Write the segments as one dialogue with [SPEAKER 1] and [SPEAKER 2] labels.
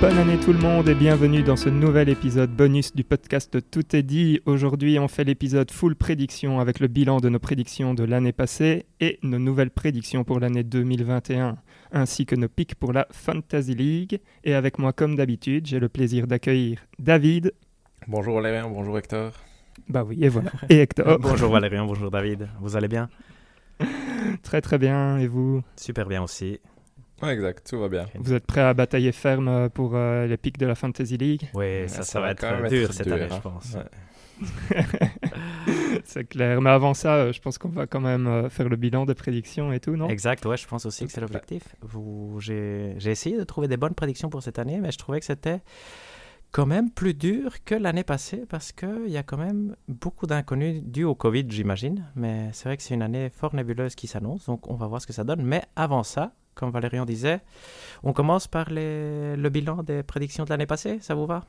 [SPEAKER 1] Bonne année tout le monde et bienvenue dans ce nouvel épisode bonus du podcast Tout est dit. Aujourd'hui, on fait l'épisode full prédiction avec le bilan de nos prédictions de l'année passée et nos nouvelles prédictions pour l'année 2021, ainsi que nos pics pour la Fantasy League. Et avec moi, comme d'habitude, j'ai le plaisir d'accueillir David.
[SPEAKER 2] Bonjour Valérien, bonjour Hector.
[SPEAKER 1] Bah oui, Ah et voilà. Et Hector.
[SPEAKER 3] bonjour Valérien, bonjour David. Vous allez bien
[SPEAKER 1] Très très bien, et vous
[SPEAKER 3] Super bien aussi.
[SPEAKER 2] Ouais, exact, tout va bien.
[SPEAKER 1] Vous êtes prêts à batailler ferme pour euh, les pics de la Fantasy League
[SPEAKER 3] Oui, ça, ça, ça, va, être dur, être cette dur, année, hein. je pense. Ouais.
[SPEAKER 1] c'est clair. Mais avant ça, euh, je pense qu'on va quand même euh, faire le bilan des prédictions et tout, non
[SPEAKER 3] Exact, ouais, je pense aussi que c'est l'objectif. Vous... J'ai... J'ai essayé de trouver des bonnes prédictions pour cette année, mais je trouvais que c'était quand même plus dur que l'année passée parce qu'il y a quand même beaucoup d'inconnus dus au Covid, j'imagine. Mais c'est vrai que c'est une année fort nébuleuse qui s'annonce, donc on va voir ce que ça donne. Mais avant ça, comme Valérian disait, on commence par les... le bilan des prédictions de l'année passée, ça vous va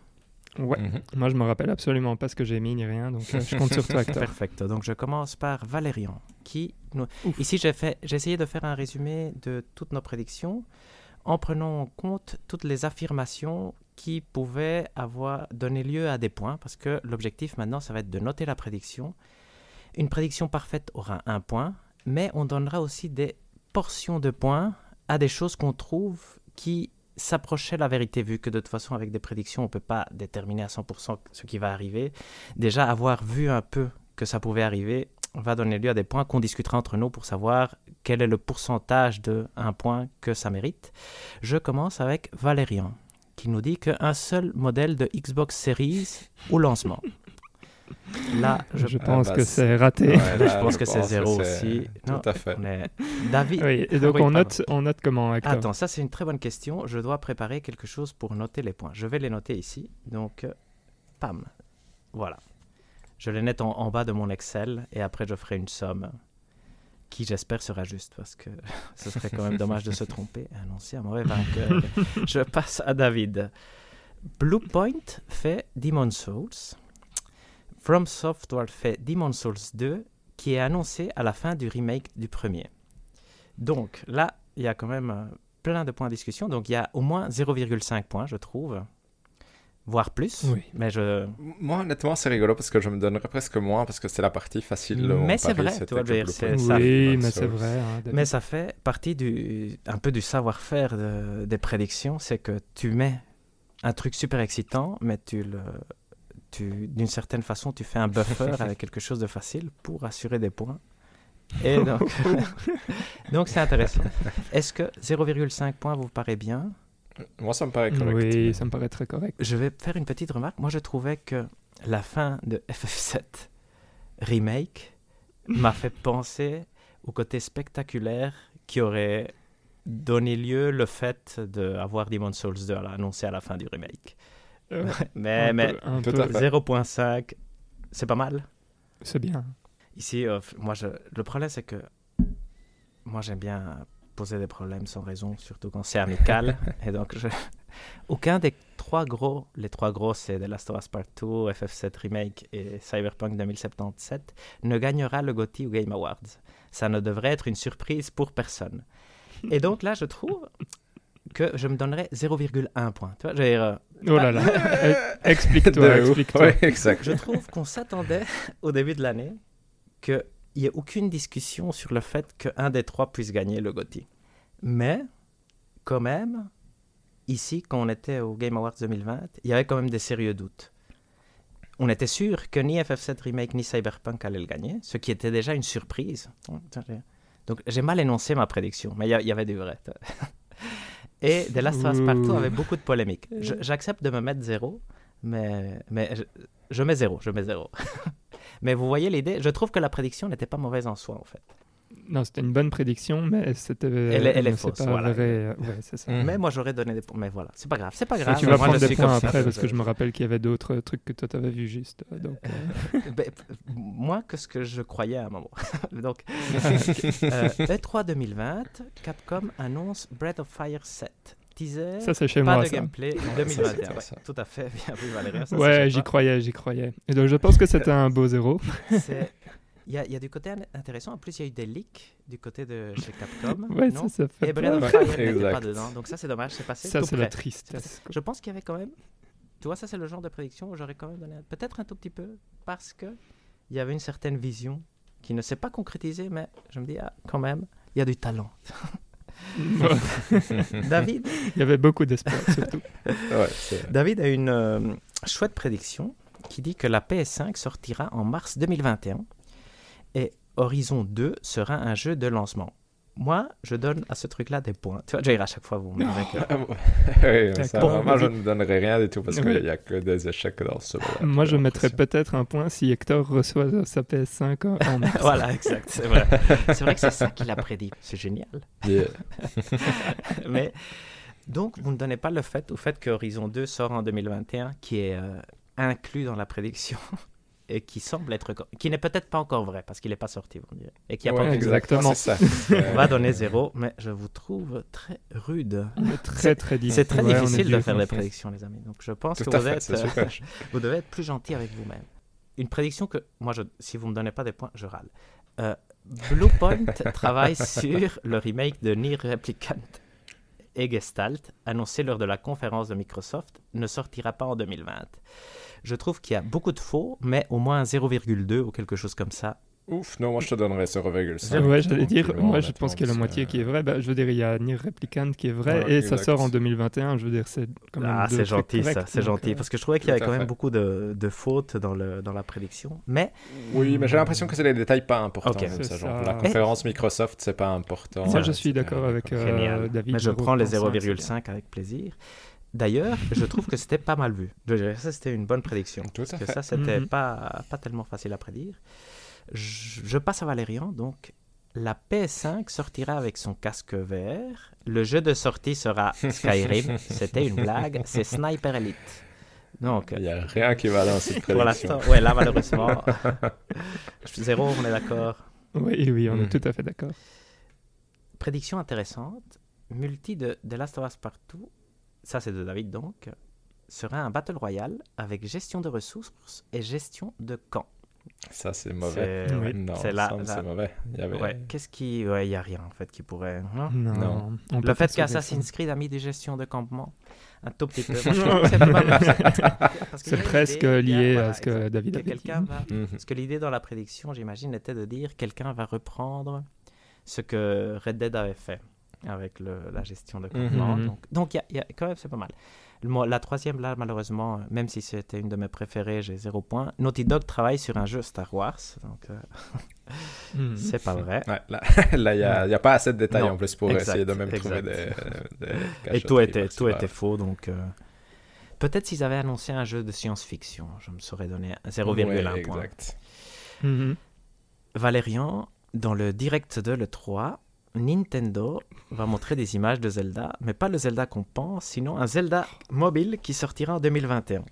[SPEAKER 1] Ouais,
[SPEAKER 2] Mhm.
[SPEAKER 1] mm-hmm. moi je me rappelle absolument pas ce que j'ai mis ni rien, donc euh, je compte sur toi, Hector.
[SPEAKER 3] Perfect. Donc je commence par Valérian, qui nous... ici j'ai fait, j'ai essayé de faire un résumé de toutes nos prédictions en prenant en compte toutes les affirmations qui pouvaient avoir donné lieu à des points, parce que l'objectif maintenant ça va être de noter la prédiction. Une prédiction parfaite aura un point, mais on donnera aussi des portions de points à des choses qu'on trouve qui s'approchaient la vérité, vu que de toute façon, avec des prédictions, on ne peut pas déterminer à 100% ce qui va arriver. Déjà, avoir vu un peu que ça pouvait arriver va donner lieu à des points qu'on discutera entre nous pour savoir quel est le pourcentage de un point que ça mérite. Je commence avec Valérian, qui nous dit qu'un seul modèle de Xbox Series au lancement. Là, je,
[SPEAKER 1] je pense ah bah que c'est, c'est raté. Ouais,
[SPEAKER 3] là, je pense je que pense c'est zéro que c'est... aussi.
[SPEAKER 2] Tout non, à fait. Mais...
[SPEAKER 3] David.
[SPEAKER 1] Oui, et donc ah oui, on, note, on note comment Hector.
[SPEAKER 3] Attends, ça c'est une très bonne question. Je dois préparer quelque chose pour noter les points. Je vais les noter ici. Donc, euh, pam. Voilà. Je les note en, en bas de mon Excel et après je ferai une somme qui j'espère sera juste parce que ce serait quand même dommage de se tromper et annoncer un mauvais vainqueur. je passe à David. Bluepoint fait Demon Souls. From Software fait Demon Souls 2, qui est annoncé à la fin du remake du premier. Donc là, il y a quand même euh, plein de points de discussion. Donc il y a au moins 0,5 points, je trouve. Voire plus. Oui. Mais je...
[SPEAKER 2] Moi, honnêtement, c'est rigolo parce que je me donnerais presque moins parce que c'est la partie facile.
[SPEAKER 3] Mais c'est Paris, vrai,
[SPEAKER 2] toi,
[SPEAKER 3] dire, c'est
[SPEAKER 1] ça. Oui, mais Souls. c'est vrai. Hein,
[SPEAKER 3] mais ça fait partie du, un peu du savoir-faire de, des prédictions. C'est que tu mets un truc super excitant, mais tu le. Tu, d'une certaine façon, tu fais un buffer avec quelque chose de facile pour assurer des points. Et donc, donc c'est intéressant. Est-ce que 0,5 points vous paraît bien
[SPEAKER 2] Moi, ça me paraît correct.
[SPEAKER 1] Oui, ça me paraît très correct.
[SPEAKER 3] Je vais faire une petite remarque. Moi, je trouvais que la fin de FF7 Remake m'a fait penser au côté spectaculaire qui aurait donné lieu le fait d'avoir Demon's Souls 2 annoncé à la fin du remake. Euh, mais un mais, mais 0.5, c'est pas mal.
[SPEAKER 1] C'est bien.
[SPEAKER 3] Ici, euh, moi, je, le problème, c'est que moi, j'aime bien poser des problèmes sans raison, surtout quand c'est amical. et donc, je... aucun des trois gros, les trois gros, c'est The Last of Us Part 2, FF7 Remake et Cyberpunk 2077, ne gagnera le GOTY ou Game Awards. Ça ne devrait être une surprise pour personne. Et donc là, je trouve, que je me donnerais 0,1 point. Tu vois, j'ai, euh,
[SPEAKER 1] oh là là, explique-toi, explique-toi. Ouais,
[SPEAKER 3] exact. Je trouve qu'on s'attendait au début de l'année qu'il n'y ait aucune discussion sur le fait qu'un des trois puisse gagner le GOTY. Mais, quand même, ici, quand on était au Game Awards 2020, il y avait quand même des sérieux doutes. On était sûr que ni FF7 Remake ni Cyberpunk allaient le gagner, ce qui était déjà une surprise. Donc j'ai mal énoncé ma prédiction, mais il y, y avait du vrai. Et The Last of Us Partout avait beaucoup de polémiques. Je, j'accepte de me mettre zéro, mais, mais je, je mets zéro, je mets zéro. mais vous voyez l'idée, je trouve que la prédiction n'était pas mauvaise en soi, en fait.
[SPEAKER 1] Non, c'était une bonne prédiction, mais c'était.
[SPEAKER 3] Elle, elle est, fausse.
[SPEAKER 1] Pas
[SPEAKER 3] voilà. Mm.
[SPEAKER 1] vrai. euh, Ouais, c'est ça.
[SPEAKER 3] Mais moi, j'aurais donné des points. Mais voilà, c'est pas grave. C'est pas grave.
[SPEAKER 1] Et Hum. tu vas prendre des points après, ça, parce que je me rappelle qu'il y avait d'autres trucs que toi, t'avais vu juste. Donc, euh...
[SPEAKER 3] bah, moins que ce que je croyais à un moment. donc, euh, E3 2020, Capcom annonce Breath of Fire 7 teaser.
[SPEAKER 1] Ça, c'est chez
[SPEAKER 3] pas
[SPEAKER 1] moi.
[SPEAKER 3] de ça. gameplay 2021. Ouais, ouais, tout à fait. Bien vu, Valérie.
[SPEAKER 1] ouais, j'y croyais, j'y croyais. Et donc, je pense que c'était un beau zéro.
[SPEAKER 3] c'est Il y, a, il y a du côté in- intéressant. En plus, il y a eu des leaks du côté de chez Capcom.
[SPEAKER 1] Ouais,
[SPEAKER 3] non
[SPEAKER 1] ça, ça fait
[SPEAKER 3] Et Breath of
[SPEAKER 1] peur.
[SPEAKER 3] Fire
[SPEAKER 2] Ouais,
[SPEAKER 3] n'était pas
[SPEAKER 2] exact.
[SPEAKER 3] dedans. Donc ça, c'est dommage. C'est passé
[SPEAKER 1] Ça,
[SPEAKER 3] tout
[SPEAKER 1] c'est la
[SPEAKER 3] près.
[SPEAKER 1] tristesse. quoi.
[SPEAKER 3] Je pense qu'il y avait quand même. Tu vois, ça, c'est le genre de prédiction où j'aurais quand même donné un- peut-être un tout petit peu parce que il y avait une certaine vision qui ne s'est pas concrétisée, mais je me dis, ah, quand même, il y a du talent. David,
[SPEAKER 1] Il y avait beaucoup d'espoir, surtout.
[SPEAKER 2] Ouais, c'est-
[SPEAKER 3] David a une euh, chouette prédiction qui dit que la PS5 sortira en mars 2021 et Horizon 2 sera un jeu de lancement. Moi, je donne à ce truc-là des points. Tu vois, Jair, à chaque fois, vous me dites que-
[SPEAKER 2] Ouais, Ah mais ça,
[SPEAKER 1] D'accord.
[SPEAKER 2] vraiment, je ne donnerai rien du tout parce
[SPEAKER 1] Oui.
[SPEAKER 2] qu'il n'y a que des échecs dans ce monde.
[SPEAKER 1] Moi, je
[SPEAKER 2] J'ai
[SPEAKER 1] mettrais
[SPEAKER 2] l'impression.
[SPEAKER 1] peut-être un point si Hector reçoit sa PS5 en- en mars.
[SPEAKER 3] Voilà, exact, c'est vrai. C'est vrai que c'est ça qu'il a prédit. C'est génial.
[SPEAKER 2] Yeah.
[SPEAKER 3] Mais donc, vous ne donnez pas le fait au fait que Horizon 2 sort en 2021, qui est euh, inclus dans la prédiction et qui semble être, co- qui n'est peut-être pas encore vrai parce qu'il n'est pas sorti, vous me direz, et qui a pas
[SPEAKER 2] Ouais,
[SPEAKER 3] encore-
[SPEAKER 1] exactement.
[SPEAKER 2] exactement. c'est ça.
[SPEAKER 3] On va donner zéro, mais je vous trouve très rude.
[SPEAKER 1] Mais Très, très difficile.
[SPEAKER 3] C'est très
[SPEAKER 1] Ouais, on est
[SPEAKER 3] difficile de
[SPEAKER 1] dur.
[SPEAKER 3] faire les prédictions, les amis. Donc, je pense
[SPEAKER 2] Tout
[SPEAKER 3] que
[SPEAKER 2] à
[SPEAKER 3] vous
[SPEAKER 2] fait,
[SPEAKER 3] êtes,
[SPEAKER 2] c'est
[SPEAKER 3] euh,
[SPEAKER 2] super.
[SPEAKER 3] vous devez être plus gentil avec vous-même. Une prédiction que, moi, je, si vous ne me donnez pas des points, je râle. Euh, Bluepoint travaille sur le remake de Nier Replicant. Et Gestalt, annoncé lors de la conférence de Microsoft, ne sortira pas en 2020. Je trouve qu'il y a beaucoup de faux, mais au moins 0,2 ou quelque chose comme ça.
[SPEAKER 2] Ouf, non, moi je te donnerais 0,5.
[SPEAKER 1] Ouais, j'allais dire,
[SPEAKER 2] Tranquillement,
[SPEAKER 1] moi je pense qu'il y a la
[SPEAKER 2] honnêtement,
[SPEAKER 1] moitié
[SPEAKER 2] parce
[SPEAKER 1] qui est vraie. Bah, je veux dire, il y a Nier Replicant qui est vrai
[SPEAKER 2] Ouais,
[SPEAKER 1] et ça
[SPEAKER 2] exact.
[SPEAKER 1] sort en 2021. Je veux dire, c'est quand même.
[SPEAKER 3] Ah,
[SPEAKER 1] deux
[SPEAKER 3] c'est
[SPEAKER 1] trucs
[SPEAKER 3] gentil ça,
[SPEAKER 1] corrects,
[SPEAKER 3] c'est
[SPEAKER 1] donc,
[SPEAKER 3] gentil.
[SPEAKER 1] euh,
[SPEAKER 3] Parce que je trouvais qu'il y
[SPEAKER 2] tout
[SPEAKER 3] avait
[SPEAKER 2] à
[SPEAKER 3] quand même
[SPEAKER 2] fait.
[SPEAKER 3] beaucoup de, de fautes dans, le, dans la prédiction. Mais
[SPEAKER 2] Oui, mais j'ai l'impression que c'est les détails pas importants.
[SPEAKER 3] Ok.
[SPEAKER 2] comme
[SPEAKER 1] C'est
[SPEAKER 2] ça, genre,
[SPEAKER 1] ça.
[SPEAKER 2] La conférence Microsoft, c'est pas important.
[SPEAKER 1] Moi
[SPEAKER 2] euh,
[SPEAKER 1] je suis
[SPEAKER 2] etc.
[SPEAKER 1] d'accord avec euh,
[SPEAKER 3] Génial.
[SPEAKER 1] David.
[SPEAKER 3] Mais je prends les
[SPEAKER 1] 0,5, etc.
[SPEAKER 3] 0,5 avec plaisir. D'ailleurs, je trouve que c'était pas mal vu. Je dirais que Ça, c'était une bonne prédiction.
[SPEAKER 2] Tout à
[SPEAKER 3] Parce que
[SPEAKER 2] fait.
[SPEAKER 3] ça, c'était
[SPEAKER 1] Mhm.
[SPEAKER 3] pas, pas tellement facile à prédire. Je, je passe à Valérian. Donc, la PS5 sortira avec son casque vert. Le jeu de sortie sera Skyrim. c'était une blague. C'est Sniper Elite. Donc,
[SPEAKER 2] Il n'y a rien qui va dans cette
[SPEAKER 3] pour
[SPEAKER 2] prédiction.
[SPEAKER 3] l'instant, ouais, là, malheureusement, zéro, on est d'accord.
[SPEAKER 1] euh, Oui, oui, on est
[SPEAKER 2] Mm.
[SPEAKER 1] tout à fait d'accord.
[SPEAKER 3] Prédiction intéressante. Multi de The Last of Us Partout, ça c'est de David donc, sera un battle royale avec gestion de ressources et gestion de camp.
[SPEAKER 2] Ça, c'est mauvais.
[SPEAKER 3] C'est-
[SPEAKER 1] Oui.
[SPEAKER 2] Non,
[SPEAKER 3] C'est là-
[SPEAKER 2] ça,
[SPEAKER 3] là-
[SPEAKER 2] c'est mauvais. Il y avait...
[SPEAKER 3] Ouais, qu'est-ce qui... Ouais, il n'y a rien en fait qui pourrait... hein.
[SPEAKER 1] Non.
[SPEAKER 2] Non.
[SPEAKER 1] on peut
[SPEAKER 3] Le
[SPEAKER 1] pas sauver
[SPEAKER 3] fait
[SPEAKER 1] ça.
[SPEAKER 3] qu'Assassin's Creed a mis des gestions de campement, un tout petit peu. Moi, je trouve que c'est pas mal. Parce qu'il y a
[SPEAKER 1] C'est
[SPEAKER 3] une
[SPEAKER 1] presque
[SPEAKER 3] idée, il y a-
[SPEAKER 1] lié
[SPEAKER 3] voilà,
[SPEAKER 1] à ce que
[SPEAKER 3] exact.
[SPEAKER 1] David
[SPEAKER 3] Que
[SPEAKER 1] a dit.
[SPEAKER 3] quelqu'un va
[SPEAKER 2] Mhm.
[SPEAKER 3] Parce que l'idée dans la prédiction, j'imagine, était de dire quelqu'un va reprendre ce que Red Dead avait fait avec le- la gestion de campement.
[SPEAKER 1] Mhm.
[SPEAKER 3] Donc, donc il y a- il y a- quand même, c'est pas mal. Le mo- la troisième, là, malheureusement, euh, même si c'était une de mes préférées, j'ai zéro point. Naughty Dog travaille sur un jeu Star Wars, donc euh,
[SPEAKER 2] Mhm.
[SPEAKER 1] Mm.
[SPEAKER 3] c'est pas vrai.
[SPEAKER 2] Ouais, là, là, il n'y a, il y a pas assez de détails
[SPEAKER 3] Non,
[SPEAKER 2] en plus pour
[SPEAKER 3] exact,
[SPEAKER 2] essayer de même
[SPEAKER 3] exact.
[SPEAKER 2] trouver des, des
[SPEAKER 3] Et
[SPEAKER 2] cachoteries
[SPEAKER 3] tout était,
[SPEAKER 2] par-ci,
[SPEAKER 3] tout
[SPEAKER 2] par-là.
[SPEAKER 3] était faux, donc... euh, Peut-être s'ils avaient annoncé un jeu de science-fiction, je me serais donné 0,1
[SPEAKER 2] Ouais,
[SPEAKER 3] point.
[SPEAKER 2] exact.
[SPEAKER 1] Mhm.
[SPEAKER 3] Valérian, dans le direct de l'E3, Nintendo va montrer des images de Zelda, mais pas le Zelda qu'on pense, sinon un Zelda mobile qui sortira en 2021.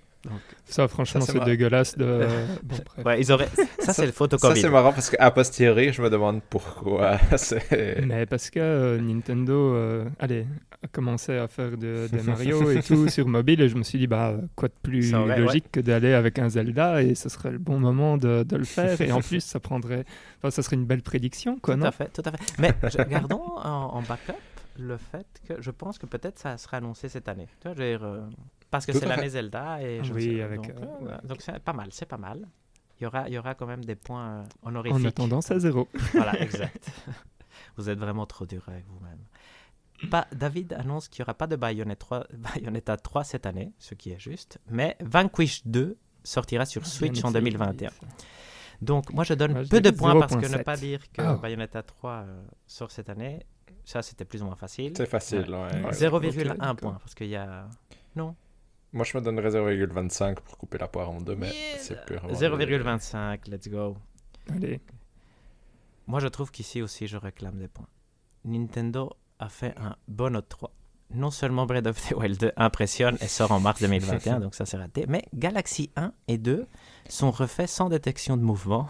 [SPEAKER 1] Ça, franchement,
[SPEAKER 2] Ça, c'est
[SPEAKER 1] c'est
[SPEAKER 2] ma-
[SPEAKER 1] dégueulasse de. Bon, bref.
[SPEAKER 3] Ouais, ils auraient... Ça, c'est le
[SPEAKER 2] Ça,
[SPEAKER 3] photocopie.
[SPEAKER 2] c'est marrant parce qu'à posteriori, je me demande pourquoi.
[SPEAKER 3] Mm.
[SPEAKER 2] c'est-
[SPEAKER 1] Mais parce que euh, Nintendo euh, allez, a commencé à faire de- des Mario et tout sur mobile et je me suis dit bah quoi de plus
[SPEAKER 3] C'est vrai,
[SPEAKER 1] logique que d'aller avec un Zelda et ce serait le bon moment de, de le faire et en plus ça prendrait enfin ça serait une belle prédiction quoi
[SPEAKER 3] Tout
[SPEAKER 1] non
[SPEAKER 3] à fait, tout à fait. Mais je- gardons en, en backup le fait que je pense que peut-être ça sera annoncé cette année. Tu vois, je veux dire, euh, parce que
[SPEAKER 2] Tout
[SPEAKER 3] c'est
[SPEAKER 2] à fait.
[SPEAKER 3] l'année Zelda et je ne
[SPEAKER 1] Oui,
[SPEAKER 3] sais-
[SPEAKER 1] avec,
[SPEAKER 3] donc,
[SPEAKER 1] euh,
[SPEAKER 3] euh,
[SPEAKER 1] ouais.
[SPEAKER 3] donc c'est pas mal, c'est pas mal. Il y aura, il y aura quand même des points euh, honorifiques.
[SPEAKER 1] en attendant c'est à zéro
[SPEAKER 3] Voilà, exact. vous êtes vraiment trop dur avec vous-même. Pas- David annonce qu'il n'y aura pas de Bayonetta 3, Bayonetta 3 cette année, ce qui est juste, mais Vanquish 2 sortira sur Switch en 2021. Donc moi je donne
[SPEAKER 1] Ah, Moi, je
[SPEAKER 3] peu de
[SPEAKER 1] dirais
[SPEAKER 3] points parce que ne
[SPEAKER 1] 0.7.
[SPEAKER 3] pas dire que
[SPEAKER 1] Ah.
[SPEAKER 3] Bayonetta 3 euh, sort cette année, ça c'était plus ou moins facile.
[SPEAKER 2] C'est facile, ouais.
[SPEAKER 1] Ouais.
[SPEAKER 3] 0,1
[SPEAKER 1] Ok, d'accord.
[SPEAKER 3] point parce qu'il y a
[SPEAKER 2] Moi, je me donnerais 0,25 pour couper la poire en deux, mais
[SPEAKER 3] Yeah.
[SPEAKER 2] c'est purement...
[SPEAKER 3] 0,25, let's go.
[SPEAKER 1] Allez.
[SPEAKER 3] Moi, je trouve qu'ici aussi, je réclame des points. Nintendo a fait un bon E3. non seulement Breath of the Wild 2 impressionne et sort en mars 2021, donc ça c'est raté, mais Galaxy 1 et 2 sont refaits sans détection de mouvement.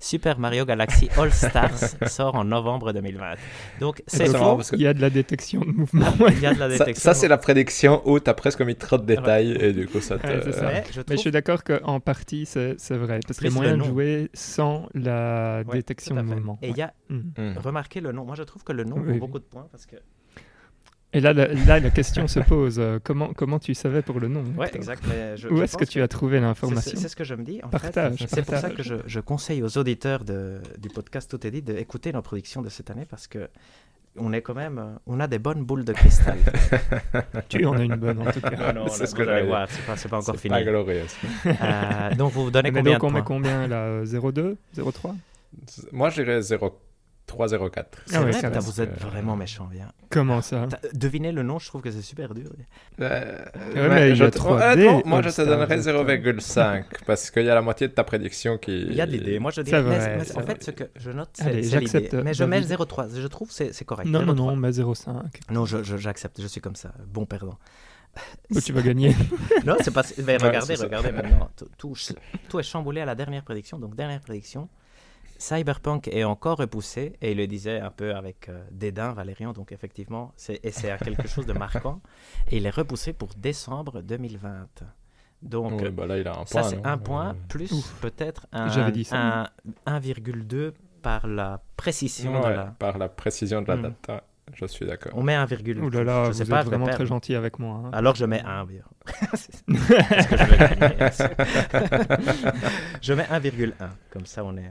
[SPEAKER 3] Super Mario Galaxy All Stars sort en novembre 2020. Donc c'est
[SPEAKER 2] Exactement,
[SPEAKER 3] faux. Ah,
[SPEAKER 2] parce que-
[SPEAKER 1] Il y a de la détection de mouvement.
[SPEAKER 3] Il y a de la
[SPEAKER 2] Ça,
[SPEAKER 3] détection.
[SPEAKER 2] ça, c'est la prédiction où t'as presque mis trop de détails et du coup ça te.
[SPEAKER 1] Ouais, c'est ça.
[SPEAKER 3] Mais je
[SPEAKER 1] Mais je
[SPEAKER 3] trouve
[SPEAKER 1] suis d'accord qu'en partie, c'est c'est vrai. Parce qu'il y
[SPEAKER 3] Plus
[SPEAKER 1] a
[SPEAKER 3] le
[SPEAKER 1] moyen de
[SPEAKER 3] nom.
[SPEAKER 1] jouer sans la
[SPEAKER 3] Ouais,
[SPEAKER 1] détection
[SPEAKER 3] tout à
[SPEAKER 1] de
[SPEAKER 3] fait.
[SPEAKER 1] mouvement.
[SPEAKER 3] Et il y a,
[SPEAKER 1] Mhm.
[SPEAKER 2] Hmm.
[SPEAKER 3] remarquez le nom. Moi, je trouve que le nom
[SPEAKER 1] Oui,
[SPEAKER 3] vaut
[SPEAKER 1] oui.
[SPEAKER 3] beaucoup de points parce que.
[SPEAKER 1] Et là, la, là, la question se pose euh, comment, comment tu savais pour le nom
[SPEAKER 3] Ouais,
[SPEAKER 1] Hector
[SPEAKER 3] exact. mais je-
[SPEAKER 1] Où
[SPEAKER 3] je
[SPEAKER 1] est-ce que
[SPEAKER 3] pense
[SPEAKER 1] tu as trouvé
[SPEAKER 3] C'est-
[SPEAKER 1] l'information
[SPEAKER 3] C'est c'est ce que je me dis. En
[SPEAKER 1] Partage,
[SPEAKER 3] fait, euh, c'est pour ça
[SPEAKER 1] partage.
[SPEAKER 3] que je, je conseille aux auditeurs de- du podcast Tout est dit d'écouter nos productions de cette année parce que on est quand même, euh, on a des bonnes boules de cristal.
[SPEAKER 1] Tu en as une bonne en tout cas.
[SPEAKER 3] non, non,
[SPEAKER 2] C'est
[SPEAKER 3] là,
[SPEAKER 2] ce
[SPEAKER 3] vous
[SPEAKER 2] que
[SPEAKER 3] allez
[SPEAKER 2] j'allais
[SPEAKER 3] voir, c'est pas, c'est pas encore
[SPEAKER 2] C'est
[SPEAKER 3] fini.
[SPEAKER 2] pas glorieux.
[SPEAKER 3] Euh, donc vous vous donnez
[SPEAKER 1] Mais
[SPEAKER 3] combien
[SPEAKER 1] donc on met
[SPEAKER 3] de points
[SPEAKER 1] combien là euh, 0,2 0,3
[SPEAKER 2] Moi j'irais 0,304.
[SPEAKER 3] C'est
[SPEAKER 1] Ah ouais,
[SPEAKER 3] vrai,
[SPEAKER 1] ça
[SPEAKER 3] putain,
[SPEAKER 1] reste,
[SPEAKER 3] vous êtes
[SPEAKER 2] euh,
[SPEAKER 3] vraiment méchant, bien.
[SPEAKER 1] Comment ça
[SPEAKER 3] T'as- Devinez le nom, je trouve que c'est super dur.
[SPEAKER 2] Euh,
[SPEAKER 1] Ouais, mais il y
[SPEAKER 2] je
[SPEAKER 1] a
[SPEAKER 2] te-
[SPEAKER 1] 3D,
[SPEAKER 2] honnêtement, moi je te
[SPEAKER 1] All-Stars,
[SPEAKER 2] donnerais
[SPEAKER 1] All-Stars.
[SPEAKER 2] 0,5 parce qu'il y a la moitié de ta prédiction qui.
[SPEAKER 3] Il y a de l'idée. Moi, je dis.
[SPEAKER 1] C'est
[SPEAKER 3] mais-
[SPEAKER 1] vrai,
[SPEAKER 3] mais
[SPEAKER 1] c'est
[SPEAKER 3] en
[SPEAKER 1] vrai.
[SPEAKER 3] fait, ce que je note, c'est
[SPEAKER 1] Allez,
[SPEAKER 3] c'est
[SPEAKER 1] j'accepte,
[SPEAKER 3] l'idée. Mais je mets
[SPEAKER 1] David.
[SPEAKER 3] 0,3. Je trouve que c'est c'est correct.
[SPEAKER 1] Non, non, non,
[SPEAKER 3] 0,3.
[SPEAKER 1] mais 0,5.
[SPEAKER 3] Non, je- je- j'accepte. Je, suis comme ça. Bon perdant.
[SPEAKER 1] Oh, tu vas gagner.
[SPEAKER 3] Non, c'est pas. mais
[SPEAKER 2] Ouais,
[SPEAKER 3] regardez,
[SPEAKER 2] c'est ça.
[SPEAKER 3] regardez maintenant. Tout, tout- tout est chamboulé à la dernière prédiction. Donc, dernière prédiction. Cyberpunk est encore repoussé et il le disait un peu avec euh, dédain, Valérian. Donc, effectivement, c'est et c'est quelque chose de marquant. Et il est repoussé pour décembre 2020. Donc,
[SPEAKER 2] Ouais, bah là il a un
[SPEAKER 3] ça,
[SPEAKER 2] point.
[SPEAKER 3] c'est
[SPEAKER 2] non
[SPEAKER 3] un point,
[SPEAKER 2] Euh,
[SPEAKER 3] plus
[SPEAKER 1] Ouf.
[SPEAKER 3] peut-être un,
[SPEAKER 1] J'avais dit
[SPEAKER 3] un
[SPEAKER 1] ça.
[SPEAKER 3] 1,2 par la précision. de
[SPEAKER 2] ouais,
[SPEAKER 3] la-
[SPEAKER 2] Par la précision de la
[SPEAKER 3] Hmm.
[SPEAKER 2] date. Ouais, je suis d'accord.
[SPEAKER 3] On met 1,2.
[SPEAKER 1] Ouh là là,
[SPEAKER 3] je sais
[SPEAKER 1] vous
[SPEAKER 3] pas,
[SPEAKER 1] êtes
[SPEAKER 3] je vais
[SPEAKER 1] vraiment
[SPEAKER 3] perdre.
[SPEAKER 1] très gentil avec moi. hein.
[SPEAKER 3] Alors je mets 1. je mets 1,1. Comme ça, on est.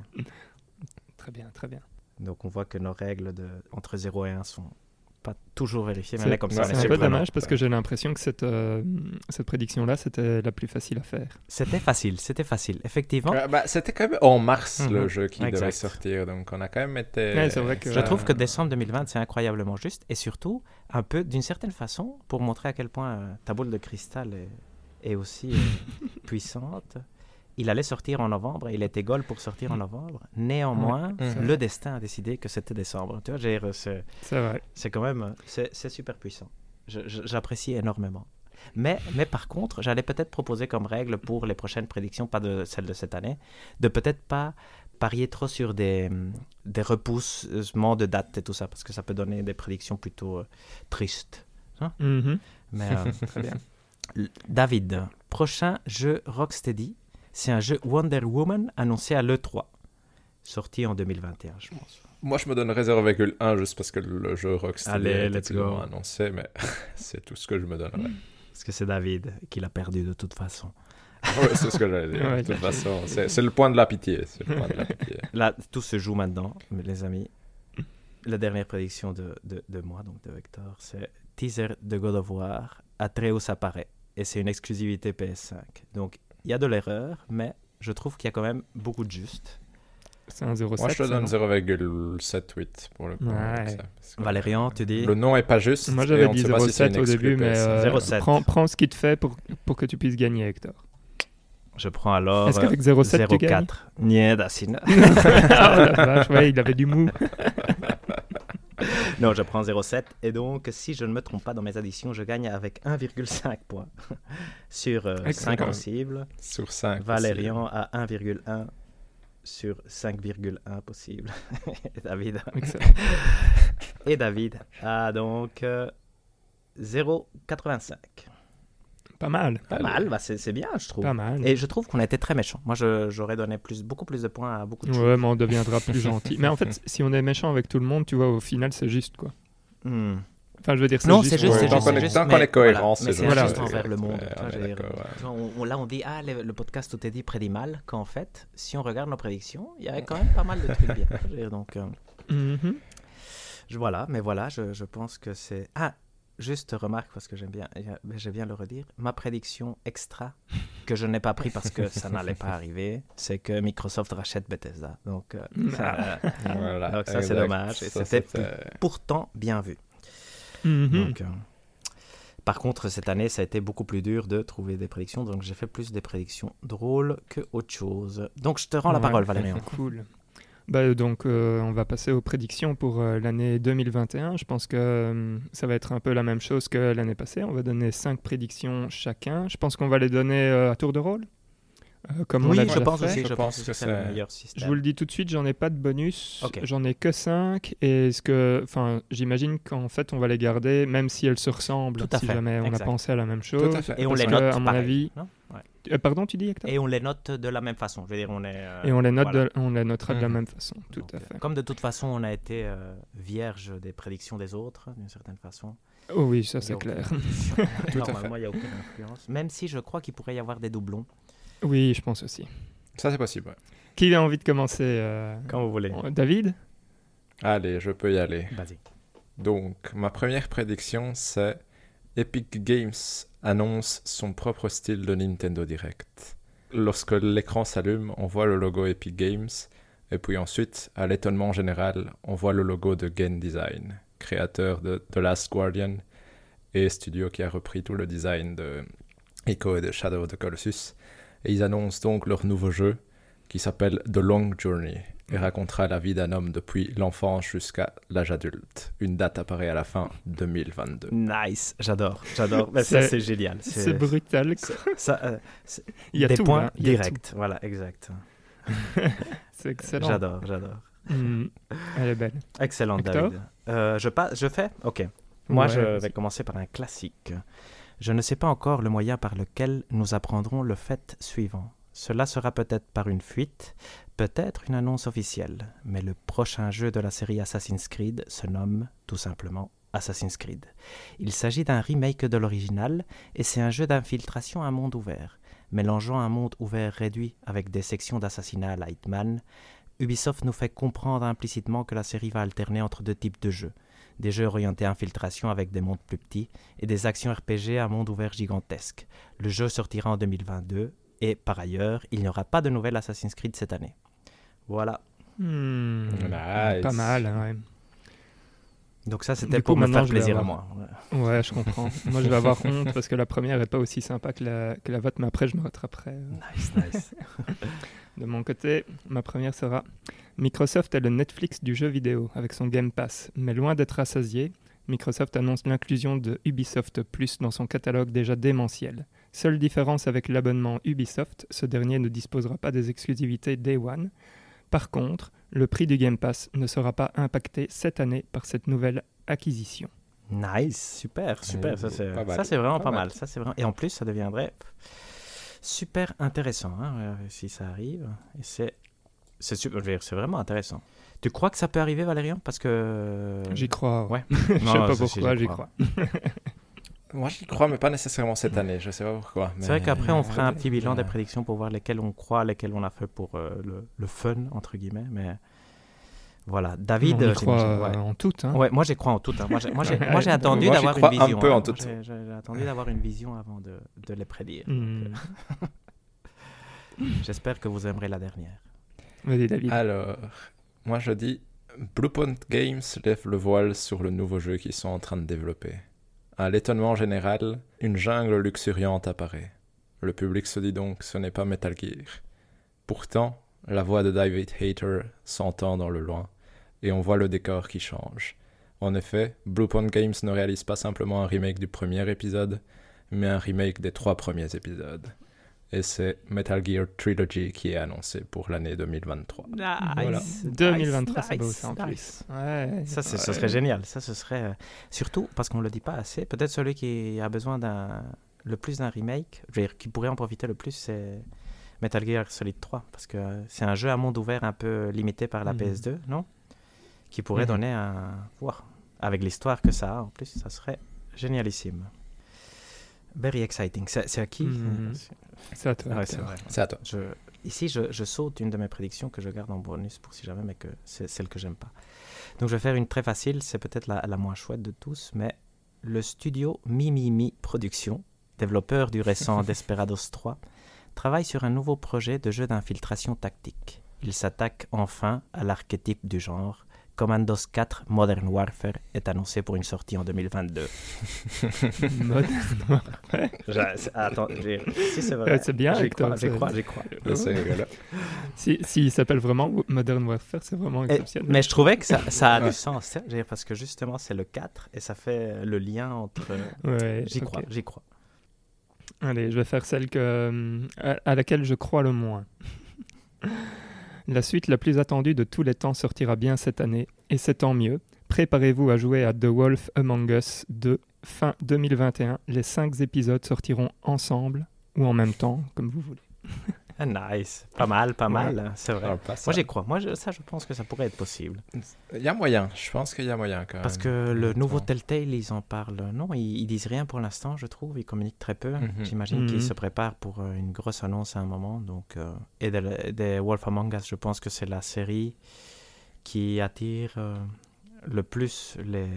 [SPEAKER 1] Très bien, très bien.
[SPEAKER 3] Donc on voit que nos règles de... entre 0 et 1 sont pas toujours vérifiées, mais
[SPEAKER 1] C'est-
[SPEAKER 3] là, comme ça, on
[SPEAKER 2] ouais,
[SPEAKER 3] est
[SPEAKER 1] C'est un
[SPEAKER 3] sûr
[SPEAKER 1] peu
[SPEAKER 3] vraiment.
[SPEAKER 1] dommage parce que j'ai l'impression que cette, euh, cette prédiction-là, c'était la plus facile à faire.
[SPEAKER 3] C'était facile, c'était facile. Effectivement,
[SPEAKER 2] Ouais, bah, C'était quand même en mars
[SPEAKER 3] Mhm.
[SPEAKER 2] le jeu qui
[SPEAKER 3] Exact.
[SPEAKER 2] devait sortir, donc on a quand même été.
[SPEAKER 1] Ouais, c'est vrai que-
[SPEAKER 3] je
[SPEAKER 1] euh,
[SPEAKER 3] trouve que décembre 2020, c'est incroyablement juste et surtout, un peu, d'une certaine façon, pour montrer à quel point euh, ta boule de cristal est, est aussi euh, puissante. Il allait sortir en novembre, et il était goal pour sortir en
[SPEAKER 1] Mm.
[SPEAKER 3] novembre. Néanmoins,
[SPEAKER 2] Mhm.
[SPEAKER 3] le destin a décidé que c'était décembre. Tu vois, j'ai re- c'est-
[SPEAKER 1] C'est vrai.
[SPEAKER 3] c'est quand même, c'est c'est super puissant. Je- je- J'apprécie énormément. Mais, mais par contre, j'allais peut-être proposer comme règle pour les prochaines prédictions, pas de celles de cette année, de peut-être pas parier trop sur des, des repoussements de dates et tout ça, parce que ça peut donner des prédictions plutôt euh, tristes.
[SPEAKER 1] Mhm.
[SPEAKER 3] Mais, euh,
[SPEAKER 1] Très bien.
[SPEAKER 3] L- David, prochain jeu Rocksteady, c'est un jeu Wonder Woman annoncé à l'E3, sorti en 2021, je pense.
[SPEAKER 2] Moi, je me donnerais 0,1 juste parce que le jeu Rocksteady
[SPEAKER 3] Allez,
[SPEAKER 2] a été
[SPEAKER 3] let's
[SPEAKER 2] plus ou
[SPEAKER 3] go.
[SPEAKER 2] moins annoncé, mais c'est tout ce que je me donnerais.
[SPEAKER 3] Parce que c'est David qui l'a perdu de toute façon.
[SPEAKER 2] Ah Ouais, c'est ce que j'allais dire.
[SPEAKER 1] Ouais,
[SPEAKER 2] de toute façon, c'est c'est le point de la pitié. C'est le point de la pitié.
[SPEAKER 3] Là, tout se joue maintenant, les amis. La dernière prédiction de, de, de moi, donc de Vector, c'est teaser de God of War. Atreus apparaît. Et c'est une exclusivité PS5. Donc, il y a de l'erreur, mais je trouve qu'il y a quand même beaucoup de juste.
[SPEAKER 1] C'est un 0,7.
[SPEAKER 2] Moi, je te
[SPEAKER 1] ça,
[SPEAKER 2] donne
[SPEAKER 1] non
[SPEAKER 2] 0,78 pour le coup. avec
[SPEAKER 1] Ouais.
[SPEAKER 2] ça, parce que
[SPEAKER 3] Valérian, tu dis
[SPEAKER 2] Le nom est pas juste.
[SPEAKER 1] Moi,
[SPEAKER 2] et
[SPEAKER 1] j'avais
[SPEAKER 2] on
[SPEAKER 1] dit
[SPEAKER 2] sait pas si c'est
[SPEAKER 1] 0,7
[SPEAKER 2] une
[SPEAKER 1] au
[SPEAKER 2] exclu
[SPEAKER 1] début, mais
[SPEAKER 2] PS.
[SPEAKER 1] euh,
[SPEAKER 3] 0,7.
[SPEAKER 1] prends, prends ce qu'il te fait pour, pour que tu puisses gagner, Hector.
[SPEAKER 3] Je prends alors
[SPEAKER 1] Est-ce
[SPEAKER 3] euh,
[SPEAKER 1] qu'avec 0,7, tu gagnes
[SPEAKER 3] 04. Nieda, Sina.
[SPEAKER 1] Ah la vache, ouais, il avait du mou.
[SPEAKER 3] non, je prends 0,7. Et donc, si je ne me trompe pas dans mes additions, je gagne avec 1,5 points sur
[SPEAKER 1] Excellent.
[SPEAKER 3] 5 en cible.
[SPEAKER 2] Sur 5.
[SPEAKER 3] Valérian à 1,1 sur 5,1 possible. Et David.
[SPEAKER 1] Excellent.
[SPEAKER 3] Et David a donc euh, 0,85.
[SPEAKER 1] Pas mal,
[SPEAKER 3] Pas mal, bah c'est c'est bien, je trouve.
[SPEAKER 1] Ah pas mal.
[SPEAKER 3] Et je trouve qu'on a été très méchants. Moi, je- j'aurais donné plus, beaucoup plus de points à beaucoup de choses.
[SPEAKER 1] Ouais, mais on deviendra plus gentil. Mais en fait, si on est méchant avec tout le monde, tu vois, au final, c'est juste quoi.
[SPEAKER 3] Hmm.
[SPEAKER 1] Enfin, je veux dire, c'est
[SPEAKER 3] Non,
[SPEAKER 1] juste.
[SPEAKER 3] c'est juste,
[SPEAKER 1] pour-
[SPEAKER 3] c'est
[SPEAKER 2] Tant
[SPEAKER 3] juste.
[SPEAKER 2] qu'on
[SPEAKER 3] c'est
[SPEAKER 2] est-
[SPEAKER 3] juste,
[SPEAKER 2] tant qu'on
[SPEAKER 3] mais
[SPEAKER 2] est cohérent,
[SPEAKER 3] voilà. Mais
[SPEAKER 2] c'est
[SPEAKER 3] c'est
[SPEAKER 1] juste.
[SPEAKER 3] juste
[SPEAKER 1] Voilà.
[SPEAKER 3] envers le monde.
[SPEAKER 2] Ouais,
[SPEAKER 3] tu vois,
[SPEAKER 2] on est
[SPEAKER 3] j'ai-
[SPEAKER 2] d'accord, ouais.
[SPEAKER 3] tu vois, on- on- là, on dit, ah, le, le podcast, tout est dit, prédit mal, qu'en fait, si on regarde nos prédictions, il y avait quand même pas mal de trucs bien. Je veux dire, Donc, euh,
[SPEAKER 1] Mhm.
[SPEAKER 3] Je- Voilà, mais voilà, je, je pense que c'est. Ah, juste remarque, parce que j'aime bien, mais j'aime bien le redire. Ma prédiction extra, que je n'ai pas pris parce que ça n'allait pas arriver, c'est que Microsoft rachète Bethesda. Donc, euh,
[SPEAKER 1] Hmm. Ah.
[SPEAKER 3] ça-
[SPEAKER 2] Voilà,
[SPEAKER 3] donc ça, c'est
[SPEAKER 2] exact.
[SPEAKER 3] dommage. Et
[SPEAKER 2] Ça,
[SPEAKER 3] c'était
[SPEAKER 2] c'était-
[SPEAKER 3] pourtant bien vu.
[SPEAKER 1] Mhm.
[SPEAKER 3] Donc, euh, Par contre, cette année, ça a été beaucoup plus dur de trouver des prédictions, donc j'ai fait plus des prédictions drôles que autre chose. Donc, je te rends la
[SPEAKER 1] Ouais.
[SPEAKER 3] parole, Valérian.
[SPEAKER 1] Cool. Bah, donc, euh, on va passer aux prédictions pour euh, l'année 2021. Je pense que euh, ça va être un peu la même chose que l'année passée. On va donner cinq prédictions chacun. Je pense qu'on va les donner euh, à tour de rôle. euh, comme on
[SPEAKER 3] oui,
[SPEAKER 1] l'a
[SPEAKER 3] je
[SPEAKER 1] déjà
[SPEAKER 3] pense
[SPEAKER 1] fait.
[SPEAKER 3] aussi, je
[SPEAKER 2] Je
[SPEAKER 3] pense
[SPEAKER 2] pense
[SPEAKER 3] que
[SPEAKER 2] que
[SPEAKER 3] c'est le
[SPEAKER 2] c'est-
[SPEAKER 3] meilleur système.
[SPEAKER 1] Je vous le dis tout de suite, j'en ai pas de bonus.
[SPEAKER 3] Bah. Ok.
[SPEAKER 1] J'en ai que 5. Et est-ce que, enfin, j'imagine qu'en fait, on va les garder, même si elles se ressemblent,
[SPEAKER 3] Tout à
[SPEAKER 1] si
[SPEAKER 3] fait,
[SPEAKER 1] jamais on
[SPEAKER 3] exact.
[SPEAKER 1] a pensé à la même chose.
[SPEAKER 2] Tout à fait.
[SPEAKER 3] Et on
[SPEAKER 1] parce
[SPEAKER 3] les
[SPEAKER 1] que,
[SPEAKER 3] note,
[SPEAKER 1] à mon
[SPEAKER 3] pareil,
[SPEAKER 1] avis-
[SPEAKER 3] non Ouais.
[SPEAKER 1] Euh, pardon, tu dis Hector
[SPEAKER 3] Et on les note de la même façon. Je veux dire, on est. euh,
[SPEAKER 1] Et on les, note
[SPEAKER 3] voilà.
[SPEAKER 1] de- on les notera de la
[SPEAKER 2] Mhm.
[SPEAKER 1] même façon. Tout
[SPEAKER 3] Donc,
[SPEAKER 1] à
[SPEAKER 3] euh,
[SPEAKER 1] fait.
[SPEAKER 3] Comme de toute façon, on a été euh, vierge des prédictions des autres, d'une certaine façon.
[SPEAKER 1] Oh oui, ça
[SPEAKER 3] Il y
[SPEAKER 1] c'est
[SPEAKER 3] a aucune
[SPEAKER 1] clair.
[SPEAKER 3] influence.
[SPEAKER 2] fait.
[SPEAKER 3] Normalement, il n'y a aucune influence. Même si je crois qu'il pourrait y avoir des doublons.
[SPEAKER 1] Oui, je pense aussi.
[SPEAKER 2] Ça, c'est possible. ouais.
[SPEAKER 1] Qui a envie de commencer euh,
[SPEAKER 3] Quand vous voulez.
[SPEAKER 1] David
[SPEAKER 2] Allez, je peux y aller.
[SPEAKER 3] Vas-y.
[SPEAKER 2] Donc, ma première prédiction, c'est Epic Games annonce son propre style de Nintendo Direct. Lorsque l'écran s'allume, on voit le logo Epic Games, et puis ensuite, à l'étonnement général, on voit le logo de Game Design, créateur de The Last Guardian, et studio qui a repris tout le design de Ico et de Shadow of the Colossus. Et ils annoncent donc leur nouveau jeu, qui s'appelle The Long Journey et racontera la vie d'un homme depuis l'enfance jusqu'à l'âge adulte. Une date apparaît à la fin 2022.
[SPEAKER 3] Nice, j'adore, j'adore. Mais
[SPEAKER 1] C'est-
[SPEAKER 3] ça, c'est génial.
[SPEAKER 1] C'est brutal. quoi.
[SPEAKER 3] ça, euh, c'est-
[SPEAKER 1] Il y a
[SPEAKER 3] des
[SPEAKER 1] tout,
[SPEAKER 3] points
[SPEAKER 1] hein, il y a tout.
[SPEAKER 3] directs. Voilà, exact.
[SPEAKER 1] C'est excellent.
[SPEAKER 3] J'adore, j'adore.
[SPEAKER 1] Mhm. Elle est belle.
[SPEAKER 3] Excellent,
[SPEAKER 1] Hector
[SPEAKER 3] David. Euh, je, passe, je fais Ok. Moi,
[SPEAKER 1] Ouais,
[SPEAKER 3] je
[SPEAKER 1] vas-y.
[SPEAKER 3] vais commencer par un classique. Je ne sais pas encore le moyen par lequel nous apprendrons le fait suivant. Cela sera peut-être par une fuite, peut-être une annonce officielle, mais le prochain jeu de la série Assassin's Creed se nomme tout simplement Assassin's Creed. Il s'agit d'un remake de l'original et c'est un jeu d'infiltration à monde ouvert, mélangeant un monde ouvert réduit avec des sections d'assassinat à la Hitman. Ubisoft nous fait comprendre implicitement que la série va alterner entre deux types de jeux des jeux orientés infiltration avec des mondes plus petits et des actions RPG à monde ouvert gigantesque. Le jeu sortira en 2022 et par ailleurs, il n'y aura pas de nouvel Assassin's Creed cette année. Voilà.
[SPEAKER 1] Mhm.
[SPEAKER 2] Nice.
[SPEAKER 1] Pas mal, hein,
[SPEAKER 3] Donc ça,
[SPEAKER 1] Du
[SPEAKER 3] c'était
[SPEAKER 1] coup,
[SPEAKER 3] pour me
[SPEAKER 1] maintenant,
[SPEAKER 3] faire
[SPEAKER 1] je vais
[SPEAKER 3] plaisir à moi.
[SPEAKER 1] avoir- ouais. Ouais, je comprends. Moi, je vais avoir honte parce que la première est pas aussi sympa que la, que la vôtre, mais après, je me rattraperai. euh.
[SPEAKER 3] Nice, nice.
[SPEAKER 1] De mon côté, ma première sera Microsoft est le Netflix du jeu vidéo avec son Game Pass, mais loin d'être rassasié, Microsoft annonce l'inclusion de Ubisoft Plus dans son catalogue déjà démentiel. Seule différence avec l'abonnement Ubisoft, ce dernier ne disposera pas des exclusivités Day One. Par contre, le prix du Game Pass ne sera pas impacté cette année par cette nouvelle acquisition.
[SPEAKER 3] nice, super, super.
[SPEAKER 2] Oh,
[SPEAKER 3] Ça, c'est
[SPEAKER 2] pas mal.
[SPEAKER 3] ça, c'est vraiment pas,
[SPEAKER 2] Pas
[SPEAKER 3] mal.
[SPEAKER 2] mal.
[SPEAKER 3] Ça, c'est vraiment... Et en plus, ça deviendrait super intéressant hein, euh, si ça arrive. Et c'est... C'est, super, je veux dire, c'est vraiment intéressant. Tu crois que ça peut arriver, Valérian Parce que...
[SPEAKER 1] J'y crois.
[SPEAKER 3] Euh, Ouais.
[SPEAKER 1] Je sais pas pourquoi, j'y crois.
[SPEAKER 2] Moi, j'y crois, mais pas nécessairement cette année. Je sais pas pourquoi.
[SPEAKER 3] C'est vrai
[SPEAKER 2] mais-
[SPEAKER 3] qu'après, on fera un petit bilan des
[SPEAKER 2] Ouais.
[SPEAKER 3] prédictions pour voir lesquelles on croit, lesquelles on a fait pour euh, le, le fun, entre guillemets. Mais voilà, David,
[SPEAKER 1] On y
[SPEAKER 3] euh,
[SPEAKER 1] croit
[SPEAKER 3] j'imagine,
[SPEAKER 1] euh,
[SPEAKER 3] ouais.
[SPEAKER 1] en tout. hein.
[SPEAKER 3] Ouais, moi j'y crois en tout. hein. Moi j'ai- moi, j'ai moi, j'ai
[SPEAKER 1] Ouais.
[SPEAKER 3] attendu
[SPEAKER 2] Moi, j'y
[SPEAKER 3] d'avoir une
[SPEAKER 2] crois un
[SPEAKER 3] vision.
[SPEAKER 2] peu
[SPEAKER 3] hein.
[SPEAKER 2] en tout.
[SPEAKER 3] Moi, j'ai- J'ai j'ai attendu d'avoir une vision avant de, de les prédire.
[SPEAKER 1] Hmm.
[SPEAKER 3] J'espère que vous aimerez la dernière.
[SPEAKER 1] Vas-y, David.
[SPEAKER 2] Alors, moi, je dis Bluepoint Games lève le voile sur le nouveau jeu qu'ils sont en train de développer. À l'étonnement général, une jungle luxuriante apparaît. Le public se dit donc ce n'est pas Metal Gear. Pourtant, la voix de David Hayter s'entend dans le loin, et on voit le décor qui change. En effet, Bluepoint Games ne réalise pas simplement un remake du premier épisode, mais un remake des trois premiers épisodes. Et c'est Metal Gear Trilogy qui est annoncé pour l'année 2023.
[SPEAKER 3] Ah,
[SPEAKER 1] Voilà. 2023, c'est beau ça en plus. Ouais.
[SPEAKER 3] Ça, c'est- ce
[SPEAKER 1] Ouais.
[SPEAKER 3] serait génial. Ça, ce serait euh, surtout parce qu'on le dit pas assez. Peut-être celui qui a besoin d'un le plus d'un remake, je veux dire, qui pourrait en profiter le plus, c'est Metal Gear Solid 3, parce que euh, c'est un jeu à monde ouvert un peu limité par la
[SPEAKER 1] Mhm.
[SPEAKER 3] PS2, non Qui pourrait
[SPEAKER 1] Mhm.
[SPEAKER 3] donner un Ouah, avec l'histoire que ça a. En plus, ça serait génialissime. Very exciting. C'est c'est à qui
[SPEAKER 1] Mhm. C'est à toi.
[SPEAKER 3] Ouais,
[SPEAKER 1] Hector.
[SPEAKER 3] c'est vrai.
[SPEAKER 2] C'est à toi.
[SPEAKER 3] Je- ici, je, je saute une de mes prédictions que je garde en bonus pour si jamais, mais que c'est celle que j'aime pas. Donc, je vais faire une très facile, c'est peut-être la, la moins chouette de tous, mais le studio Mimimi Productions, développeur du récent Desperados 3, travaille sur un nouveau projet de jeu d'infiltration tactique. Il s'attaque enfin à l'archétype du genre, Commandos 4 Modern Warfare est annoncé pour une sortie en 2022.
[SPEAKER 1] Modern Warfare.
[SPEAKER 3] Je- Attends, j'ai- si c'est vrai.
[SPEAKER 1] Euh, c'est bien,
[SPEAKER 3] J'y
[SPEAKER 1] Hector,
[SPEAKER 3] crois, j'y
[SPEAKER 1] c'est-
[SPEAKER 3] crois, j'y crois.
[SPEAKER 2] Ah Ouais, c'est rigolo.
[SPEAKER 1] Si, si il s'appelle vraiment Modern Warfare, c'est vraiment
[SPEAKER 3] Et-
[SPEAKER 1] exceptionnel.
[SPEAKER 3] Eh, mais je trouvais que ça, ça a
[SPEAKER 2] Ouais.
[SPEAKER 3] du sens, tu sais, parce que justement, c'est le 4 et ça fait euh, le lien entre.
[SPEAKER 1] Ouais,
[SPEAKER 3] J'y
[SPEAKER 1] ok.
[SPEAKER 3] crois, j'y crois.
[SPEAKER 1] Allez, je vais faire celle que, euh, à, à laquelle je crois le moins. la suite la plus attendue de tous les temps sortira bien cette année, et c'est tant mieux. Préparez-vous à jouer à The Wolf Among Us 2 fin 2021. Les cinq épisodes sortiront ensemble ou en même temps, comme vous voulez.
[SPEAKER 3] Ah, nice. Pas mal, pas mal, hein, c'est vrai.
[SPEAKER 2] Ah, pas ça.
[SPEAKER 3] Moi, j'y crois. Moi, je- ça, je pense que ça pourrait être possible.
[SPEAKER 2] Il y a moyen, je pense qu'il y a moyen quand même.
[SPEAKER 3] Parce que le
[SPEAKER 2] attends.
[SPEAKER 3] nouveau Telltale, ils en parlent. Non, ils, ils disent rien pour l'instant, je trouve. Ils communiquent très peu.
[SPEAKER 2] Mhm.
[SPEAKER 3] J'imagine qu'ils
[SPEAKER 1] Mhm.
[SPEAKER 3] se préparent pour euh, une grosse annonce à un moment. Donc, euh, et des des Wolf Among Us, je pense que c'est la série qui attire euh, le plus les,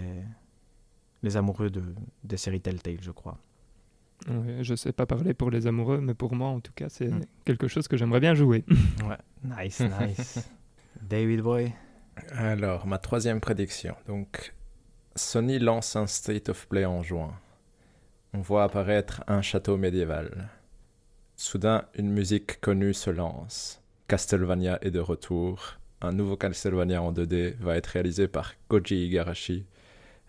[SPEAKER 3] les amoureux de, des séries Telltale, je crois.
[SPEAKER 1] Ouais, je sais pas parler pour les amoureux, mais pour moi, en tout cas, c'est
[SPEAKER 3] Mm.
[SPEAKER 1] quelque chose que j'aimerais bien jouer.
[SPEAKER 3] Ouais. Nice, nice. David Boy.
[SPEAKER 2] Alors, ma troisième prédiction. Donc, Sony lance un State of Play en juin. On voit apparaître un château médiéval. Soudain, une musique connue se lance. Castlevania est de retour. Un nouveau Castlevania en 2D va être réalisé par Koji Igarashi,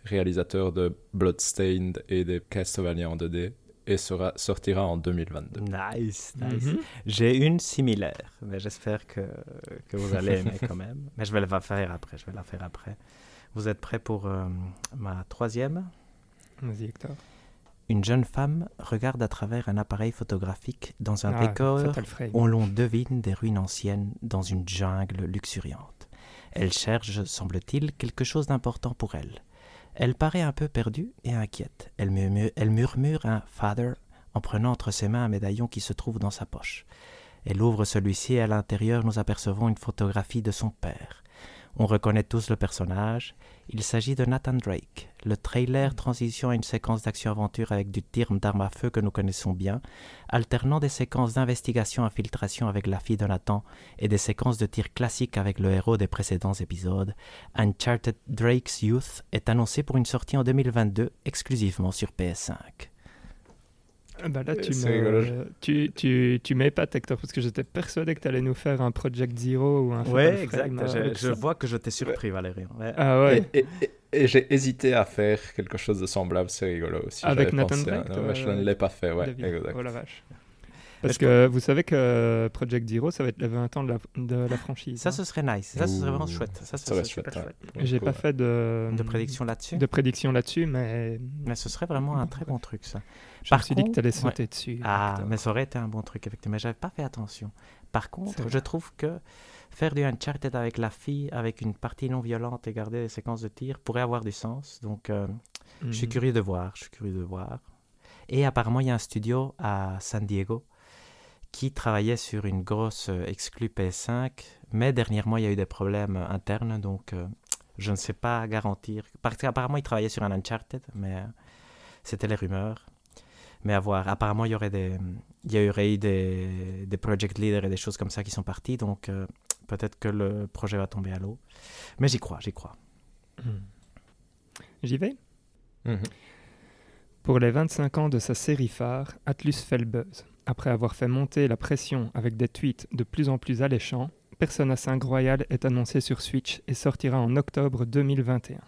[SPEAKER 2] réalisateur de Bloodstained et des Castlevania en 2D, et sera, sortira en 2022.
[SPEAKER 3] Nice, nice.
[SPEAKER 1] Mhm.
[SPEAKER 3] J'ai une similaire, mais j'espère que, que vous allez aimer quand même. Mais je vais la faire après, je vais la faire après. Vous êtes prêts pour euh, ma troisième
[SPEAKER 1] Vas-y, Hector.
[SPEAKER 3] Une jeune femme regarde à travers un appareil photographique dans un
[SPEAKER 1] Ah,
[SPEAKER 3] décor
[SPEAKER 1] Fatal Frame.
[SPEAKER 3] où l'on devine des ruines anciennes dans une jungle luxuriante. Elle cherche, semble-t-il, quelque chose d'important pour elle. Elle paraît un peu perdue et inquiète. Elle murmure, elle murmure un Father en prenant entre ses mains un médaillon qui se trouve dans sa poche. Elle ouvre celui-ci et à l'intérieur nous apercevons une photographie de son père. On reconnaît tous le personnage. Il s'agit de Nathan Drake. Le trailer transition à une séquence d'action-aventure avec du tir d'armes à feu que nous connaissons bien, alternant des séquences d'investigation-infiltration avec la fille de Nathan et des séquences de tir classiques avec le héros des précédents épisodes, Uncharted Drake's Youth est annoncé pour une sortie en 2022 exclusivement sur PS5.
[SPEAKER 1] Ah bah là, tu
[SPEAKER 2] C'est
[SPEAKER 1] me...
[SPEAKER 2] rigolo.
[SPEAKER 1] tu, tu, tu m'épates, Hector, parce que j'étais persuadé que tu allais nous faire un Project Zero ou un. Fatal Frame, euh, avec ça.
[SPEAKER 3] vois que je t'ai surpris, Valérien.
[SPEAKER 1] Ah ouais.
[SPEAKER 2] Et, et- et- et j'ai hésité à faire quelque chose de semblable, c'est rigolo aussi.
[SPEAKER 1] Avec
[SPEAKER 2] J'avais
[SPEAKER 1] Nathan
[SPEAKER 2] pensé à-
[SPEAKER 1] Drake,
[SPEAKER 2] non, mais je
[SPEAKER 1] euh,
[SPEAKER 2] ne l'ai pas fait, ouais,
[SPEAKER 1] David.
[SPEAKER 2] exact.
[SPEAKER 1] Oh la vache.
[SPEAKER 3] Mais
[SPEAKER 1] Parce
[SPEAKER 3] je
[SPEAKER 1] que vous savez que Project Zero, ça va être les 20 ans de la, de la franchise.
[SPEAKER 3] Ça,
[SPEAKER 1] hein.
[SPEAKER 3] ce serait nice. Ça, ce serait vraiment
[SPEAKER 2] Ouh.
[SPEAKER 3] chouette. Ça, ce
[SPEAKER 2] Ça va
[SPEAKER 3] serait
[SPEAKER 2] être chouette.
[SPEAKER 3] super chouette.
[SPEAKER 2] ouais.
[SPEAKER 1] J'ai
[SPEAKER 2] Cool,
[SPEAKER 1] pas
[SPEAKER 2] ouais.
[SPEAKER 1] fait de, mm,
[SPEAKER 3] De prédiction là-dessus.
[SPEAKER 1] de prédiction là-dessus, mais
[SPEAKER 3] Mais ce serait vraiment un très bon truc, ça.
[SPEAKER 1] je
[SPEAKER 3] Par
[SPEAKER 1] me suis dit que
[SPEAKER 3] contre-
[SPEAKER 1] tu allais
[SPEAKER 3] ouais.
[SPEAKER 1] sauter dessus.
[SPEAKER 3] Ah,
[SPEAKER 1] Hector.
[SPEAKER 3] mais ça aurait été un bon truc, effectivement. Mais j'avais pas fait attention. Par contre,
[SPEAKER 1] vrai.
[SPEAKER 3] je trouve que faire du Uncharted avec la fille, avec une partie non violente et garder les séquences de tir pourrait avoir du sens. Donc, euh, je suis
[SPEAKER 1] Mhm.
[SPEAKER 3] curieux de voir. Je suis curieux de voir. Et apparemment, il y a un studio à San Diego qui travaillait sur une grosse euh, exclue PS5. Mais dernièrement, il y a eu des problèmes euh, internes. Donc, euh, je ne sais pas garantir. Parce qu'apparemment, il travaillait sur un Uncharted, mais euh, c'était les rumeurs. Mais à voir. Apparemment, il y aurait, des, il y aurait eu des, des project leaders et des choses comme ça qui sont partis. Donc, euh, peut-être que le projet va tomber à l'eau. Mais j'y crois, j'y crois.
[SPEAKER 1] Mhm. J'y vais
[SPEAKER 2] Mhm.
[SPEAKER 1] Pour les 25 ans de sa série phare, Atlus fait le buzz. Après avoir fait monter la pression avec des tweets de plus en plus alléchants, Persona 5 Royal est annoncé sur Switch et sortira en octobre 2021.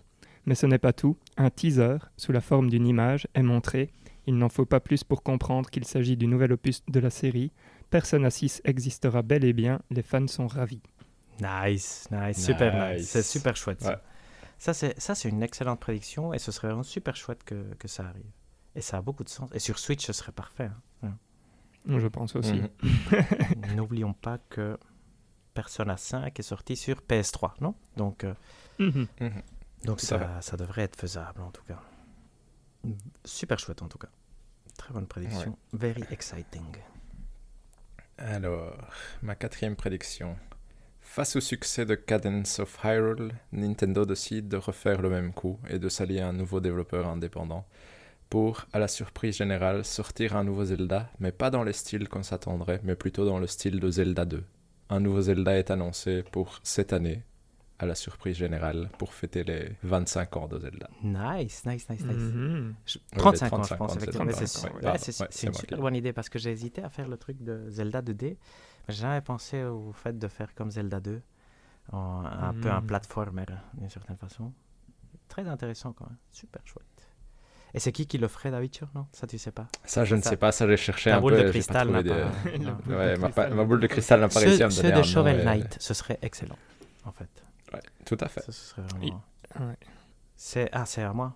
[SPEAKER 1] Mais ce n'est pas tout, un teaser, sous la forme d'une image, est montré. Il n'en faut pas plus pour comprendre qu'il s'agit du nouvel opus de la série. Persona 6 existera bel et bien, les fans sont ravis.
[SPEAKER 3] Nice, nice, super nice.
[SPEAKER 2] Nice.
[SPEAKER 3] C'est super chouette. ça.
[SPEAKER 2] Ouais.
[SPEAKER 3] Ça, c'est, ça, c'est une excellente prédiction et ce serait vraiment super chouette que, que ça arrive. Et ça a beaucoup de sens. Et sur Switch, ce serait parfait. hein.
[SPEAKER 1] Je pense aussi.
[SPEAKER 2] Mhm.
[SPEAKER 3] N'oublions pas que Persona 5 est sorti sur PS3, non Donc, euh,
[SPEAKER 1] Mhm.
[SPEAKER 3] donc
[SPEAKER 2] Tout à
[SPEAKER 3] ça, ça, devrait être faisable en tout cas. Super chouette en tout cas. Très bonne prédiction. Very exciting.
[SPEAKER 2] Alors, ma quatrième prédiction. Face au succès de Cadence of Hyrule, Nintendo décide de refaire le même coup et de s'allier à un nouveau développeur indépendant pour, à la surprise générale, sortir un nouveau Zelda, mais pas dans le style qu'on s'attendrait, mais plutôt dans le style de Zelda 2. Un nouveau Zelda est annoncé pour cette année, à la surprise générale pour fêter les 25 ans de Zelda.
[SPEAKER 3] Nice, nice, nice, nice.
[SPEAKER 1] Mhm.
[SPEAKER 3] Je-
[SPEAKER 2] les
[SPEAKER 3] 35, ans,
[SPEAKER 2] 35,
[SPEAKER 3] je pense,
[SPEAKER 2] c'est
[SPEAKER 3] effectivement. Mais c'est
[SPEAKER 1] 35,
[SPEAKER 3] su-
[SPEAKER 1] ouais.
[SPEAKER 3] ouais,
[SPEAKER 2] Ah,
[SPEAKER 3] c'est su-
[SPEAKER 2] ouais,
[SPEAKER 3] c'est
[SPEAKER 2] c'est
[SPEAKER 3] une
[SPEAKER 2] moi qui
[SPEAKER 3] super
[SPEAKER 2] l'ai.
[SPEAKER 3] bonne idée parce que j'ai hésité à faire le truc de Zelda 2D. mais J'ai jamais pensé au fait de faire comme Zelda 2, en- un peu un
[SPEAKER 2] Hmm.
[SPEAKER 1] Mm.
[SPEAKER 3] platformer d'une certaine façon. Très intéressant quand même, super chouette. Et c'est qui qui le ferait, David Non, ça tu sais pas.
[SPEAKER 2] Ça, je ne
[SPEAKER 3] Ça-
[SPEAKER 2] sais pas, ça j'ai cherché
[SPEAKER 3] Ta
[SPEAKER 2] Ben, un
[SPEAKER 3] boule
[SPEAKER 2] peu.
[SPEAKER 3] de
[SPEAKER 2] j'ai
[SPEAKER 3] cristal
[SPEAKER 2] pas
[SPEAKER 3] n'a
[SPEAKER 2] trouvé
[SPEAKER 3] pas.
[SPEAKER 1] La
[SPEAKER 2] de-
[SPEAKER 3] non.
[SPEAKER 1] boule de
[SPEAKER 2] Ouais, ma, pa-
[SPEAKER 1] cristal.
[SPEAKER 2] ma boule de cristal n'a pas réussi à me
[SPEAKER 3] Ceux, ceux
[SPEAKER 2] donner
[SPEAKER 3] de
[SPEAKER 2] un
[SPEAKER 3] Shovel
[SPEAKER 2] nom, et-
[SPEAKER 3] Knight, ce serait excellent, en fait.
[SPEAKER 2] Tout à fait.
[SPEAKER 3] Ça, ce serait
[SPEAKER 1] Oui.
[SPEAKER 3] vraiment...
[SPEAKER 1] Ouais.
[SPEAKER 3] C'est ah, c'est à moi.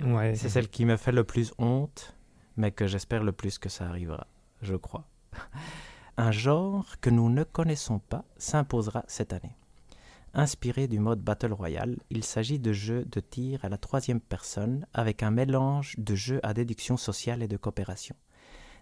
[SPEAKER 1] Mhm. Ouais.
[SPEAKER 3] C'est celle qui me fait le plus honte, mais que j'espère le plus que ça arrivera, je crois. Un genre que nous ne connaissons pas s'imposera cette année. Inspiré du mode Battle Royale, il s'agit de jeux de tir à la troisième personne avec un mélange de jeux à déduction sociale et de coopération.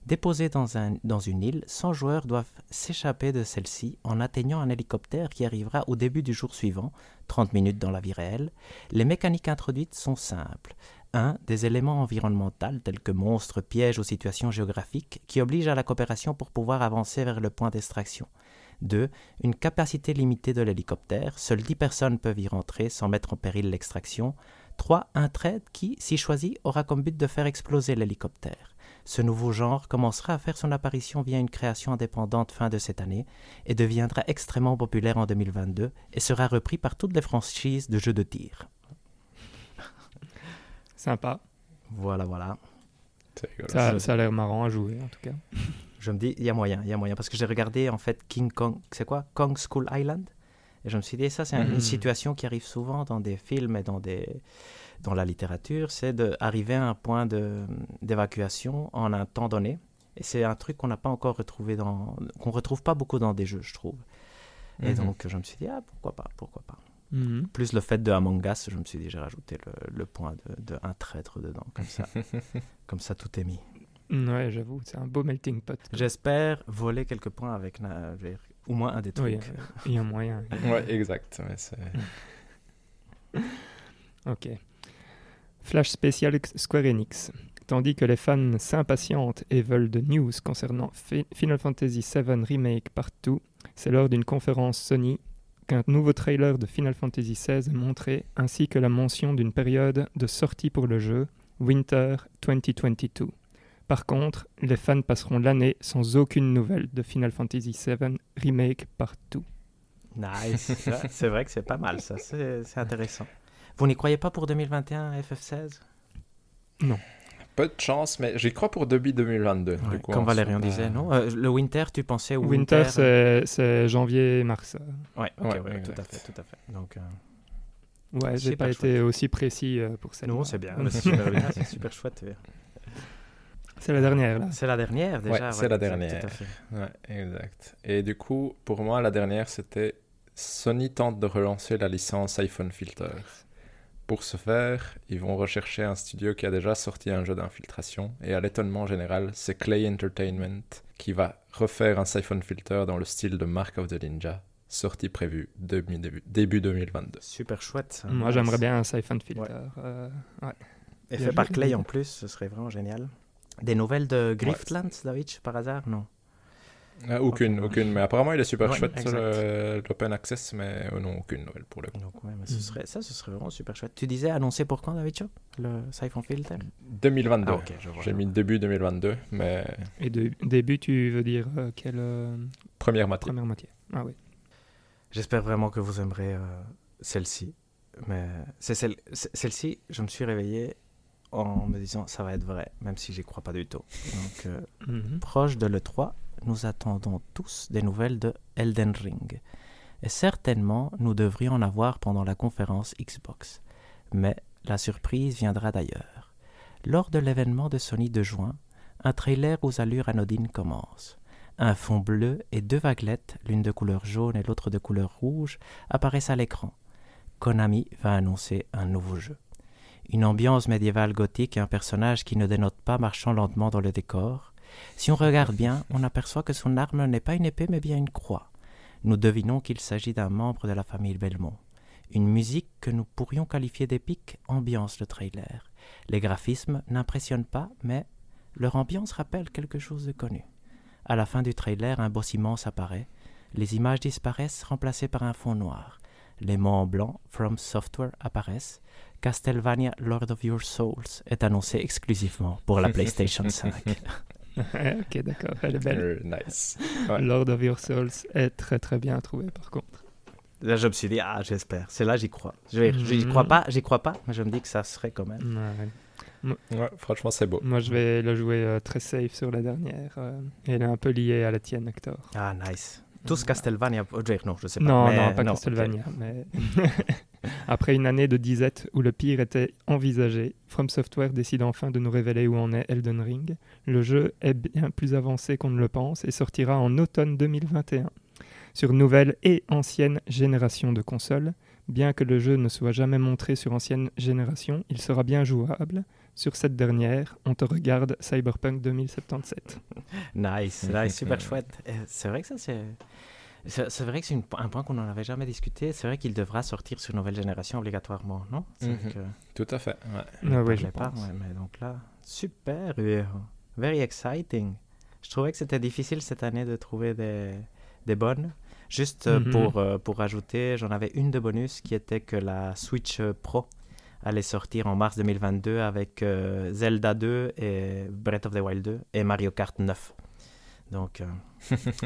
[SPEAKER 3] Déposés dans, un- dans une île, 100 joueurs doivent s'échapper de celle-ci en atteignant un hélicoptère qui arrivera au début du jour suivant, 30 minutes dans la vie réelle. Les mécaniques introduites sont simples. 1. Des éléments environnementaux tels que monstres, pièges ou situations géographiques qui obligent à la coopération pour pouvoir avancer vers le point d'extraction. 2. Une capacité limitée de l'hélicoptère, seules 10 personnes peuvent y rentrer sans mettre en péril l'extraction. 3. Un trait qui, si choisi, aura comme but de faire exploser l'hélicoptère. Ce nouveau genre commencera à faire son apparition via une création indépendante fin de cette année et deviendra extrêmement populaire en 2022 et sera repris par toutes les franchises de jeux de tir.
[SPEAKER 1] Sympa.
[SPEAKER 3] Voilà, voilà.
[SPEAKER 2] C'est rigolo.
[SPEAKER 1] Ça, ça a l'air marrant à jouer en tout cas.
[SPEAKER 3] Je me dis, il y a moyen, il y a moyen. Parce que j'ai regardé, en fait, King Kong, c'est quoi Kong School Island. Et je me suis dit, ça, c'est un-
[SPEAKER 1] Mhm.
[SPEAKER 3] une situation qui arrive souvent dans des films et dans, des, dans la littérature. C'est d'arriver à un point de- d'évacuation en un temps donné. Et c'est un truc qu'on n'a pas encore retrouvé dans. qu'on retrouve pas beaucoup dans des jeux, je trouve. Et
[SPEAKER 2] Mhm.
[SPEAKER 3] donc, je me suis dit, ah, pourquoi pas, pourquoi pas.
[SPEAKER 1] Mhm.
[SPEAKER 3] Plus le fait de Among Us, je me suis dit, j'ai rajouté le, le point de, de un traître dedans. Comme ça, comme ça tout est mis.
[SPEAKER 1] Ouais, j'avoue, c'est un beau melting pot. quoi.
[SPEAKER 3] J'espère voler quelques points avec la- je veux dire, au moins un des trucs.
[SPEAKER 1] Oui, il y a moyen.
[SPEAKER 2] Ouais, exact. ouais, c'est-
[SPEAKER 3] Mhm.
[SPEAKER 1] Ok. Flash spécial X- Square Enix. Tandis que les fans s'impatientent et veulent de news concernant Fi- Final Fantasy VII Remake partout, c'est lors d'une conférence Sony qu'un nouveau trailer de Final Fantasy XVI est montré, ainsi que la mention d'une période de sortie pour le jeu, Winter 2022. Par contre, les fans passeront l'année sans aucune nouvelle de Final Fantasy VII Remake partout.
[SPEAKER 3] Nice. Ça, c'est vrai que c'est pas mal, ça. C'est c'est intéressant. Vous n'y croyez pas pour 2021 FF16
[SPEAKER 2] Peu de chance, mais j'y crois pour début 2022. du
[SPEAKER 3] Ouais,
[SPEAKER 2] coup,
[SPEAKER 3] Comme
[SPEAKER 2] on se-
[SPEAKER 3] Valérian disait,
[SPEAKER 2] euh,
[SPEAKER 3] non Euh, Le Winter, tu pensais au Winter, euh,
[SPEAKER 1] Winter, c'est- c'est janvier-mars.
[SPEAKER 3] Ouais, ok,
[SPEAKER 2] Ouais,
[SPEAKER 3] ouais,
[SPEAKER 2] ouais,
[SPEAKER 3] tout à
[SPEAKER 2] exact.
[SPEAKER 3] fait, tout à fait. Donc, euh,
[SPEAKER 1] Ouais, j'ai
[SPEAKER 3] Super
[SPEAKER 1] pas été aussi précis euh, pour celle-là.
[SPEAKER 3] non, c'est bien. mais C'est super, bien, c'est super chouette. ouais.
[SPEAKER 1] C'est la dernière, là.
[SPEAKER 3] C'est la dernière déjà.
[SPEAKER 2] Ouais, c'est la
[SPEAKER 3] exact,
[SPEAKER 2] dernière.
[SPEAKER 3] Tout à fait.
[SPEAKER 2] Ouais, exact. Et du coup, pour moi, la dernière, c'était Sony tente de relancer la licence iPhone Filter. Pour ce faire, ils vont rechercher un studio qui a déjà sorti un jeu d'infiltration, et à l'étonnement général, c'est Clay Entertainment qui va refaire un siphon filter dans le style de Mark of the Ninja, sortie prévue demi- début, début 2022.
[SPEAKER 3] Super chouette. ça.
[SPEAKER 1] Euh, Moi,
[SPEAKER 3] Nice.
[SPEAKER 1] j'aimerais bien un siphon filter.
[SPEAKER 3] Ouais.
[SPEAKER 1] euh, ouais.
[SPEAKER 3] Et
[SPEAKER 1] Bien
[SPEAKER 3] fait par
[SPEAKER 1] joué.
[SPEAKER 3] Clay en plus, ce serait vraiment génial. Des nouvelles de Griftlands, David, par hasard Non.
[SPEAKER 2] Ah, aucune, aucune, mais apparemment il est super
[SPEAKER 3] Ouais,
[SPEAKER 2] chouette
[SPEAKER 3] exact.
[SPEAKER 2] le- l'open access, mais euh, non, aucune nouvelle pour le coup.
[SPEAKER 3] Donc ouais, mais ce
[SPEAKER 1] Mhm.
[SPEAKER 3] serait, ça, ce serait vraiment super chouette. Tu disais annoncé pour quand, David Cho Le Siphon Filter
[SPEAKER 2] 2022.
[SPEAKER 3] Ah, ok, je vois.
[SPEAKER 2] J'ai mis début 2022, mais
[SPEAKER 1] Et de début, tu veux dire euh, quelle euh,
[SPEAKER 2] première matinée.
[SPEAKER 1] première moitié Ah oui.
[SPEAKER 3] J'espère vraiment que vous aimerez euh, celle-ci. Mais c'est celle- c'est- celle-ci, je me suis réveillé en me disant ça va être vrai, même si j'y crois pas du tout. Donc, euh,
[SPEAKER 1] Mhm.
[SPEAKER 3] proche de l'E3, nous attendons tous des nouvelles de Elden Ring. Et certainement, nous devrions en avoir pendant la conférence Xbox. Mais la surprise viendra d'ailleurs. Lors de l'événement de Sony de juin, un trailer aux allures anodines commence. Un fond bleu et deux vaguelettes, l'une de couleur jaune et l'autre de couleur rouge, apparaissent à l'écran. Konami va annoncer un nouveau jeu. Une ambiance médiévale gothique et un personnage qui ne dénote pas marchant lentement dans le décor. Si on regarde bien, on aperçoit que son arme n'est pas une épée mais bien une croix. Nous devinons qu'il s'agit d'un membre de la famille Belmont. Une musique que nous pourrions qualifier d'épique ambiance le trailer. Les graphismes n'impressionnent pas, mais leur ambiance rappelle quelque chose de connu. À la fin du trailer, un boss immense apparaît. Les images disparaissent, remplacées par un fond noir. les mots en blanc From Software apparaissent, Castlevania Lord of Your Souls est annoncé exclusivement pour la PlayStation 5.
[SPEAKER 1] ok, d'accord, elle est belle.
[SPEAKER 2] Euh, nice. Ouais.
[SPEAKER 1] Lord of Your Souls est très très bien trouvé par contre.
[SPEAKER 3] Là, je me suis dit, ah, j'espère. C'est là, j'y crois. Je vais- j'y
[SPEAKER 1] Mhm. Mm.
[SPEAKER 3] crois pas, j'y crois pas, mais je me dis que ça serait quand même.
[SPEAKER 1] Ouais.
[SPEAKER 2] Ouais, franchement, c'est beau.
[SPEAKER 1] Moi, je vais le jouer euh, très safe sur la dernière. euh, et elle est un peu liée à la tienne, Hector.
[SPEAKER 3] Ah, nice. Tous Castlevania. euh, je vais- Non, je sais pas.
[SPEAKER 1] Mm. Non,
[SPEAKER 3] mais
[SPEAKER 1] non, pas Castlevania. Mais... Après une année de disette où le pire était envisagé, From Software décide enfin de nous révéler où en est Elden Ring. Le jeu est bien plus avancé qu'on ne le pense et sortira en automne 2021 sur nouvelle et ancienne génération de consoles. Bien que le jeu ne soit jamais montré sur ancienne génération, il sera bien jouable. Sur cette dernière, on te regarde Cyberpunk 2077.
[SPEAKER 3] Ok. Nice,
[SPEAKER 1] Mm.
[SPEAKER 3] nice, super chouette. Euh, C'est vrai que ça, c'est. C'est c'est vrai que c'est une- un point qu'on n'en avait jamais discuté. C'est vrai qu'il devra sortir sur nouvelle génération obligatoirement, non C'est vrai
[SPEAKER 2] Mhm.
[SPEAKER 3] que-
[SPEAKER 2] Tout à fait. ouais.
[SPEAKER 3] On en
[SPEAKER 1] Ah oui, je
[SPEAKER 3] parlait Euh, pas,
[SPEAKER 1] pense.
[SPEAKER 3] ouais, mais donc là, super, euh, very exciting. Je trouvais que c'était difficile cette année de trouver des, des bonnes. Juste euh,
[SPEAKER 1] Mhm.
[SPEAKER 3] pour, euh, pour ajouter, j'en avais une de bonus qui était que la Switch euh, Pro allait sortir en mars 2022 avec euh, Zelda 2 et Breath of the Wild 2 et Mario Kart 9. Donc, euh,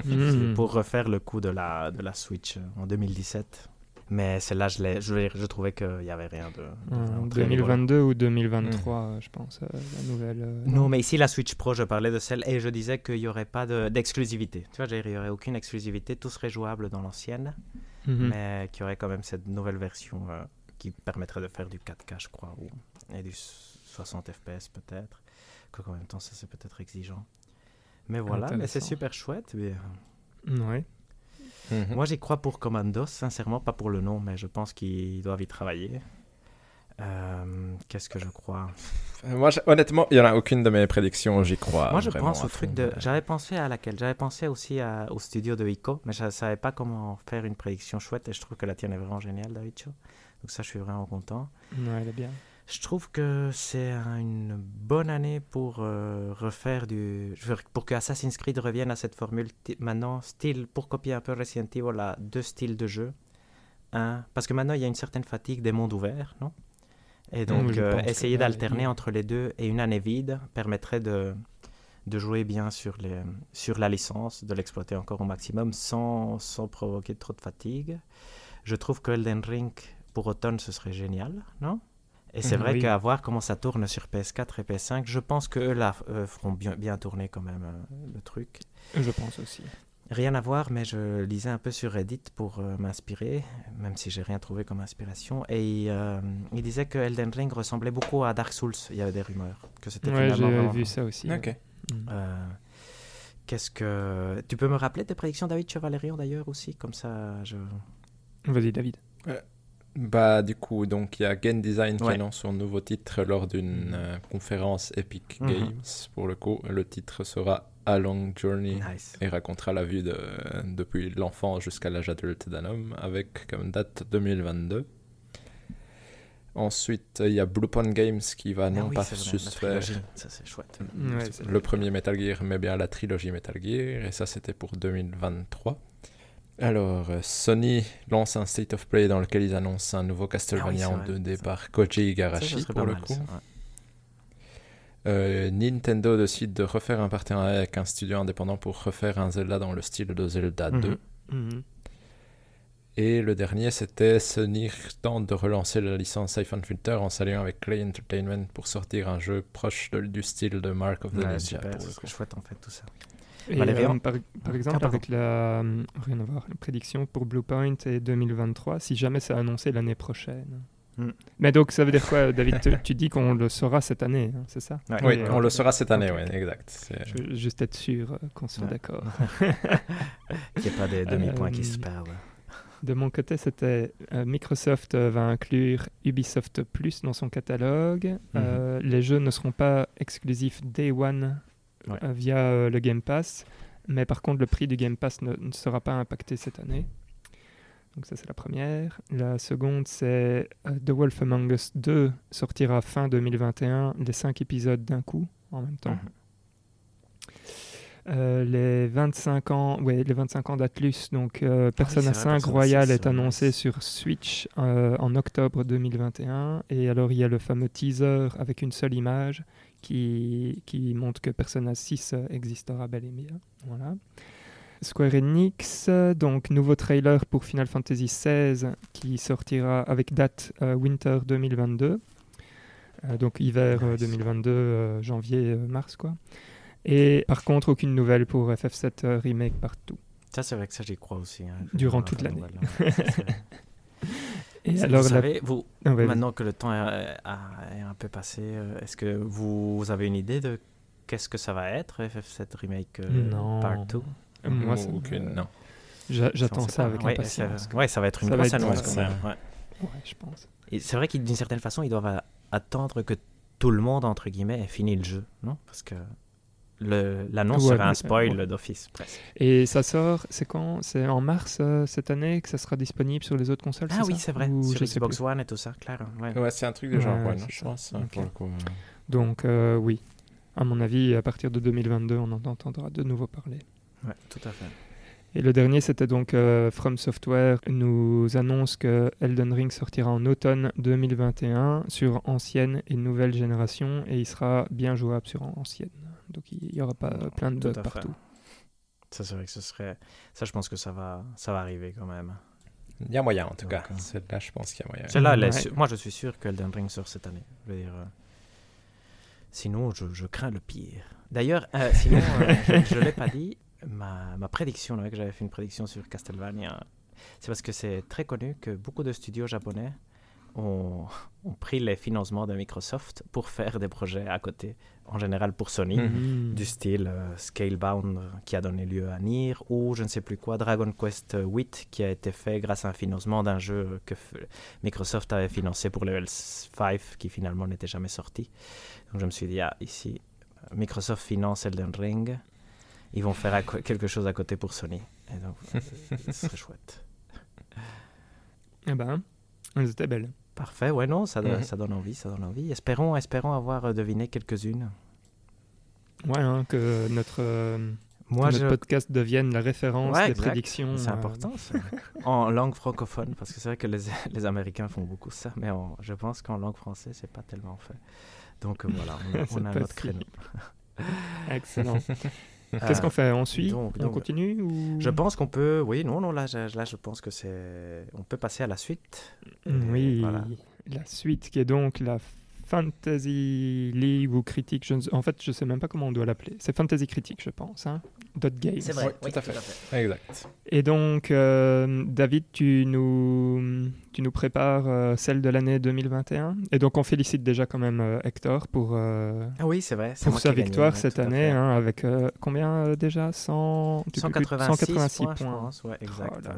[SPEAKER 1] Mm.
[SPEAKER 3] pour refaire le coup de la, de la Switch euh, en 2017. Mais celle-là, je, l'ai- je, l'ai- je trouvais qu'il n'y avait rien de... de
[SPEAKER 1] Euh,
[SPEAKER 3] vraiment très rigolo.
[SPEAKER 1] 2022 ou 2023, euh, je pense, euh, la nouvelle. euh,
[SPEAKER 3] Non, mais ici, la Switch Pro, je parlais de celle et je disais qu'il n'y aurait pas de- d'exclusivité. tu vois, j'ai- il n'y aurait aucune exclusivité, tout serait jouable dans l'ancienne,
[SPEAKER 1] Mhm.
[SPEAKER 3] mais qu'il y aurait quand même cette nouvelle version euh, qui permettrait de faire du 4K, je crois, ou, et du s- 60 FPS peut-être. Quoique en même temps, ça c'est peut-être exigeant. Mais voilà, mais c'est
[SPEAKER 1] Intéressant.
[SPEAKER 3] super chouette. mais, euh,
[SPEAKER 1] Ouais.
[SPEAKER 2] Mhm.
[SPEAKER 3] Moi, j'y crois pour Commandos, sincèrement, pas pour le nom, mais je pense qu'ils doivent y travailler. Euh, Qu'est-ce que je crois
[SPEAKER 2] Moi, j'ai- honnêtement, il n'y en a aucune de mes prédictions où j'y crois.
[SPEAKER 3] Moi, je
[SPEAKER 2] vraiment
[SPEAKER 3] pense
[SPEAKER 2] à
[SPEAKER 3] au truc
[SPEAKER 2] fond.
[SPEAKER 3] de. J'avais pensé à laquelle J'avais pensé aussi à- au studio de Ico, mais je ne savais pas comment faire une prédiction chouette et je trouve que la tienne est vraiment géniale, Davicho. Donc, ça, je suis vraiment content.
[SPEAKER 1] Ouais, elle est bien.
[SPEAKER 3] Je trouve que c'est un- une bonne année pour euh, refaire du. je veux dire, Pour que Assassin's Creed revienne à cette formule ti- maintenant, style, pour copier un peu Resident Evil, à deux styles de jeu. Un, parce que maintenant, il y a une certaine fatigue des mondes ouverts, non Et donc,
[SPEAKER 1] Oui, je
[SPEAKER 3] euh,
[SPEAKER 1] pense que
[SPEAKER 3] essayer
[SPEAKER 1] là,
[SPEAKER 3] d'alterner
[SPEAKER 1] oui.
[SPEAKER 3] entre les deux et une année vide permettrait de, de jouer bien sur, les, sur la licence, de l'exploiter encore au maximum sans, sans provoquer trop de fatigue. Je trouve que Elden Ring pour automne, ce serait génial, non et c'est
[SPEAKER 1] Mhm,
[SPEAKER 3] vrai
[SPEAKER 1] oui.
[SPEAKER 3] qu'à voir comment ça tourne sur PS4 et PS5, je pense que eux, là euh, feront bien, bien tourner quand même euh, le truc.
[SPEAKER 1] Je pense aussi.
[SPEAKER 3] Rien à voir, mais je lisais un peu sur Reddit pour euh, m'inspirer, même si j'ai rien trouvé comme inspiration. Et euh, il disait que Elden Ring ressemblait beaucoup à Dark Souls. Il y avait des rumeurs que c'était
[SPEAKER 1] Ouais,
[SPEAKER 3] finalement
[SPEAKER 1] j'ai
[SPEAKER 3] vraiment-
[SPEAKER 1] vu ça aussi.
[SPEAKER 2] Ok.
[SPEAKER 1] Mm.
[SPEAKER 3] Euh, Qu'est-ce que tu peux me rappeler tes prédictions, David Chevalerian d'ailleurs aussi, comme ça je.
[SPEAKER 1] Vas-y, David.
[SPEAKER 2] Bah, du coup, donc il y a Game Design qui
[SPEAKER 3] Ouais. Mm.
[SPEAKER 2] annonce son nouveau titre lors d'une euh, conférence Epic
[SPEAKER 3] Mhm.
[SPEAKER 2] Games. Pour le coup, le titre sera A Long Journey
[SPEAKER 3] Nice.
[SPEAKER 2] et racontera la vie de, depuis l'enfant jusqu'à l'âge adulte d'un homme, avec comme date 2022. Ensuite, il y a Bluepoint Games qui va
[SPEAKER 3] Ah
[SPEAKER 2] non
[SPEAKER 3] oui,
[SPEAKER 2] pas
[SPEAKER 3] c'est vrai,
[SPEAKER 2] juste
[SPEAKER 3] la
[SPEAKER 2] faire
[SPEAKER 3] trilogie. Ça c'est chouette.
[SPEAKER 1] Ouais, c'est
[SPEAKER 2] le premier Metal Gear, mais bien la trilogie Metal Gear, et ça c'était pour 2023. Alors, euh, Sony lance un State of Play dans lequel ils annoncent un nouveau Castlevania
[SPEAKER 3] Ah
[SPEAKER 2] en
[SPEAKER 3] c'est vrai,
[SPEAKER 2] 2D
[SPEAKER 3] ça.
[SPEAKER 2] par Koji
[SPEAKER 3] Ça, ça
[SPEAKER 2] Igarashi
[SPEAKER 3] serait pas
[SPEAKER 2] pour le
[SPEAKER 3] mal,
[SPEAKER 2] coup.
[SPEAKER 3] ça, ouais.
[SPEAKER 2] Euh, Nintendo décide de refaire un partenariat avec un studio indépendant pour refaire un Zelda dans le style de Zelda
[SPEAKER 3] Mhm.
[SPEAKER 2] 2.
[SPEAKER 1] Mhm.
[SPEAKER 2] Et le dernier, c'était Sony tente de relancer la licence iPhone Filter en s'alliant avec Clay Entertainment pour sortir un jeu proche de- du style de Mark of the
[SPEAKER 3] Ouais,
[SPEAKER 2] Ninja pour
[SPEAKER 3] super,
[SPEAKER 2] le
[SPEAKER 3] c'est
[SPEAKER 2] coup.
[SPEAKER 3] chouette en fait tout ça.
[SPEAKER 1] Et,
[SPEAKER 3] Valérian.
[SPEAKER 1] euh, par, par exemple,
[SPEAKER 3] pardon.
[SPEAKER 1] avec la, euh, rien à voir, la prédiction pour Bluepoint et 2023, si jamais c'est annoncé l'année prochaine.
[SPEAKER 3] Mm.
[SPEAKER 1] Mais donc, ça veut dire quoi, David tu, tu dis qu'on le saura cette année, hein, c'est ça
[SPEAKER 2] Oui,
[SPEAKER 1] Et,
[SPEAKER 2] on
[SPEAKER 1] euh,
[SPEAKER 2] le saura cette année,
[SPEAKER 1] ok,
[SPEAKER 2] oui,
[SPEAKER 1] ok.
[SPEAKER 2] exact. C'est-
[SPEAKER 1] Je veux juste être sûr euh, qu'on soit
[SPEAKER 3] Ouais.
[SPEAKER 1] d'accord.
[SPEAKER 3] Il n'y a pas des demi-points qui se
[SPEAKER 1] Euh,
[SPEAKER 3] perdent.
[SPEAKER 1] De mon côté, c'était euh, Microsoft euh, va inclure Ubisoft Plus dans son catalogue. Euh, les jeux ne seront pas exclusifs Day One
[SPEAKER 3] Ouais.
[SPEAKER 1] euh, via euh, le Game Pass, mais par contre, le prix du Game Pass ne, ne sera pas impacté cette année. Donc ça, c'est la première. La seconde, c'est euh, The Wolf Among Us 2 sortira
[SPEAKER 3] Mhm.
[SPEAKER 1] fin 2021, les cinq épisodes d'un coup en même temps. euh, les 25 ans, ouais, les 25 ans d'Atlus, donc euh, Persona
[SPEAKER 3] Ah c'est vrai,
[SPEAKER 1] 5
[SPEAKER 3] Persona
[SPEAKER 1] Royal
[SPEAKER 3] 6,
[SPEAKER 1] est
[SPEAKER 3] ouais.
[SPEAKER 1] annoncé sur Switch euh, en octobre 2021. Et alors il y a le fameux teaser avec une seule image qui, qui montre que Persona 6 euh, existera bel et bien. Voilà. Square Enix, euh, donc nouveau trailer pour Final Fantasy XVI qui sortira avec date euh, Winter 2022. Euh, donc hiver euh,
[SPEAKER 3] Nice.
[SPEAKER 1] 2022, euh, janvier, euh, mars quoi. Et par contre, aucune nouvelle pour FF7 euh, Remake partout.
[SPEAKER 3] Ça, c'est vrai que ça, j'y crois aussi. hein.
[SPEAKER 1] Durant
[SPEAKER 3] Enfin,
[SPEAKER 1] toute l'année.
[SPEAKER 3] voilà, c'est vrai.
[SPEAKER 1] Et
[SPEAKER 3] Vous
[SPEAKER 1] alors, la-
[SPEAKER 3] savez, vous,
[SPEAKER 1] Ah ouais,
[SPEAKER 3] maintenant que le temps est, a- est un peu passé, euh, est-ce que vous avez une idée de qu'est-ce que ça va être, FF7 Remake euh,
[SPEAKER 1] Non.
[SPEAKER 3] Part 2
[SPEAKER 1] vas-y. moi, ça-
[SPEAKER 2] Aucune, non.
[SPEAKER 1] j'a-
[SPEAKER 3] On
[SPEAKER 1] j'attends
[SPEAKER 3] sait
[SPEAKER 1] ça
[SPEAKER 3] pas.
[SPEAKER 1] avec
[SPEAKER 3] Ouais,
[SPEAKER 1] impatience.
[SPEAKER 3] ça- Ouais, ça va être une
[SPEAKER 1] Ça va
[SPEAKER 3] grosse
[SPEAKER 1] être
[SPEAKER 3] annonce
[SPEAKER 2] dense,
[SPEAKER 3] quand même. ouais.
[SPEAKER 1] Ouais, je pense.
[SPEAKER 3] Et c'est vrai qu'ils, d'une certaine façon, ils doivent a- attendre que tout le monde, entre guillemets, ait fini le jeu, non Parce que le- l'annonce
[SPEAKER 1] Ouais,
[SPEAKER 3] serait
[SPEAKER 1] mais- euh,
[SPEAKER 3] un spoil
[SPEAKER 1] ouais.
[SPEAKER 3] d'office, presque.
[SPEAKER 1] Et ça sort, c'est quand C'est en mars euh, cette année que ça sera disponible sur les autres consoles
[SPEAKER 3] Ah oui,
[SPEAKER 1] ça
[SPEAKER 3] c'est vrai,
[SPEAKER 1] Ou
[SPEAKER 3] sur
[SPEAKER 1] je sais
[SPEAKER 3] Xbox
[SPEAKER 1] plus.
[SPEAKER 3] One et tout ça, clair. ouais.
[SPEAKER 2] Ouais, c'est un truc de genre,
[SPEAKER 1] Ouais,
[SPEAKER 2] ouais,
[SPEAKER 1] c'est ça.
[SPEAKER 2] non, je pense. hein,
[SPEAKER 1] Ok.
[SPEAKER 2] pour le coup, euh.
[SPEAKER 1] Donc, euh, oui. À mon avis, à partir de 2022, on en entendra de nouveau parler.
[SPEAKER 3] Ouais, tout à fait.
[SPEAKER 1] Et le dernier, c'était donc euh, From Software nous annonce que Elden Ring sortira en automne 2021 sur ancienne et nouvelle génération et il sera bien jouable sur ancienne. Donc il n'y aura pas euh, plein de
[SPEAKER 3] Tout
[SPEAKER 1] bugs
[SPEAKER 3] à fait.
[SPEAKER 1] partout.
[SPEAKER 3] Ça, c'est vrai que ce serait. Ça, je pense que ça va, ça va arriver quand même.
[SPEAKER 2] Il y a moyen, en tout cas.
[SPEAKER 3] Donc, euh,
[SPEAKER 2] Celle-là, je pense qu'il y a moyen.
[SPEAKER 3] Celle-là, elle est
[SPEAKER 1] Ouais.
[SPEAKER 3] sûre- moi, je suis sûr qu'Elden Ring sort cette année. Je veux dire, euh, Sinon, je, je crains le pire. D'ailleurs, euh, sinon, euh, je ne l'ai pas dit, ma, ma prédiction, là, que j'avais fait une prédiction sur Castlevania, c'est parce que c'est très connu que beaucoup de studios japonais ont, ont pris les financements de Microsoft pour faire des projets à côté, en général pour Sony
[SPEAKER 1] Mm-hmm.
[SPEAKER 2] Mhm.
[SPEAKER 3] Mmh.
[SPEAKER 1] Mmh.
[SPEAKER 3] du style euh, Scalebound euh, qui a donné lieu à Nier ou je ne sais plus quoi, Dragon Quest euh, 8 qui a été fait grâce à un financement d'un jeu que f- Microsoft avait financé pour Level 5 qui finalement n'était jamais sorti. Donc je me suis dit, ah, ici, euh, Microsoft finance Elden Ring, ils vont faire à co- quelque chose à côté pour Sony. Et donc, euh, ce serait chouette.
[SPEAKER 1] Eh ben, elles étaient belles.
[SPEAKER 3] Parfait, ouais, non, ça, do-
[SPEAKER 2] Mhm.
[SPEAKER 3] ça donne envie, ça donne envie. Espérons, espérons avoir euh, deviné quelques-unes.
[SPEAKER 1] Ouais, hein, que notre, euh,
[SPEAKER 3] Moi,
[SPEAKER 1] notre
[SPEAKER 3] je,
[SPEAKER 1] podcast devienne la référence
[SPEAKER 3] Ouais,
[SPEAKER 1] des
[SPEAKER 3] exact.
[SPEAKER 1] prédictions.
[SPEAKER 3] C'est
[SPEAKER 1] euh,
[SPEAKER 3] important, ça. en langue francophone, parce que c'est vrai que les, les Américains font beaucoup ça, mais en- je pense qu'en langue française, c'est pas tellement fait. Donc euh, voilà, on a,
[SPEAKER 1] C'est
[SPEAKER 3] on a
[SPEAKER 1] pas
[SPEAKER 3] notre
[SPEAKER 1] si-
[SPEAKER 3] créneau.
[SPEAKER 1] Excellent. Qu'est-ce qu'on fait On suit
[SPEAKER 3] Ah, donc-
[SPEAKER 1] On
[SPEAKER 3] donc-
[SPEAKER 1] continue ou...
[SPEAKER 3] Je pense qu'on peut, oui, non, non, là, je, là, je pense que c'est, on peut passer à la suite. Et
[SPEAKER 1] Mm, Oui,
[SPEAKER 3] voilà.
[SPEAKER 1] la suite qui est donc la Fantasy League ou Critique. je ne- En fait, je sais même pas comment on doit l'appeler. C'est Fantasy Critique, je pense. Hein. Dot Games.
[SPEAKER 3] C'est vrai,
[SPEAKER 2] Ouais,
[SPEAKER 3] oui,
[SPEAKER 2] tout à
[SPEAKER 3] tout
[SPEAKER 2] fait.
[SPEAKER 3] à fait.
[SPEAKER 2] Exact.
[SPEAKER 1] Et donc, euh, David, tu nous, tu nous prépares euh, celle de l'année 2021. Et donc, on félicite déjà quand même euh, Hector pour, euh,
[SPEAKER 3] Ah oui, c'est vrai. c'est
[SPEAKER 1] pour
[SPEAKER 3] moi
[SPEAKER 1] sa
[SPEAKER 3] qui ai gagné,
[SPEAKER 1] victoire
[SPEAKER 3] ouais,
[SPEAKER 1] cette
[SPEAKER 3] tout à
[SPEAKER 1] année
[SPEAKER 3] fait.
[SPEAKER 1] hein, avec euh, combien euh, déjà 100...
[SPEAKER 3] 186,
[SPEAKER 1] 186
[SPEAKER 3] points, je pense, ouais, exact.
[SPEAKER 1] Oh là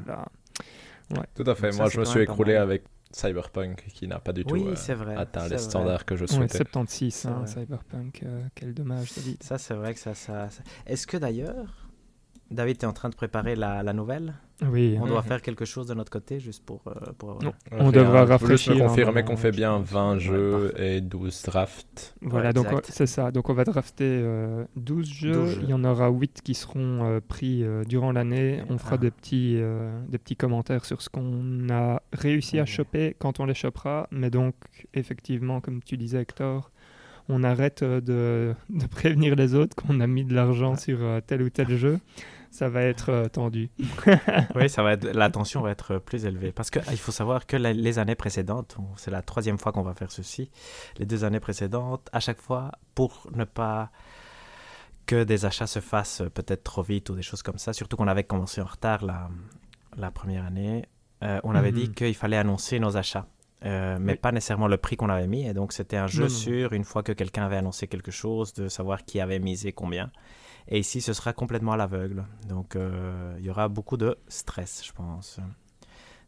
[SPEAKER 1] là.
[SPEAKER 2] Tout à fait.
[SPEAKER 3] Donc ça,
[SPEAKER 2] Moi,
[SPEAKER 3] c'est
[SPEAKER 2] je me
[SPEAKER 3] quand
[SPEAKER 2] suis
[SPEAKER 3] même pas
[SPEAKER 2] écroulé
[SPEAKER 3] mal.
[SPEAKER 2] avec Cyberpunk qui n'a pas du tout
[SPEAKER 3] oui,
[SPEAKER 2] euh,
[SPEAKER 3] c'est vrai.
[SPEAKER 2] atteint
[SPEAKER 3] c'est
[SPEAKER 2] les
[SPEAKER 3] vrai.
[SPEAKER 2] standards que je
[SPEAKER 1] Ouais,
[SPEAKER 2] souhaitais.
[SPEAKER 1] 76, hein,
[SPEAKER 3] C'est
[SPEAKER 1] Cyberpunk. euh, quel dommage, David.
[SPEAKER 3] Ça, c'est vrai que ça, ça... ça- Est-ce que d'ailleurs, David, tu es en train de préparer la, la nouvelle
[SPEAKER 1] Oui, hein.
[SPEAKER 3] On doit
[SPEAKER 2] Mhm.
[SPEAKER 3] faire quelque chose de notre côté juste pour. euh, pour avoir-
[SPEAKER 1] Non.
[SPEAKER 2] Rien.
[SPEAKER 1] On devra
[SPEAKER 2] Juste me
[SPEAKER 1] rafraîchir un
[SPEAKER 3] hein,
[SPEAKER 2] confirmer
[SPEAKER 1] moment,
[SPEAKER 2] qu'on fait
[SPEAKER 1] je
[SPEAKER 2] bien
[SPEAKER 1] pense.
[SPEAKER 2] 20
[SPEAKER 1] Ouais,
[SPEAKER 2] jeux et 12 drafts.
[SPEAKER 1] Voilà,
[SPEAKER 3] Ouais,
[SPEAKER 1] donc
[SPEAKER 3] exact.
[SPEAKER 1] euh, c'est ça. Donc on va drafter euh, 12 jeux.
[SPEAKER 3] 12 jeux.
[SPEAKER 1] Il y en aura 8 qui seront euh, pris euh, durant l'année.
[SPEAKER 3] Et
[SPEAKER 1] On fera
[SPEAKER 3] un.
[SPEAKER 1] des petits, euh, des petits commentaires sur ce qu'on a réussi à
[SPEAKER 3] Ouais.
[SPEAKER 1] choper quand on les chopera. Mais donc, effectivement, comme tu disais, Hector, on arrête euh, de, de prévenir les autres qu'on a mis de l'argent
[SPEAKER 3] Ouais.
[SPEAKER 1] sur euh, tel ou tel jeu. Ça va être euh, tendu.
[SPEAKER 3] Oui, ça va être, la tension va être plus élevée. Parce qu'il faut savoir que la- les années précédentes, on- c'est la troisième fois qu'on va faire ceci, les deux années précédentes, à chaque fois, pour ne pas que des achats se fassent euh, peut-être trop vite ou des choses comme ça, surtout qu'on avait commencé en retard la, la première année, euh, on avait
[SPEAKER 1] Mhm.
[SPEAKER 3] dit qu'il fallait annoncer nos achats. euh, mais
[SPEAKER 1] Oui.
[SPEAKER 3] pas nécessairement le prix qu'on avait mis. Et donc, c'était un jeu
[SPEAKER 1] Non, non, non.
[SPEAKER 3] sur, une fois que quelqu'un avait annoncé quelque chose, de savoir qui avait misé combien. Et ici, ce sera complètement à l'aveugle. Donc, euh, il y aura beaucoup de stress, je pense.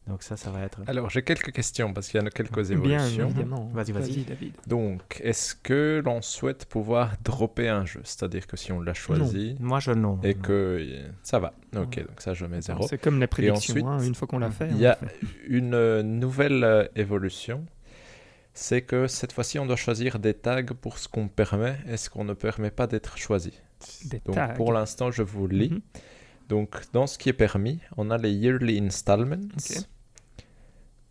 [SPEAKER 3] Donc, ça, ça va être.
[SPEAKER 2] Alors, j'ai quelques questions parce qu'il y en a quelques
[SPEAKER 1] Bien
[SPEAKER 2] évolutions.
[SPEAKER 1] évidemment.
[SPEAKER 3] Vas-y, vas-y.
[SPEAKER 1] David.
[SPEAKER 2] Donc, est-ce que l'on souhaite pouvoir dropper un jeu C'est-à-dire que si on l'a choisi
[SPEAKER 3] Moi, je non.
[SPEAKER 2] et
[SPEAKER 3] non.
[SPEAKER 2] que ça va. Ok, donc ça, je mets zéro.
[SPEAKER 1] C'est comme les prédictions.
[SPEAKER 2] ensuite,
[SPEAKER 1] hein, une fois qu'on l'a fait,
[SPEAKER 2] Il
[SPEAKER 1] on
[SPEAKER 2] y
[SPEAKER 1] l'a
[SPEAKER 2] a une euh, nouvelle euh, évolution. C'est que cette fois-ci, on doit choisir des tags pour ce qu'on permet et ce qu'on ne permet pas d'être choisi.
[SPEAKER 1] Des
[SPEAKER 2] Donc
[SPEAKER 1] tags.
[SPEAKER 2] pour l'instant, je vous lis.
[SPEAKER 1] Mhm.
[SPEAKER 2] Donc dans ce qui est permis, on a les yearly installments.
[SPEAKER 1] Ok.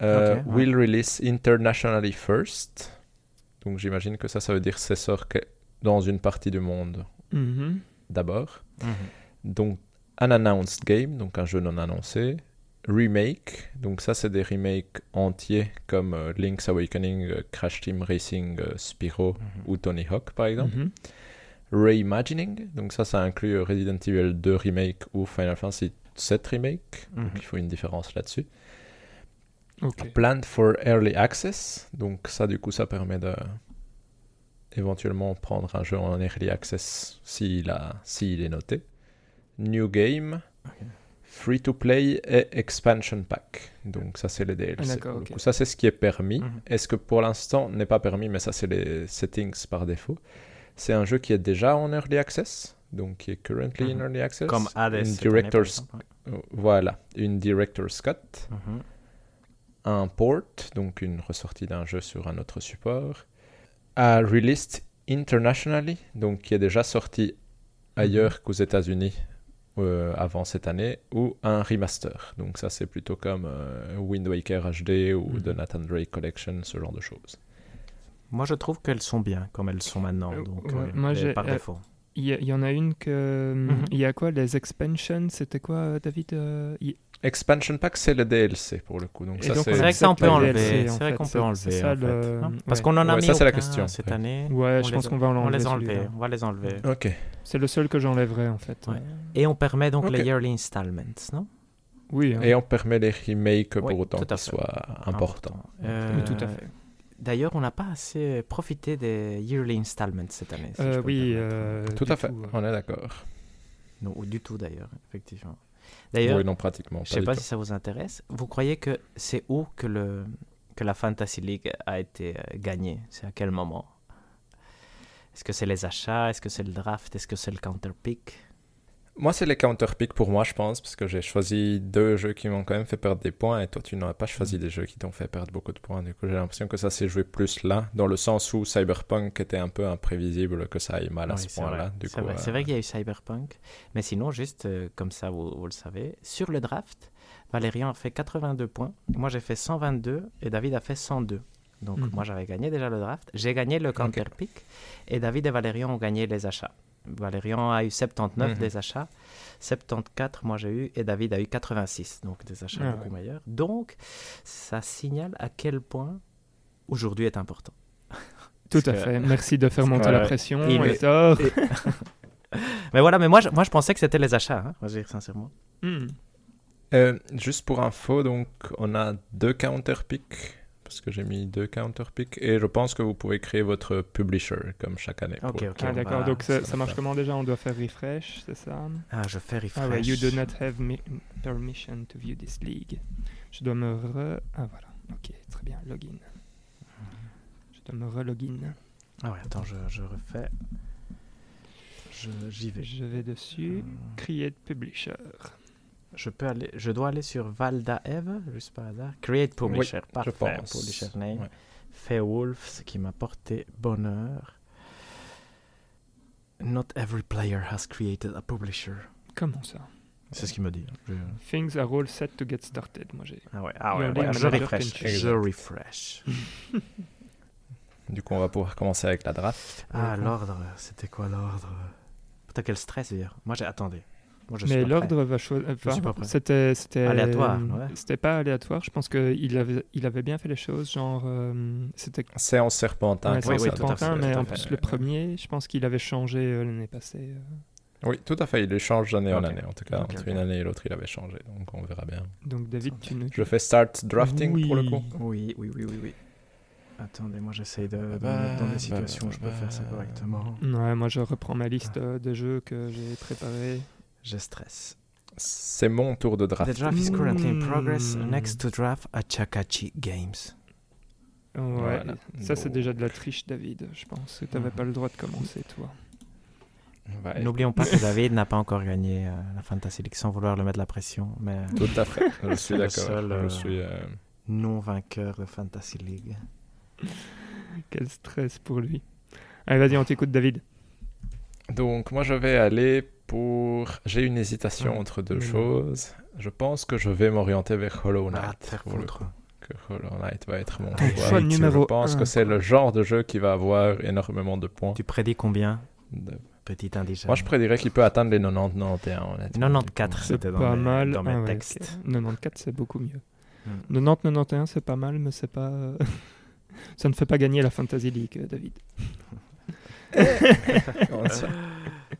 [SPEAKER 2] Euh,
[SPEAKER 3] Ok, ouais.
[SPEAKER 2] Will release internationally first. Donc j'imagine que ça, ça veut dire c'est sort que dans une partie du monde
[SPEAKER 1] Mhm.
[SPEAKER 2] d'abord.
[SPEAKER 3] Mhm.
[SPEAKER 2] Donc unannounced game, donc un jeu non annoncé. Remake, donc ça c'est des remakes entiers comme euh, Link's Awakening, euh, Crash Team Racing, euh, Spyro
[SPEAKER 3] Mhm.
[SPEAKER 2] ou Tony Hawk par exemple.
[SPEAKER 1] Mhm.
[SPEAKER 2] Reimagining, donc ça, ça inclut euh, Resident Evil 2 Remake ou Final Fantasy 7 Remake,
[SPEAKER 3] Mhm.
[SPEAKER 2] donc il faut une différence là-dessus.
[SPEAKER 1] Ok.
[SPEAKER 2] Planned for Early Access, donc ça, du coup, ça permet de éventuellement prendre un jeu en Early Access s'il, a, s'il est noté. New Game, Free to Play et Expansion Pack, donc ça, c'est les DLC.
[SPEAKER 1] Ah, d'accord,
[SPEAKER 2] Du
[SPEAKER 1] ok.
[SPEAKER 2] coup, ça, c'est ce qui est permis.
[SPEAKER 3] Mhm.
[SPEAKER 2] Est-ce que pour l'instant n'est pas permis, mais ça, c'est les settings par défaut. C'est un jeu qui est déjà en early access, donc qui est currently in
[SPEAKER 3] Mhm.
[SPEAKER 2] early access.
[SPEAKER 3] Comme Hades.
[SPEAKER 2] Une
[SPEAKER 3] cette année, par
[SPEAKER 2] director's,
[SPEAKER 3] exemple, ouais.
[SPEAKER 2] voilà, une director's cut,
[SPEAKER 3] Mhm.
[SPEAKER 2] un port, donc une ressortie d'un jeu sur un autre support, a released internationally, donc qui est déjà sorti
[SPEAKER 3] Mhm.
[SPEAKER 2] ailleurs qu'aux États-Unis. euh, avant cette année, ou un remaster. Donc ça, c'est plutôt comme euh, Wind Waker HD ou
[SPEAKER 1] Mhm.
[SPEAKER 2] The Nathan Drake Collection, ce genre de choses.
[SPEAKER 3] Moi, je trouve qu'elles sont bien comme elles sont maintenant.
[SPEAKER 1] Euh,
[SPEAKER 3] Donc,
[SPEAKER 1] ouais,
[SPEAKER 3] euh,
[SPEAKER 1] moi,
[SPEAKER 3] les-
[SPEAKER 1] j'ai-
[SPEAKER 3] par
[SPEAKER 1] euh,
[SPEAKER 3] défaut.
[SPEAKER 1] Il y, a- il y en a une que. hum,
[SPEAKER 3] Mhm.
[SPEAKER 1] Il y a quoi Les expansions C'était quoi, euh, David Euh, il-
[SPEAKER 2] Expansion Pack, c'est le DLC pour le coup. Donc
[SPEAKER 1] Et
[SPEAKER 2] ça,
[SPEAKER 1] donc,
[SPEAKER 2] c'est...
[SPEAKER 1] on
[SPEAKER 3] C'est vrai que ça, on peut
[SPEAKER 1] les
[SPEAKER 3] enlever.
[SPEAKER 1] DLC, en
[SPEAKER 3] C'est vrai
[SPEAKER 1] fait,
[SPEAKER 3] qu'on
[SPEAKER 1] c'est-
[SPEAKER 3] peut enlever.
[SPEAKER 1] c'est ça,
[SPEAKER 3] en fait,
[SPEAKER 1] le-
[SPEAKER 3] non Parce
[SPEAKER 1] ouais.
[SPEAKER 3] qu'on en a
[SPEAKER 2] Ouais,
[SPEAKER 3] mis
[SPEAKER 2] ça, c'est la
[SPEAKER 3] aucun
[SPEAKER 2] question,
[SPEAKER 3] cette
[SPEAKER 2] ouais.
[SPEAKER 3] année.
[SPEAKER 1] Ouais,
[SPEAKER 3] On
[SPEAKER 1] je
[SPEAKER 3] les
[SPEAKER 1] pense
[SPEAKER 3] a-
[SPEAKER 1] qu'on va
[SPEAKER 3] On
[SPEAKER 1] l'enlever.
[SPEAKER 3] les
[SPEAKER 1] celui-là.
[SPEAKER 3] enlever. On va les enlever.
[SPEAKER 2] Ok.
[SPEAKER 1] hein. C'est le seul que j'enlèverais en fait.
[SPEAKER 3] Ouais. Et on permet donc
[SPEAKER 2] Ok.
[SPEAKER 3] les yearly installments, non
[SPEAKER 1] Oui, hein.
[SPEAKER 2] Et on permet les remakes pour
[SPEAKER 3] Oui,
[SPEAKER 2] autant
[SPEAKER 3] tout à
[SPEAKER 2] qu'ils
[SPEAKER 3] fait. Ah,
[SPEAKER 2] soient importants.
[SPEAKER 3] Euh,
[SPEAKER 1] Oui, tout à fait.
[SPEAKER 3] D'ailleurs, on n'a pas assez profité des yearly installments cette année. si je
[SPEAKER 1] Euh,
[SPEAKER 3] peux me
[SPEAKER 1] oui,
[SPEAKER 3] permettre.
[SPEAKER 1] euh,
[SPEAKER 2] Tout
[SPEAKER 1] du
[SPEAKER 2] à fait,
[SPEAKER 1] coup, ouais.
[SPEAKER 2] on est d'accord.
[SPEAKER 3] Non, ou du tout d'ailleurs, effectivement. D'ailleurs,
[SPEAKER 2] Oui, non, pratiquement. Pas
[SPEAKER 3] euh, je ne sais
[SPEAKER 2] du
[SPEAKER 3] pas
[SPEAKER 2] tout.
[SPEAKER 3] si ça vous intéresse. Vous croyez que c'est où que, le, que la Fantasy League a été euh, gagnée C'est à quel moment Est-ce que c'est les achats Est-ce que c'est le draft Est-ce que c'est le counter-pick
[SPEAKER 2] Moi, c'est les counter-picks pour moi, je pense, parce que j'ai choisi deux jeux qui m'ont quand même fait perdre des points, et toi, tu n'aurais pas
[SPEAKER 3] Mm.
[SPEAKER 2] choisi des jeux qui t'ont fait perdre beaucoup de points. Du coup, j'ai l'impression que ça s'est joué plus là, dans le sens où Cyberpunk était un peu imprévisible que ça aille mal à
[SPEAKER 3] Oui,
[SPEAKER 2] ce
[SPEAKER 3] c'est
[SPEAKER 2] point-là.
[SPEAKER 3] vrai.
[SPEAKER 2] Du
[SPEAKER 3] C'est
[SPEAKER 2] coup,
[SPEAKER 3] vrai,
[SPEAKER 2] euh,
[SPEAKER 3] c'est vrai qu'il y a eu Cyberpunk. Mais sinon, juste euh, comme ça, vous, vous le savez, sur le draft, Valérian a fait 82 points. Moi, j'ai fait 122 et David a fait 102. Donc,
[SPEAKER 1] Mhm.
[SPEAKER 3] moi, j'avais gagné déjà le draft. J'ai gagné le counter pick et David et Valérian ont gagné les achats. Valérian a eu 79
[SPEAKER 2] Mhm.
[SPEAKER 3] des achats, 74 moi j'ai eu et David a eu 86, donc des achats
[SPEAKER 1] Ah,
[SPEAKER 3] beaucoup meilleurs. Donc, ça signale à quel point aujourd'hui est important.
[SPEAKER 1] Tout
[SPEAKER 3] Parce
[SPEAKER 1] à
[SPEAKER 3] que-
[SPEAKER 1] fait. Merci de faire
[SPEAKER 3] parce
[SPEAKER 1] monter
[SPEAKER 3] que-
[SPEAKER 1] la pression.
[SPEAKER 3] Et
[SPEAKER 1] Et
[SPEAKER 3] le-
[SPEAKER 1] tort.
[SPEAKER 3] Mais voilà, mais moi je, moi, je pensais que c'était les achats, hein, moi, je veux dire sincèrement.
[SPEAKER 1] Hmm.
[SPEAKER 2] Euh, juste pour info, donc on a deux counter picks parce que j'ai mis deux counter picks et je pense que vous pouvez créer votre publisher comme chaque année. pour
[SPEAKER 3] Ok,
[SPEAKER 2] le
[SPEAKER 3] ok.
[SPEAKER 1] Ah,
[SPEAKER 3] on
[SPEAKER 1] d'accord.
[SPEAKER 3] va-
[SPEAKER 1] Donc ça, ça
[SPEAKER 2] va
[SPEAKER 1] marche
[SPEAKER 2] pas.
[SPEAKER 1] comment déjà On doit faire refresh, c'est ça
[SPEAKER 3] Ah, je fais refresh.
[SPEAKER 1] Ah ouais, you do not have mi- permission to view this league. Je dois me re... Ah voilà, ok, très bien, login. Je dois me re-login.
[SPEAKER 3] Ah ouais, attends, je, je refais. Je- J'y vais. Hmm,
[SPEAKER 1] Je vais dessus, create publisher.
[SPEAKER 3] Je peux aller, je dois aller sur Valda Eve, juste par hasard. Create Publisher, parfait.
[SPEAKER 2] pense.
[SPEAKER 3] Publisher name.
[SPEAKER 2] Ouais.
[SPEAKER 3] Fait Wolf, ce qui m'a porté bonheur. Not every player has created a publisher.
[SPEAKER 1] Comment ça
[SPEAKER 3] C'est ce qu'il me dit. Je-
[SPEAKER 1] Things are all set to get started, moi j'ai...
[SPEAKER 3] Ah ouais, ah ouais,
[SPEAKER 1] Your
[SPEAKER 3] voilà,
[SPEAKER 1] league
[SPEAKER 3] je
[SPEAKER 1] manager
[SPEAKER 3] refresh.
[SPEAKER 1] can choose.
[SPEAKER 3] Je refresh.
[SPEAKER 2] Du coup, on va pouvoir commencer avec la draft.
[SPEAKER 3] Ah, l'ordre, c'était quoi l'ordre Putain, quel stress d'ailleurs. Moi, j'ai. Attendez. Moi, je suis
[SPEAKER 1] Mais
[SPEAKER 3] pas prêt.
[SPEAKER 1] l'ordre va choisir...
[SPEAKER 3] suis pas prêt.
[SPEAKER 1] c'était, c'était...
[SPEAKER 3] Aléatoire, ouais.
[SPEAKER 1] C'était pas aléatoire, je pense qu'il avait, il avait bien fait les choses, genre... euh, c'était
[SPEAKER 2] C'est en serpentin.
[SPEAKER 1] Ouais,
[SPEAKER 2] que
[SPEAKER 1] c'est un
[SPEAKER 3] oui,
[SPEAKER 2] ça
[SPEAKER 3] oui, tout à fait,
[SPEAKER 1] serpentin,
[SPEAKER 2] doit
[SPEAKER 1] mais
[SPEAKER 2] se
[SPEAKER 1] en
[SPEAKER 2] faire.
[SPEAKER 1] plus le premier, je pense qu'il avait changé euh, l'année passée. euh.
[SPEAKER 2] Oui, tout à fait. Il les change d'année en
[SPEAKER 3] Ok.
[SPEAKER 2] année. En tout cas,
[SPEAKER 3] Ok,
[SPEAKER 2] entre
[SPEAKER 3] ok.
[SPEAKER 2] une année et l'autre, il avait changé. Donc, on verra bien.
[SPEAKER 1] Donc David, tu nous...
[SPEAKER 2] Je fais start drafting pour le
[SPEAKER 1] Oui.
[SPEAKER 2] coup.
[SPEAKER 3] Oui, oui, oui, oui, oui. Attendez, moi j'essaye de, de me
[SPEAKER 2] bah,
[SPEAKER 3] mettre dans des
[SPEAKER 2] bah,
[SPEAKER 3] situations où je peux
[SPEAKER 2] bah.
[SPEAKER 3] faire ça correctement.
[SPEAKER 1] Ouais, moi je reprends ma
[SPEAKER 3] Ah.
[SPEAKER 1] liste euh, de jeux que j'ai préparés.
[SPEAKER 3] Je stress.
[SPEAKER 2] C'est mon tour de
[SPEAKER 3] The
[SPEAKER 2] draft.
[SPEAKER 3] draft is currently in progress.
[SPEAKER 1] Mm.
[SPEAKER 3] Next to draft at Chakachi Games.
[SPEAKER 1] Ouais,
[SPEAKER 2] Voilà.
[SPEAKER 1] ça c'est
[SPEAKER 2] Donc-
[SPEAKER 1] déjà de la triche, David, je pense. Tu n'avais
[SPEAKER 3] Mhm.
[SPEAKER 1] pas le droit de commencer, toi.
[SPEAKER 2] Ouais,
[SPEAKER 3] N'oublions pas que David n'a pas encore gagné euh, la Fantasy League sans vouloir le mettre la pression, mais euh,
[SPEAKER 2] Tout à fait. Je suis
[SPEAKER 3] le
[SPEAKER 2] d'accord.
[SPEAKER 3] seul,
[SPEAKER 2] Je
[SPEAKER 3] euh,
[SPEAKER 2] suis. euh,
[SPEAKER 3] non vainqueur de Fantasy League.
[SPEAKER 1] Quel stress pour lui. Allez, vas-y, on t'écoute, David.
[SPEAKER 2] Donc moi je vais aller pour... J'ai une hésitation
[SPEAKER 3] Ouais.
[SPEAKER 2] entre deux
[SPEAKER 1] Mmh.
[SPEAKER 3] Mais non.
[SPEAKER 2] choses. Je pense que je vais m'orienter vers Hollow Knight.
[SPEAKER 3] Ah, te faire
[SPEAKER 2] pour le
[SPEAKER 3] foutre.
[SPEAKER 2] que Hollow Knight va être mon
[SPEAKER 3] Ton
[SPEAKER 2] choix.
[SPEAKER 1] choix
[SPEAKER 2] et que
[SPEAKER 1] numéro
[SPEAKER 2] je pense
[SPEAKER 1] un,
[SPEAKER 2] que c'est le genre de jeu qui va avoir énormément de points.
[SPEAKER 3] Tu prédis combien,
[SPEAKER 2] de-
[SPEAKER 3] petit indigène
[SPEAKER 2] Moi, je prédirais qu'il peut atteindre les 90, 91, honnêtement.
[SPEAKER 3] 94,
[SPEAKER 1] C'est
[SPEAKER 3] c'était dans,
[SPEAKER 1] pas
[SPEAKER 3] mes-
[SPEAKER 1] mal.
[SPEAKER 3] dans mes
[SPEAKER 1] Ah ouais,
[SPEAKER 3] textes.
[SPEAKER 1] ok. 94, c'est beaucoup mieux.
[SPEAKER 3] Hmm.
[SPEAKER 1] 90-91, c'est pas mal, mais c'est pas. euh, Ça ne fait pas gagner la Fantasy League, euh, David.
[SPEAKER 2] On sait.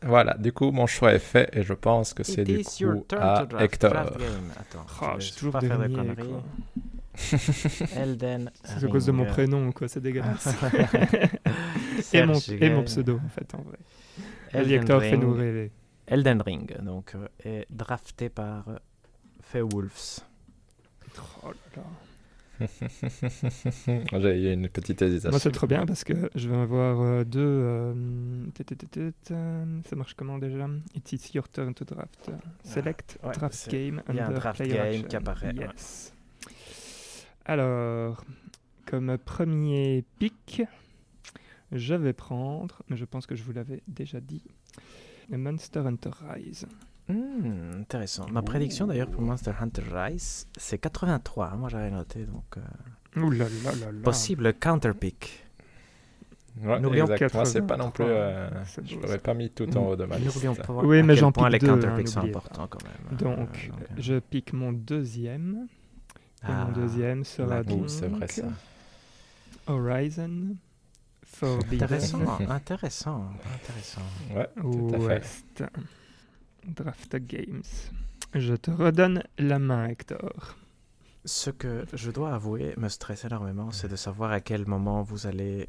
[SPEAKER 2] voilà, du coup, mon choix est fait et je pense que c'est
[SPEAKER 3] It
[SPEAKER 2] du
[SPEAKER 3] is your
[SPEAKER 2] coup
[SPEAKER 3] turn
[SPEAKER 2] à
[SPEAKER 3] to draft.
[SPEAKER 2] Hector.
[SPEAKER 3] Draft game. Attends,
[SPEAKER 1] Oh,
[SPEAKER 3] je
[SPEAKER 1] je
[SPEAKER 3] vais
[SPEAKER 1] suis toujours
[SPEAKER 3] pas faire de
[SPEAKER 1] dernier,
[SPEAKER 3] conneries.
[SPEAKER 1] quoi.
[SPEAKER 3] Elden
[SPEAKER 1] C'est à cause de mon
[SPEAKER 3] Ring.
[SPEAKER 1] prénom, quoi, c'est dégueulasse. et,
[SPEAKER 3] Serge
[SPEAKER 1] mon, et mon
[SPEAKER 3] Gaill.
[SPEAKER 1] pseudo, en fait. En vrai. Vas-y,
[SPEAKER 3] Elden
[SPEAKER 1] Hector, fais-nous
[SPEAKER 3] Ring.
[SPEAKER 1] rêver.
[SPEAKER 3] Elden Ring, donc, euh, est drafté par euh, Feywolves.
[SPEAKER 1] Oh là là.
[SPEAKER 2] J'ai eu une petite
[SPEAKER 1] Moi, c'est
[SPEAKER 2] hésitation.
[SPEAKER 1] trop bien parce que je vais avoir euh, deux. euh, tut, tut, tut, tut, euh, ça marche comment déjà It's, it's your turn to draft. Select
[SPEAKER 3] Ah, ouais,
[SPEAKER 1] draft
[SPEAKER 3] c'est-
[SPEAKER 1] game.
[SPEAKER 3] il y a un
[SPEAKER 1] under
[SPEAKER 3] draft
[SPEAKER 1] player
[SPEAKER 3] game
[SPEAKER 1] action.
[SPEAKER 3] qui apparaît, ouais.
[SPEAKER 1] Yes. Alors, comme premier pick, je vais prendre, mais je pense que je vous l'avais déjà dit, le Monster Hunter Rise.
[SPEAKER 3] Hmm, intéressant. Ma prédiction d'ailleurs pour Monster Hunter Rise, c'est 83. hein, Moi j'avais noté, donc euh,
[SPEAKER 1] Ouh là là là là.
[SPEAKER 3] possible counterpick.
[SPEAKER 2] Ouais,
[SPEAKER 1] N'oublions
[SPEAKER 2] exact. Moi, c'est pas non plus.
[SPEAKER 1] 83,
[SPEAKER 2] euh,
[SPEAKER 1] c'est Mmh.
[SPEAKER 2] je
[SPEAKER 1] beau,
[SPEAKER 2] l'aurais pas mis tout en haut de ma liste.
[SPEAKER 3] N'oublions pas
[SPEAKER 1] Oui,
[SPEAKER 3] à
[SPEAKER 1] mais
[SPEAKER 3] quel
[SPEAKER 1] j'en
[SPEAKER 3] point les
[SPEAKER 1] pique deux, hein,
[SPEAKER 3] counterpicks sont
[SPEAKER 1] n'oubliez pas.
[SPEAKER 3] importants quand même. hein.
[SPEAKER 1] Donc,
[SPEAKER 3] Euh, donc,
[SPEAKER 1] je pique mon deuxième. Et
[SPEAKER 3] Ah,
[SPEAKER 1] mon deuxième sera
[SPEAKER 3] la-
[SPEAKER 2] Ouh, c'est vrai
[SPEAKER 1] donc-
[SPEAKER 2] ça.
[SPEAKER 3] Ah,
[SPEAKER 1] Horizon Forbidden
[SPEAKER 3] Intéressant, intéressant, intéressant.
[SPEAKER 2] Ouais, tout à fait.
[SPEAKER 1] West Draft Games. Je te redonne la main, Hector.
[SPEAKER 3] Ce que je dois avouer me stresse énormément, c'est de savoir à quel moment vous allez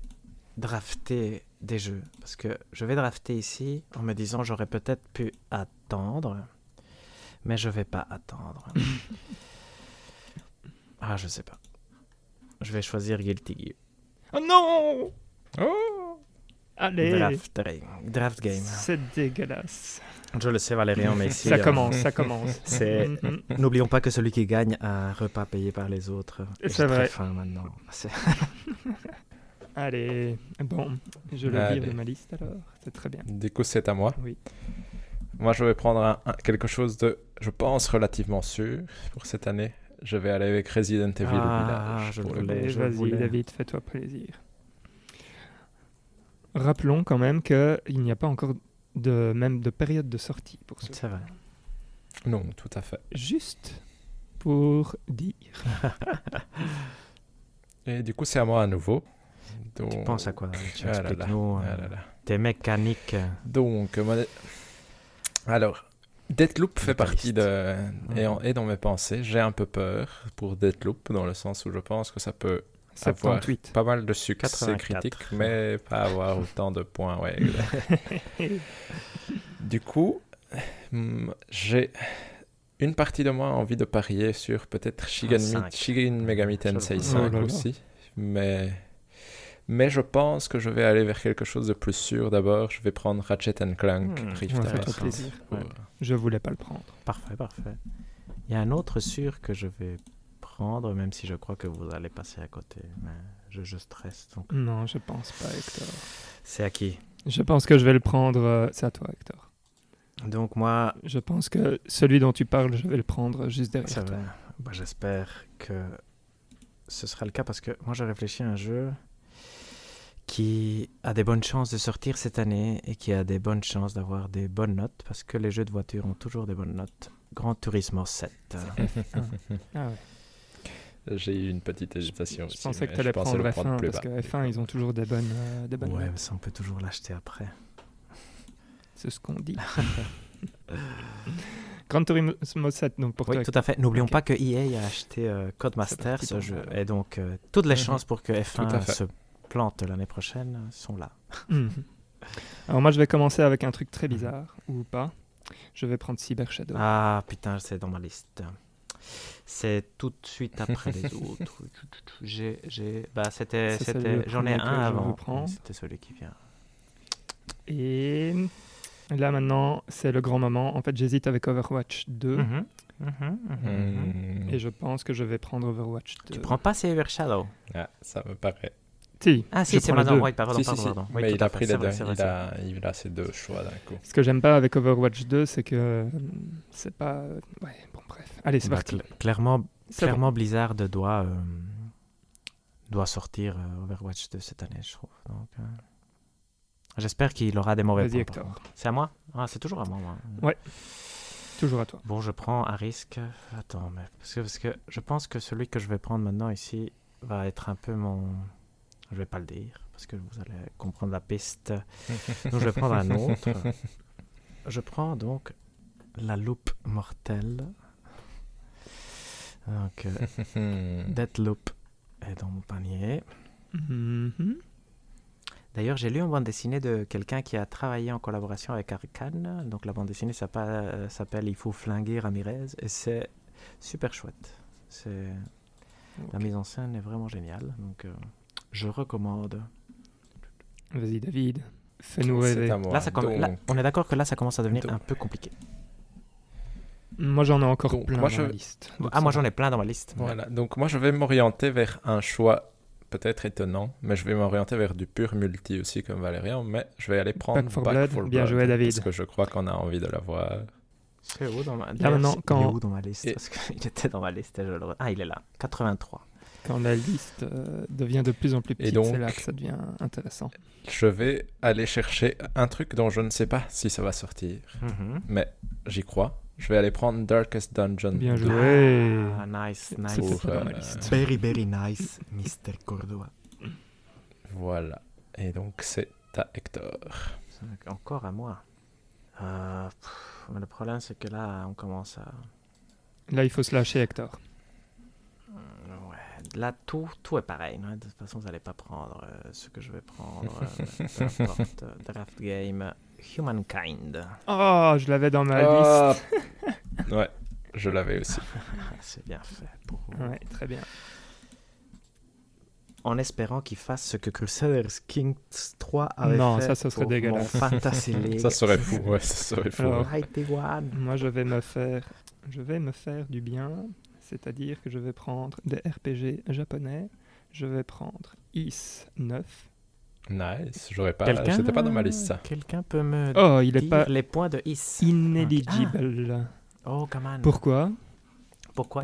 [SPEAKER 3] drafter des jeux. Parce que je vais drafter ici en me disant j'aurais peut-être pu attendre, mais je vais pas attendre. ah, je sais pas. Je vais choisir Guilty Gear.
[SPEAKER 1] Oh non Oh! Allez
[SPEAKER 3] Draft, Ring- draft Game.
[SPEAKER 1] C'est dégueulasse.
[SPEAKER 3] Je le sais, Valérian, mais ici.
[SPEAKER 1] ça
[SPEAKER 3] euh,
[SPEAKER 1] commence, ça commence.
[SPEAKER 3] C'est.
[SPEAKER 1] Mm, mm.
[SPEAKER 3] N'oublions pas que celui qui gagne a un repas payé par les autres. Et
[SPEAKER 1] C'est
[SPEAKER 3] j'ai très
[SPEAKER 1] vrai.
[SPEAKER 3] faim maintenant. C'est-
[SPEAKER 1] Allez, bon, je le
[SPEAKER 2] Allez.
[SPEAKER 1] vire de ma liste alors. C'est très bien.
[SPEAKER 2] Du coup, c'est à moi.
[SPEAKER 1] Oui.
[SPEAKER 2] Moi, je vais prendre un- un- quelque chose de, je pense, relativement sûr pour cette année. Je vais aller avec Resident Evil
[SPEAKER 3] Ah,
[SPEAKER 2] Village.
[SPEAKER 3] je
[SPEAKER 2] pour le
[SPEAKER 3] voulais.
[SPEAKER 1] Allez,
[SPEAKER 3] je
[SPEAKER 1] vas-y,
[SPEAKER 3] voulais.
[SPEAKER 1] David, fais-toi plaisir. Rappelons quand même qu'il n'y a pas encore de même de période de sortie pour ce
[SPEAKER 3] C'est vrai.
[SPEAKER 2] coup. Non, tout à fait.
[SPEAKER 1] juste pour dire.
[SPEAKER 2] Et du coup, c'est à moi à nouveau. Donc,
[SPEAKER 3] Tu penses à quoi David Tu
[SPEAKER 2] Ah là là,
[SPEAKER 3] expliques-nous
[SPEAKER 2] ah
[SPEAKER 3] euh,
[SPEAKER 2] là là.
[SPEAKER 3] tes mécaniques.
[SPEAKER 2] Donc, euh, moi- alors, Deathloop fait
[SPEAKER 3] Vitaliste.
[SPEAKER 2] partie de. Et, en-
[SPEAKER 3] Mhm.
[SPEAKER 2] et dans mes pensées, j'ai un peu peur pour Deathloop, dans le sens où je pense que ça peut avoir
[SPEAKER 1] 78.
[SPEAKER 2] pas mal de succès
[SPEAKER 3] 84.
[SPEAKER 2] critique, mais pas avoir autant de points. Ouais, exact. du coup, hmm, j'ai une partie de moi a envie de parier sur peut-être Shigan, Mi-
[SPEAKER 3] cinq.
[SPEAKER 2] Shigan Megami Tensei
[SPEAKER 3] Oh
[SPEAKER 2] 5
[SPEAKER 1] là là.
[SPEAKER 2] aussi, mais mais je pense que je vais aller vers quelque chose de plus sûr d'abord. Je vais prendre Ratchet and Clank
[SPEAKER 3] Hmm,
[SPEAKER 2] Rift
[SPEAKER 1] Ouais,
[SPEAKER 2] Apart.
[SPEAKER 1] fais-toi plaisir.
[SPEAKER 2] Pour-
[SPEAKER 3] Ouais.
[SPEAKER 1] Je voulais pas le prendre.
[SPEAKER 3] Parfait, parfait. Il y a un autre sûr que je vais prendre, même si je crois que vous allez passer à côté. Mais je, je stresse. Donc,
[SPEAKER 1] Non, je pense pas, Hector.
[SPEAKER 3] c'est à qui
[SPEAKER 1] Je pense que je vais le prendre. euh, C'est à toi, Hector.
[SPEAKER 3] Donc moi,
[SPEAKER 1] Je pense que celui dont tu parles, je vais le prendre juste
[SPEAKER 3] ça
[SPEAKER 1] derrière
[SPEAKER 3] va.
[SPEAKER 1] toi.
[SPEAKER 3] Bah, j'espère que ce sera le cas parce que moi, j'ai réfléchi à un jeu qui a des bonnes chances de sortir cette année et qui a des bonnes chances d'avoir des bonnes notes parce que les jeux de voiture ont toujours des bonnes notes. Grand Turismo 7.
[SPEAKER 1] Ah ouais.
[SPEAKER 2] J'ai eu une petite hésitation.
[SPEAKER 1] Je
[SPEAKER 2] aussi,
[SPEAKER 1] pensais que
[SPEAKER 2] mais
[SPEAKER 1] tu allais
[SPEAKER 2] je pensais
[SPEAKER 1] prendre F1
[SPEAKER 2] le plus
[SPEAKER 1] parce que
[SPEAKER 2] bas.
[SPEAKER 1] F1, ils ont toujours des bonnes, euh, des bonnes
[SPEAKER 3] ouais,
[SPEAKER 1] notes.
[SPEAKER 3] mais ça, on peut toujours l'acheter après.
[SPEAKER 1] C'est ce qu'on dit. Gran Turismo 7, donc pour
[SPEAKER 3] Oui,
[SPEAKER 1] toi.
[SPEAKER 3] tout à fait. N'oublions
[SPEAKER 1] Ok.
[SPEAKER 3] pas que EA a acheté euh, Codemaster,
[SPEAKER 1] parti
[SPEAKER 3] ce
[SPEAKER 1] pour
[SPEAKER 3] jeu.
[SPEAKER 1] moi,
[SPEAKER 3] Et donc, euh, toutes les
[SPEAKER 2] Mhm.
[SPEAKER 3] chances pour que
[SPEAKER 2] Tout à
[SPEAKER 3] F1
[SPEAKER 2] fait.
[SPEAKER 3] se plante l'année prochaine euh, sont là.
[SPEAKER 1] Mhm. Alors moi, je vais commencer avec un truc très bizarre, ou pas. Je vais prendre Cyber Shadow.
[SPEAKER 3] Ah putain, c'est dans ma liste. C'est tout de suite après les autres. J'ai, j'ai, bah c'était,
[SPEAKER 1] C'est
[SPEAKER 3] c'était,
[SPEAKER 1] celui le
[SPEAKER 3] j'en
[SPEAKER 1] premier
[SPEAKER 3] ai
[SPEAKER 1] que
[SPEAKER 3] un
[SPEAKER 1] je veux
[SPEAKER 3] avant.
[SPEAKER 1] prendre.
[SPEAKER 3] C'était celui qui vient.
[SPEAKER 1] Et là maintenant, c'est le grand moment. En fait, j'hésite avec Overwatch 2
[SPEAKER 3] Mhm, mhm, mhm, mhm.
[SPEAKER 2] Hmm,
[SPEAKER 1] et je pense que je vais prendre Overwatch 2.
[SPEAKER 3] Tu prends pas Saber Shadow.
[SPEAKER 2] ah, ça me paraît.
[SPEAKER 1] Si,
[SPEAKER 3] Ah
[SPEAKER 1] je
[SPEAKER 3] si, c'est
[SPEAKER 1] prends les
[SPEAKER 3] Madame
[SPEAKER 1] deux.
[SPEAKER 3] White, pardon,
[SPEAKER 2] Si, si,
[SPEAKER 3] pardon,
[SPEAKER 2] si.
[SPEAKER 3] pardon. Oui,
[SPEAKER 2] Mais
[SPEAKER 3] tout
[SPEAKER 2] il
[SPEAKER 3] à
[SPEAKER 2] a
[SPEAKER 3] fait,
[SPEAKER 2] pris
[SPEAKER 3] c'est
[SPEAKER 2] les
[SPEAKER 3] vrai,
[SPEAKER 2] deux.
[SPEAKER 3] c'est vrai,
[SPEAKER 2] Il
[SPEAKER 3] c'est vrai.
[SPEAKER 2] a, il a ces deux choix d'un coup.
[SPEAKER 1] Ce que j'aime pas avec Overwatch 2, c'est que euh, c'est pas. euh, Ouais, bon, bref. Allez, c'est
[SPEAKER 3] Bah,
[SPEAKER 1] parti.
[SPEAKER 3] cl- clairement,
[SPEAKER 1] C'est bon.
[SPEAKER 3] clairement Blizzard doit, euh, doit sortir euh, Overwatch de cette année, je trouve. Donc, euh, J'espère qu'il aura des mauvais
[SPEAKER 1] Vas-y,
[SPEAKER 3] points. par
[SPEAKER 1] Hector.
[SPEAKER 3] contre. C'est à moi Ah, c'est toujours à moi, moi.
[SPEAKER 1] Toujours à toi.
[SPEAKER 3] Bon, je prends un risque. Attends, mais parce que, parce que je pense que celui que je vais prendre maintenant ici va être un peu mon. Je vais pas le dire parce que vous allez comprendre la piste. Donc je vais prendre un autre. Je prends donc la loupe mortelle. Donc euh,
[SPEAKER 2] Hmm.
[SPEAKER 3] Deathloop est dans mon panier.
[SPEAKER 1] Mhm.
[SPEAKER 3] D'ailleurs, j'ai lu une bande dessinée de quelqu'un qui a travaillé en collaboration avec Arkane. Donc la bande dessinée s'appa- euh, s'appelle Il faut flinguer Ramirez et c'est super chouette. C'est la mise en scène est vraiment géniale. Donc euh, je recommande.
[SPEAKER 1] Vas-y, David. Fais-nous
[SPEAKER 2] C'est
[SPEAKER 1] rêver.
[SPEAKER 2] à moi.
[SPEAKER 3] là, ça com- là,
[SPEAKER 2] Donc,
[SPEAKER 3] on est d'accord que là ça commence à devenir
[SPEAKER 2] Donc.
[SPEAKER 3] un peu compliqué.
[SPEAKER 1] Moi, j'en ai encore
[SPEAKER 2] Donc,
[SPEAKER 1] plein
[SPEAKER 2] moi,
[SPEAKER 1] dans
[SPEAKER 2] je-
[SPEAKER 1] la liste.
[SPEAKER 3] Ah moi j'en ai plein dans ma liste. mais-
[SPEAKER 2] Voilà, donc moi je vais m'orienter vers un choix peut-être étonnant, mais je vais m'orienter vers du pur multi aussi comme Valérian, mais je vais aller prendre
[SPEAKER 1] for Blood. Bien
[SPEAKER 2] Blood,
[SPEAKER 1] joué, David.
[SPEAKER 2] Parce que je crois qu'on a envie de l'avoir.
[SPEAKER 3] C'est où dans ma liste
[SPEAKER 1] maintenant, quand-
[SPEAKER 3] Il est où dans ma liste
[SPEAKER 2] Et-
[SPEAKER 3] Parce qu'il était dans ma liste. et je le re- Ah il est là. 83.
[SPEAKER 1] Quand la liste euh, devient de plus en plus petite,
[SPEAKER 2] donc-
[SPEAKER 1] c'est là que ça devient intéressant.
[SPEAKER 2] Je vais aller chercher un truc dont je ne sais pas si ça va sortir,
[SPEAKER 3] Mhm.
[SPEAKER 2] mais j'y crois. Je vais aller prendre Darkest Dungeon.
[SPEAKER 1] Bien
[SPEAKER 2] deux.
[SPEAKER 1] joué. Ouais.
[SPEAKER 3] Ah nice nice.
[SPEAKER 1] C'était pas
[SPEAKER 2] euh,
[SPEAKER 1] dans ma liste.
[SPEAKER 3] Very very nice, Mr. Cordova.
[SPEAKER 2] Voilà. Et donc c'est à Hector.
[SPEAKER 3] Cinq, Encore à moi. Euh, pff, mais le problème, c'est que là, on commence à.
[SPEAKER 1] Là, il faut se lâcher, Hector.
[SPEAKER 3] Ouais, là, tout, tout est pareil. non? De toute façon, vous n'allez pas prendre euh, ce que je vais prendre. euh, peu importe. Draft Game, Humankind.
[SPEAKER 1] Oh, je l'avais dans ma liste.
[SPEAKER 2] Ah. ouais, je l'avais aussi.
[SPEAKER 3] Ah, C'est bien fait pour vous.
[SPEAKER 1] Ouais, très bien.
[SPEAKER 3] En espérant qu'il fasse ce que Crusaders Kings 3 avait
[SPEAKER 1] Non,
[SPEAKER 3] fait.
[SPEAKER 1] ça, ça serait
[SPEAKER 3] pour
[SPEAKER 1] dégueulasse.
[SPEAKER 3] Mon Fantasy League.
[SPEAKER 2] Ça serait fou, ouais, ça serait fou.
[SPEAKER 1] Alors,
[SPEAKER 2] ouais.
[SPEAKER 3] Mighty One.
[SPEAKER 1] Moi, je vais me faire, je vais me faire du bien, c'est-à-dire que je vais prendre des RPG japonais. Je vais prendre Is 9.
[SPEAKER 2] Nice, j'aurais pas.
[SPEAKER 3] Quelqu'un-
[SPEAKER 2] C'était pas dans ma liste ça.
[SPEAKER 3] Quelqu'un peut me
[SPEAKER 1] Oh, il est
[SPEAKER 3] dire
[SPEAKER 1] pas
[SPEAKER 3] les points de Is.
[SPEAKER 1] ineligible.
[SPEAKER 3] Oh, come on.
[SPEAKER 1] Pourquoi
[SPEAKER 3] Pourquoi,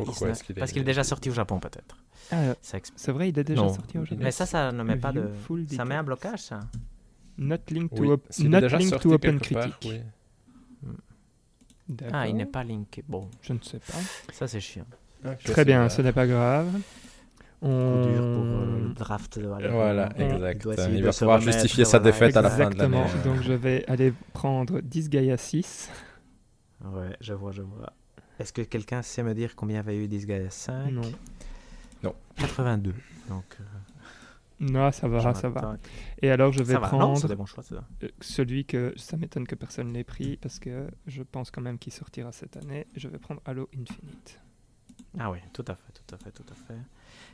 [SPEAKER 2] Pourquoi
[SPEAKER 3] Is neuf
[SPEAKER 2] est-ce qu'il est-
[SPEAKER 3] Parce qu'il est déjà sorti au Japon, peut-être.
[SPEAKER 1] Ah,
[SPEAKER 3] Ça explique.
[SPEAKER 1] C'est vrai, il est déjà
[SPEAKER 2] Non.
[SPEAKER 1] sorti au Japon.
[SPEAKER 3] Euh, Mais ça, ça ne met pas de.
[SPEAKER 1] View full
[SPEAKER 3] Ça met un
[SPEAKER 1] details.
[SPEAKER 3] blocage, ça Ah,
[SPEAKER 1] Not linked to,
[SPEAKER 2] Oui,
[SPEAKER 1] op-
[SPEAKER 2] s'il est
[SPEAKER 1] not
[SPEAKER 2] déjà
[SPEAKER 1] linked
[SPEAKER 2] sorti
[SPEAKER 1] to Open
[SPEAKER 2] quelque part,
[SPEAKER 1] Critic.
[SPEAKER 2] oui.
[SPEAKER 1] D'accord.
[SPEAKER 3] Ah, il n'est pas linké. Bon,
[SPEAKER 1] Je ne sais pas.
[SPEAKER 3] Ah, ça c'est chiant.
[SPEAKER 2] Je
[SPEAKER 1] Très
[SPEAKER 2] sais
[SPEAKER 1] bien,
[SPEAKER 2] pas.
[SPEAKER 1] ce n'est pas grave.
[SPEAKER 3] Coup
[SPEAKER 1] On...
[SPEAKER 3] dur pour euh, le draft de Valérie.
[SPEAKER 2] Voilà,
[SPEAKER 3] On-
[SPEAKER 2] exact.
[SPEAKER 3] il doit essayer
[SPEAKER 2] Il
[SPEAKER 3] de
[SPEAKER 2] va
[SPEAKER 3] se
[SPEAKER 2] pouvoir
[SPEAKER 3] remettre,
[SPEAKER 2] justifier sa
[SPEAKER 3] voilà,
[SPEAKER 2] défaite à la fin de l'année.
[SPEAKER 1] Exactement.
[SPEAKER 2] ouais.
[SPEAKER 1] Donc je vais aller prendre 10 Gaia 6.
[SPEAKER 3] Ouais, je vois, je vois. Est-ce que quelqu'un sait me dire combien avait eu Disgaea 5
[SPEAKER 1] Non.
[SPEAKER 3] 82. Donc, euh,
[SPEAKER 1] Non, ça
[SPEAKER 3] je
[SPEAKER 1] va, ça va.
[SPEAKER 3] m'attends-
[SPEAKER 1] Et alors je vais
[SPEAKER 3] Ça va, non, c'est
[SPEAKER 1] prendre
[SPEAKER 3] des bons choix, ça.
[SPEAKER 1] euh, celui que ça m'étonne que personne l'ait pris parce que je pense quand même qu'il sortira cette année. Je vais prendre Halo Infinite.
[SPEAKER 3] Ah oui, tout à fait, tout à fait, tout à fait.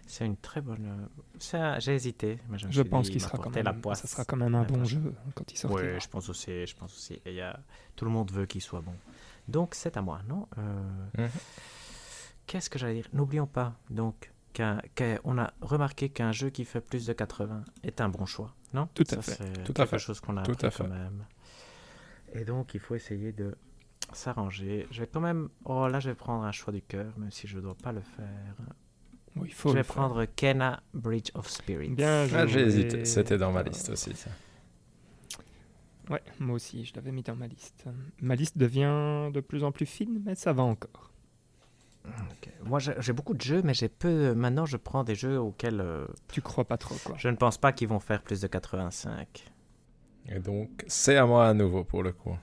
[SPEAKER 3] C'est une très bonne... euh, c'est un- J'ai hésité, mais je me
[SPEAKER 1] Je
[SPEAKER 3] suis
[SPEAKER 1] pense
[SPEAKER 3] dit,
[SPEAKER 1] qu'il
[SPEAKER 3] il m'a
[SPEAKER 1] sera quand
[SPEAKER 3] porté la
[SPEAKER 1] même,
[SPEAKER 3] poisse.
[SPEAKER 1] ça sera quand même un
[SPEAKER 3] la
[SPEAKER 1] bon
[SPEAKER 3] poisse.
[SPEAKER 1] jeu quand il sortira.
[SPEAKER 3] Oui, je pense aussi, je pense aussi. Et il y a- Tout le monde veut qu'il soit bon. Donc c'est à moi, non Euh,
[SPEAKER 2] Mhm.
[SPEAKER 3] Qu'est-ce que j'allais dire N'oublions pas donc qu'un- qu'un- on a remarqué qu'un jeu qui fait plus de 80 est un bon choix, non
[SPEAKER 1] Tout à fait,
[SPEAKER 3] C'est
[SPEAKER 2] tout à
[SPEAKER 3] quelque
[SPEAKER 2] fait,
[SPEAKER 3] chose qu'on a
[SPEAKER 2] tout à
[SPEAKER 3] appris
[SPEAKER 2] fait.
[SPEAKER 3] quand même. Et donc il faut essayer de s'arranger. Je vais quand même. Oh là, je vais prendre un choix du cœur, même si je ne dois pas le faire.
[SPEAKER 1] Oui, il faut
[SPEAKER 3] je
[SPEAKER 1] le
[SPEAKER 3] vais
[SPEAKER 1] faire.
[SPEAKER 3] prendre Kena Bridge of Spirits.
[SPEAKER 1] Bien
[SPEAKER 2] Ah, J'ai
[SPEAKER 1] joué.
[SPEAKER 2] hésité, c'était dans ma liste aussi. ça.
[SPEAKER 1] Ouais, moi aussi, je l'avais mis dans ma liste. Ma liste devient de plus en plus fine, mais ça va encore.
[SPEAKER 3] Ok. Moi, j'ai j'ai beaucoup de jeux, mais j'ai peu. euh, Maintenant, je prends des jeux auxquels euh,
[SPEAKER 1] Tu crois pas trop, quoi.
[SPEAKER 3] Je ne pense pas qu'ils vont faire plus de 85.
[SPEAKER 2] Et donc, c'est à moi à nouveau pour le coup.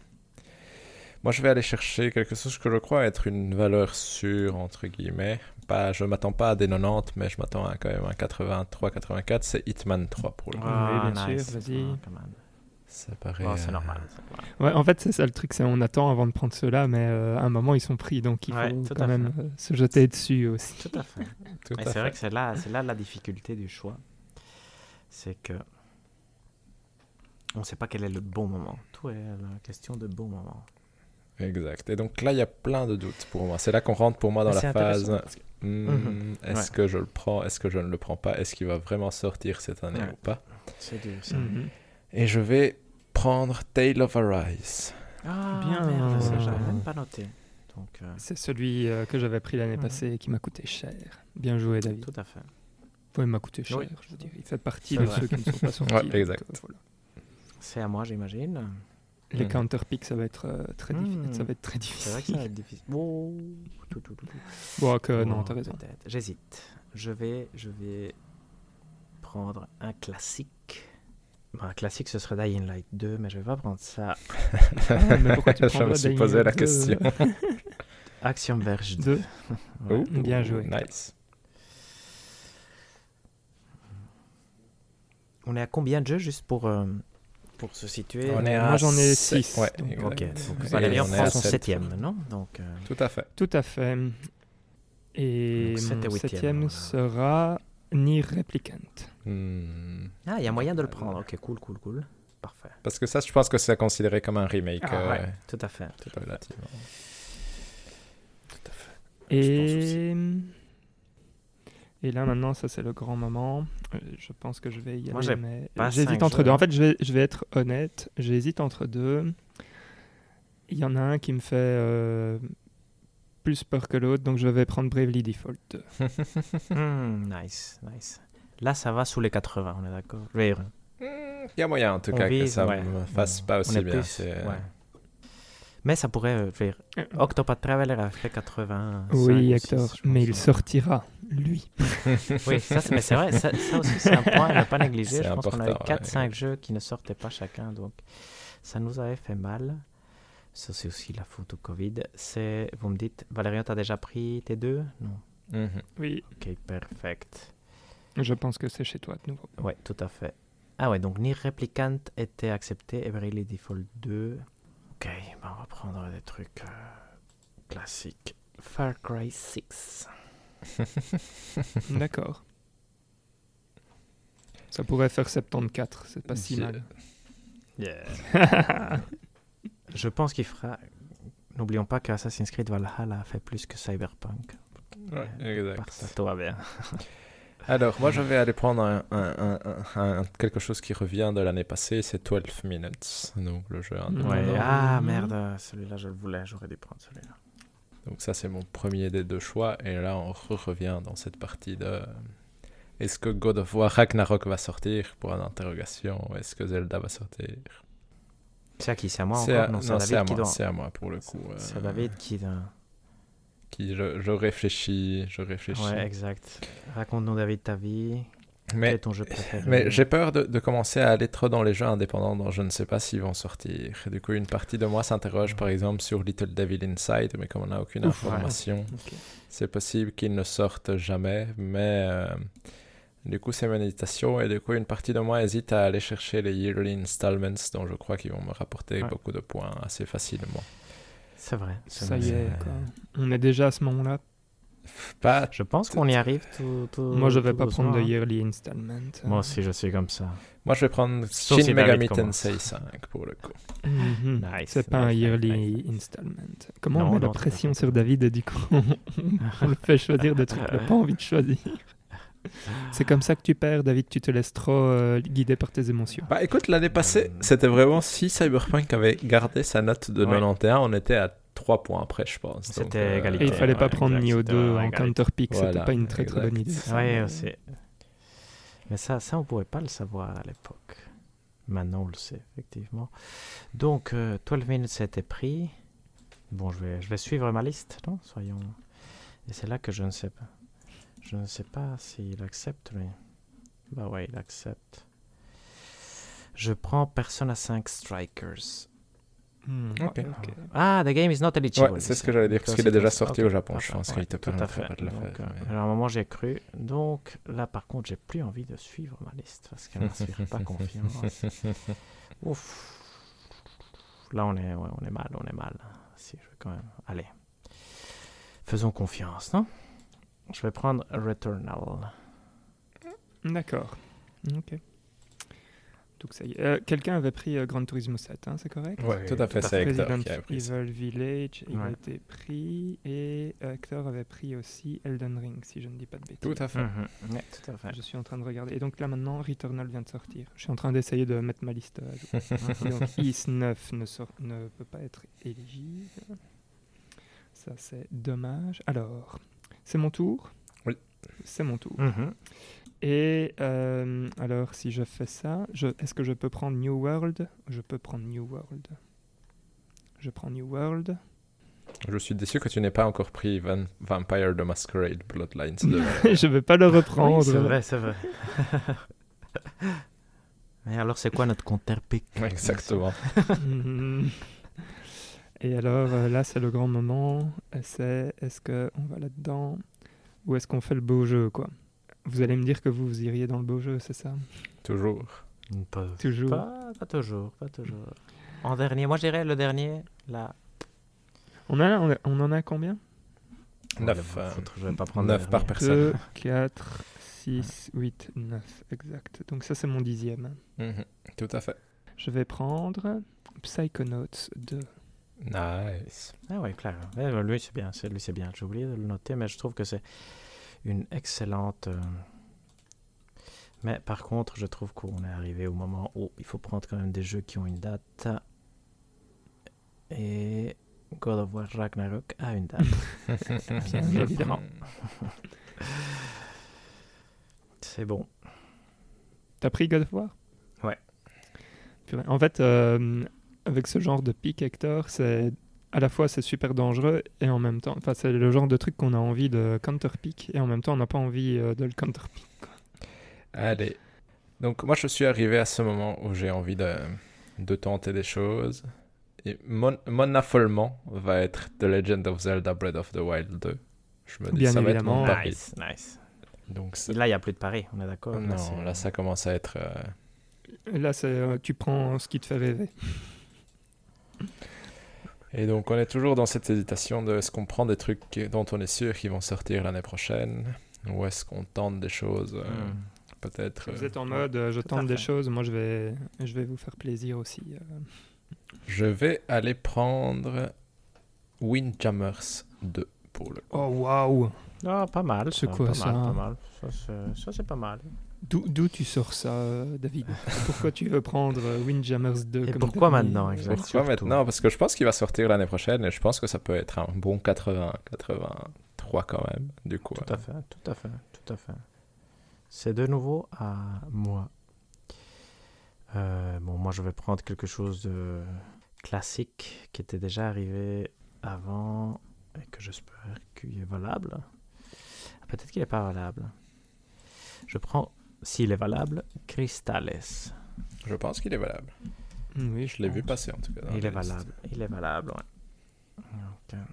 [SPEAKER 2] Moi, je vais aller chercher quelque chose que je crois être une valeur sûre, entre guillemets. Pas, je m'attends pas à des 90, mais je m'attends à quand même un 83-84. C'est Hitman 3 pour le coup.
[SPEAKER 1] Ah, bien sûr, vas-y.
[SPEAKER 3] Oh, come on.
[SPEAKER 2] Ça paraît.
[SPEAKER 3] Oh, c'est
[SPEAKER 2] euh,
[SPEAKER 3] normal. c'est normal.
[SPEAKER 1] Ouais, en fait, c'est ça le truc, c'est on attend avant de prendre ceux-là, mais euh, à un moment, ils sont pris, donc il faut
[SPEAKER 3] Ouais, tout à
[SPEAKER 1] quand même euh, se jeter dessus aussi.
[SPEAKER 3] Tout à fait.
[SPEAKER 2] tout
[SPEAKER 3] Mais
[SPEAKER 2] à
[SPEAKER 3] c'est
[SPEAKER 2] fait.
[SPEAKER 3] vrai que c'est là, c'est là la difficulté du choix. C'est que on ne sait pas quel est le bon moment. Tout est la question de bon moment.
[SPEAKER 2] Exact. Et donc là, il y a plein de doutes pour moi. C'est là qu'on rentre pour moi dans
[SPEAKER 3] Mais
[SPEAKER 2] la
[SPEAKER 3] c'est intéressant
[SPEAKER 2] phase.
[SPEAKER 3] parce que-
[SPEAKER 2] Hmm,
[SPEAKER 3] Mhm.
[SPEAKER 2] est-ce que je le prends, est-ce que je ne le prends pas, est-ce qu'il va vraiment sortir cette année
[SPEAKER 3] Ouais.
[SPEAKER 2] ou pas.
[SPEAKER 4] C'est dur, ça.
[SPEAKER 1] Mhm.
[SPEAKER 2] Et je vais prendre Tale of Arise.
[SPEAKER 3] Ah,
[SPEAKER 1] Bien.
[SPEAKER 3] merde, ça, j'avais même pas noté. Donc, euh,
[SPEAKER 1] C'est celui euh, que j'avais pris l'année
[SPEAKER 3] Mhm.
[SPEAKER 1] passée et qui m'a coûté cher. Bien joué, David.
[SPEAKER 3] tout à fait.
[SPEAKER 1] Ouais, il m'a coûté cher,
[SPEAKER 3] Oui.
[SPEAKER 1] je veux dire. Il fait partie
[SPEAKER 3] C'est
[SPEAKER 1] de
[SPEAKER 3] vrai.
[SPEAKER 1] ceux qui ne sont pas sortis.
[SPEAKER 2] Ouais,
[SPEAKER 1] donc,
[SPEAKER 2] exact.
[SPEAKER 1] euh, voilà.
[SPEAKER 3] C'est à moi, j'imagine.
[SPEAKER 1] Les
[SPEAKER 2] Mhm.
[SPEAKER 1] counter-picks, ça va être euh, très diffi-
[SPEAKER 3] Mhm.
[SPEAKER 1] ça va être très
[SPEAKER 3] C'est
[SPEAKER 1] difficile.
[SPEAKER 3] vrai que ça va être difficile. Oh, tout, tout, tout, tout.
[SPEAKER 1] Bon, que,
[SPEAKER 2] Euh,
[SPEAKER 1] non,
[SPEAKER 3] Wow,
[SPEAKER 1] t'as raison.
[SPEAKER 3] peut-être. J'hésite. Je vais, je vais prendre un classique. Bon, un classique, ce serait Dying Light 2, mais je vais pas prendre ça.
[SPEAKER 1] Ah, mais pourquoi tu
[SPEAKER 2] Je
[SPEAKER 1] prends
[SPEAKER 2] me
[SPEAKER 1] pas
[SPEAKER 2] suis
[SPEAKER 1] Dying
[SPEAKER 2] posé
[SPEAKER 1] Light
[SPEAKER 2] la
[SPEAKER 1] deux
[SPEAKER 2] question.
[SPEAKER 3] Action Verge 2.
[SPEAKER 1] Deux.
[SPEAKER 3] Ouais.
[SPEAKER 2] Ouh,
[SPEAKER 1] Bien joué.
[SPEAKER 2] Nice.
[SPEAKER 3] On est à combien de jeux juste pour, euh, pour se situer
[SPEAKER 2] On est à
[SPEAKER 1] moi, j'en ai
[SPEAKER 2] sept.
[SPEAKER 1] six,
[SPEAKER 2] Ouais,
[SPEAKER 1] donc,
[SPEAKER 3] Ok,
[SPEAKER 2] exact.
[SPEAKER 3] donc
[SPEAKER 2] Et
[SPEAKER 3] Valérie en
[SPEAKER 2] on est
[SPEAKER 3] prend
[SPEAKER 2] à
[SPEAKER 3] son
[SPEAKER 2] sept.
[SPEAKER 3] septième, non Donc, euh,
[SPEAKER 2] Tout à fait.
[SPEAKER 1] Tout à fait. Et
[SPEAKER 3] Donc, sept et
[SPEAKER 1] mon
[SPEAKER 3] huitième,
[SPEAKER 1] septième
[SPEAKER 3] voilà.
[SPEAKER 1] sera Nier Replicant.
[SPEAKER 2] Hmm.
[SPEAKER 3] Ah, il y a moyen de le
[SPEAKER 2] Ah,
[SPEAKER 3] prendre. Ok, cool, cool, cool. Parfait.
[SPEAKER 2] Parce que ça, je pense que c'est considéré comme un remake.
[SPEAKER 1] Ah,
[SPEAKER 2] euh,
[SPEAKER 1] ouais.
[SPEAKER 3] Tout à fait.
[SPEAKER 2] tout relativement.
[SPEAKER 1] Et... Et là maintenant, ça c'est le grand moment. Euh, Je pense que je vais y
[SPEAKER 3] Moi,
[SPEAKER 1] aller,
[SPEAKER 3] j'ai
[SPEAKER 1] mais
[SPEAKER 3] pas cinq
[SPEAKER 1] j'hésite entre
[SPEAKER 3] jeux,
[SPEAKER 1] deux. En
[SPEAKER 3] hein.
[SPEAKER 1] fait, je vais, je vais être honnête. J'hésite entre deux. Il y en a un qui me fait euh, plus peur que l'autre, donc je vais prendre Bravely Default.
[SPEAKER 3] Hmm, nice, nice. Là, ça va sous les 80, on est d'accord Oui, oui.
[SPEAKER 2] Il y a moyen en tout
[SPEAKER 3] On
[SPEAKER 2] cas que
[SPEAKER 3] vise,
[SPEAKER 2] ça
[SPEAKER 3] ouais.
[SPEAKER 2] me fasse
[SPEAKER 3] On-
[SPEAKER 2] pas
[SPEAKER 3] on
[SPEAKER 2] aussi
[SPEAKER 3] est
[SPEAKER 2] bien.
[SPEAKER 3] plus-
[SPEAKER 2] hein, c'est- euh,
[SPEAKER 3] ouais. Mais ça pourrait euh, faire. Octopath Traveler a fait 80.
[SPEAKER 1] Oui, Hector, mais il sortira, lui.
[SPEAKER 3] Oui, ça, c'est mais c'est vrai, ça, ça aussi c'est un point à ne pas négliger.
[SPEAKER 2] C'est
[SPEAKER 3] Je pense qu'on avait
[SPEAKER 2] important,
[SPEAKER 3] 4-5
[SPEAKER 2] ouais.
[SPEAKER 3] jeux qui ne sortaient pas chacun, donc ça nous avait fait mal. Ça, c'est aussi la faute au Covid. C'est, vous me dites, Valérian, t'as déjà pris tes deux Non.
[SPEAKER 2] Mhm.
[SPEAKER 1] Oui,
[SPEAKER 3] Ok, perfect.
[SPEAKER 1] je pense que c'est chez toi de nouveau.
[SPEAKER 3] Ouais, tout à fait. Ah ouais, donc Nier Replicant était accepté et Bravely Default 2. Ok, ben on va prendre des trucs euh, classiques. Far Cry 6.
[SPEAKER 1] D'accord. Ça pourrait faire 74, c'est pas si
[SPEAKER 2] J'ai-
[SPEAKER 1] mal.
[SPEAKER 3] Je pense qu'il fera. N'oublions pas que Assassin's Creed Valhalla a fait plus que Cyberpunk.
[SPEAKER 2] Ouais,
[SPEAKER 3] Par ça,
[SPEAKER 2] exact.
[SPEAKER 3] tout va bien.
[SPEAKER 2] Alors, moi, je vais aller prendre un, un- un- un- un- quelque chose qui revient de l'année passée, c'est 12 Minutes, donc le jeu indépendant.
[SPEAKER 1] Ouais.
[SPEAKER 3] Ouais.
[SPEAKER 1] Non.
[SPEAKER 3] Ah merde, celui-là je le voulais, j'aurais dû prendre celui-là.
[SPEAKER 2] Donc ça, c'est mon premier des deux choix, et là, on revient dans cette partie de... Est-ce que God of War Ragnarok va sortir pour une interrogation Est-ce que Zelda va sortir
[SPEAKER 3] C'est à qui C'est à moi
[SPEAKER 2] C'est
[SPEAKER 3] encore
[SPEAKER 2] à...
[SPEAKER 3] Non, c'est
[SPEAKER 2] non,
[SPEAKER 3] à
[SPEAKER 2] c'est à
[SPEAKER 3] David qui
[SPEAKER 2] moi,
[SPEAKER 3] doit.
[SPEAKER 2] c'est à moi pour le coup. euh,
[SPEAKER 3] C'est à David qui doit.
[SPEAKER 2] qui je, je réfléchis, je réfléchis.
[SPEAKER 3] Ouais, exact. Raconte-nous David ta vie. Quel est
[SPEAKER 2] mais
[SPEAKER 3] ton jeu préféré
[SPEAKER 2] mais j'ai peur de, de commencer à aller trop dans les jeux indépendants dont je ne sais pas s'ils vont sortir. Du coup, une partie de moi s'interroge par exemple sur Little Devil Inside, mais comme on n'a aucune
[SPEAKER 1] Ouf, ouais.
[SPEAKER 2] information, c'est possible qu'ils ne sortent jamais. Mais euh, du coup, c'est ma hésitation et du coup, une partie de moi hésite à aller chercher les yearly installments dont je crois qu'ils vont me rapporter
[SPEAKER 3] Ouais.
[SPEAKER 2] beaucoup de points assez facilement.
[SPEAKER 3] C'est vrai. c'est
[SPEAKER 1] Ça
[SPEAKER 3] vrai.
[SPEAKER 1] y est, quoi. on est déjà à ce moment-là.
[SPEAKER 2] Pas
[SPEAKER 3] Je pense qu'on y arrive tout, tout-
[SPEAKER 1] Moi, je vais
[SPEAKER 3] tout
[SPEAKER 1] pas prendre de
[SPEAKER 3] Euh, doucement, hein.
[SPEAKER 1] yearly installment.
[SPEAKER 3] Moi aussi, je suis comme ça.
[SPEAKER 2] Moi, je vais prendre
[SPEAKER 3] Sauf
[SPEAKER 2] Shin
[SPEAKER 3] si
[SPEAKER 2] Megami
[SPEAKER 3] David commence.
[SPEAKER 2] Tensei 5 pour le coup.
[SPEAKER 1] Mhm.
[SPEAKER 3] Nice,
[SPEAKER 1] C'est pas un
[SPEAKER 3] nice, nice,
[SPEAKER 1] yearly
[SPEAKER 3] nice, nice.
[SPEAKER 1] installment. Comment
[SPEAKER 3] Non,
[SPEAKER 1] on met
[SPEAKER 3] non,
[SPEAKER 1] la
[SPEAKER 3] tout à
[SPEAKER 1] pression
[SPEAKER 3] fait.
[SPEAKER 1] sur David et du coup on, on le fait choisir des trucs qu'il n'a pas envie de choisir. C'est comme ça que tu perds, David. Tu te laisses trop euh, guider par tes émotions.
[SPEAKER 2] Bah écoute, l'année passée,
[SPEAKER 3] Euh.
[SPEAKER 2] c'était vraiment si Cyberpunk avait gardé sa note de
[SPEAKER 3] Ouais.
[SPEAKER 2] 91, on était à 3 points après, je pense. Donc,
[SPEAKER 3] C'était
[SPEAKER 2] euh,
[SPEAKER 3] égalité.
[SPEAKER 1] Et il fallait
[SPEAKER 3] Ah, ouais,
[SPEAKER 1] pas prendre
[SPEAKER 3] exact,
[SPEAKER 1] Nioh
[SPEAKER 3] c'était
[SPEAKER 1] 2
[SPEAKER 3] un
[SPEAKER 1] en
[SPEAKER 3] régal.
[SPEAKER 1] counterpick. C'était
[SPEAKER 2] Voilà,
[SPEAKER 1] pas une très très
[SPEAKER 2] exact.
[SPEAKER 1] bonne idée.
[SPEAKER 2] Ça,
[SPEAKER 3] Ouais,
[SPEAKER 2] euh,
[SPEAKER 3] c'est. Mais ça, ça, on pouvait pas le savoir à l'époque. Maintenant, on le sait, effectivement. Donc, euh, 12 minutes, c'était pris. Bon, je vais, je vais suivre ma liste, non Soyons. Et c'est là que je ne sais pas. Je ne sais pas s'il accepte, lui. Bah ouais, il accepte. Je prends Persona 5 Strikers.
[SPEAKER 1] Hmm, ouais,
[SPEAKER 2] Ok.
[SPEAKER 1] ok.
[SPEAKER 3] Ah, the game is not eligible.
[SPEAKER 2] Ouais, c'est ce
[SPEAKER 3] ça.
[SPEAKER 2] que j'allais dire, parce qu'il est déjà sorti
[SPEAKER 3] Ok,
[SPEAKER 2] au Japon, je
[SPEAKER 3] parfait,
[SPEAKER 2] pense
[SPEAKER 3] ouais,
[SPEAKER 2] qu'il te
[SPEAKER 3] tout à
[SPEAKER 2] permettrait
[SPEAKER 3] fait.
[SPEAKER 2] pas de le
[SPEAKER 3] Donc,
[SPEAKER 2] faire.
[SPEAKER 3] euh,
[SPEAKER 2] mais-
[SPEAKER 3] alors, à un moment, j'ai cru. Donc, là, par contre, j'ai plus envie de suivre ma liste parce qu'elle m'inspire pas confiance. Ouf. Là, on est, ouais, on est mal, on est mal. Si, je vais quand même. Allez. Faisons confiance, non Je vais prendre Returnal.
[SPEAKER 1] D'accord. Ok. Donc ça y est. Euh, Quelqu'un avait pris euh, Gran Turismo 7, hein, c'est correct
[SPEAKER 2] Ouais, tout à fait, c'est Hector
[SPEAKER 1] Resident
[SPEAKER 2] qui a pris ça.
[SPEAKER 1] Evil Village, il a
[SPEAKER 3] Ouais.
[SPEAKER 1] été pris. Et euh, Hector avait pris aussi Elden Ring, si je ne dis pas de bêtises.
[SPEAKER 2] Tout à fait.
[SPEAKER 3] Mhm. Mm. Ouais, tout à fait.
[SPEAKER 1] Je suis en train de regarder. Et donc là maintenant, Returnal vient de sortir. Je suis en train d'essayer de mettre ma liste. euh, à jour. donc Is 9 ne, sort- ne peut pas être éligible. Ça c'est dommage. Alors, c'est mon tour
[SPEAKER 2] Oui.
[SPEAKER 1] C'est mon tour.
[SPEAKER 3] Mhm.
[SPEAKER 1] Et euh, alors, si je fais ça, je- est-ce que je peux prendre New World Je peux prendre New World. Je prends New World.
[SPEAKER 2] Je suis déçu que tu n'aies pas encore pris Van- Vampire the Masquerade Bloodlines 2.
[SPEAKER 1] je vais pas le reprendre.
[SPEAKER 3] Oui, c'est vrai, c'est vrai. Mais alors, c'est quoi notre compteur pic
[SPEAKER 2] Exactement.
[SPEAKER 1] Mhm. Et alors, euh, là, c'est le grand moment. Euh, C'est est-ce qu'on va là-dedans Ou est-ce qu'on fait le beau jeu, quoi Vous allez me dire que vous, vous iriez dans le beau jeu, c'est ça
[SPEAKER 2] Toujours.
[SPEAKER 3] Pas,
[SPEAKER 1] Toujours.
[SPEAKER 3] pas, pas toujours, pas toujours. En dernier, moi je dirais le dernier, là.
[SPEAKER 1] On, a, on, a- on en a combien
[SPEAKER 2] Neuf,
[SPEAKER 3] Ouais,
[SPEAKER 2] euh,
[SPEAKER 3] foutre, je vais pas prendre le
[SPEAKER 2] 9 par
[SPEAKER 3] dernier.
[SPEAKER 2] personne.
[SPEAKER 1] 2, 4, 6, 8, 9. Exact. Donc, ça, c'est mon dixième.
[SPEAKER 2] Mhm, Tout à fait.
[SPEAKER 1] Je vais prendre Psychonauts 2.
[SPEAKER 2] Nice.
[SPEAKER 3] Ah ouais, clair. Ouais, ouais, lui, c'est bien, c'est- lui, c'est bien. J'ai oublié de le noter, mais je trouve que c'est une excellente... euh, Mais par contre, je trouve qu'on est arrivé au moment où il faut prendre quand même des jeux qui ont une date. Et God of War Ragnarok a une date.
[SPEAKER 1] Bien évidemment.
[SPEAKER 3] C'est bon.
[SPEAKER 1] T'as pris God of War
[SPEAKER 3] Ouais.
[SPEAKER 1] Purée. En fait, euh, avec ce genre de pic, Hector, c'est à la fois c'est super dangereux et en même temps, enfin c'est le genre de truc qu'on a envie de counter pick et en même temps on n'a pas envie euh, de le counter pick.
[SPEAKER 2] Allez. Donc moi je suis arrivé à ce moment où j'ai envie de, de tenter des choses. Et mon, mon affolement va être The Legend of Zelda Breath of the Wild 2. Je me dis
[SPEAKER 1] Bien
[SPEAKER 2] ça va être mon
[SPEAKER 1] évidemment.
[SPEAKER 2] pari.
[SPEAKER 3] Nice, nice.
[SPEAKER 2] Donc c'est-
[SPEAKER 3] Là, il n'y a plus de pari, on est d'accord Là,
[SPEAKER 2] non,
[SPEAKER 3] c'est-
[SPEAKER 2] là ça commence à être euh,
[SPEAKER 1] Et Là, c'est euh, tu prends ce qui te fait rêver.
[SPEAKER 2] Et donc on est toujours dans cette hésitation de est-ce qu'on prend des trucs qui- dont on est sûr qu'ils vont sortir l'année prochaine ou est-ce qu'on tente des choses euh,
[SPEAKER 3] Hmm.
[SPEAKER 2] peut-être
[SPEAKER 1] Vous
[SPEAKER 2] euh,
[SPEAKER 1] êtes en mode, euh, je
[SPEAKER 3] tout à
[SPEAKER 1] tente des
[SPEAKER 3] fait.
[SPEAKER 1] choses, moi je vais, je vais vous faire plaisir aussi. euh.
[SPEAKER 2] Je vais aller prendre Windjammers 2 pour le
[SPEAKER 1] Oh waouh
[SPEAKER 3] Ah, pas mal.
[SPEAKER 1] C'est quoi,
[SPEAKER 3] pas
[SPEAKER 1] ça
[SPEAKER 3] mal, pas mal. Ça, c'est- Ça, c'est pas mal.
[SPEAKER 1] D'où d'où tu sors ça, euh, David Pourquoi tu veux prendre euh, Windjammers 2
[SPEAKER 3] Et
[SPEAKER 1] comme
[SPEAKER 3] pourquoi
[SPEAKER 1] dernier
[SPEAKER 3] maintenant, exact
[SPEAKER 2] Pourquoi
[SPEAKER 3] Surtout.
[SPEAKER 2] maintenant Parce que je pense qu'il va sortir l'année prochaine et je pense que ça peut être un bon 80, 83 quand même. Du coup,
[SPEAKER 3] Tout à fait, tout à fait, tout à fait. C'est de nouveau à moi. Euh, bon, moi, je vais prendre quelque chose de classique qui était déjà arrivé avant et que j'espère qu'il est valable. Ah, Peut-être qu'il n'est pas valable. Je prends, s'il est valable, Cristales.
[SPEAKER 2] je pense qu'il est valable.
[SPEAKER 1] Oui,
[SPEAKER 2] Je l'ai vu
[SPEAKER 1] pense.
[SPEAKER 2] passer en tout cas. dans
[SPEAKER 3] Il
[SPEAKER 2] la
[SPEAKER 3] est
[SPEAKER 2] liste.
[SPEAKER 3] valable, il est valable, ouais. Donc, euh,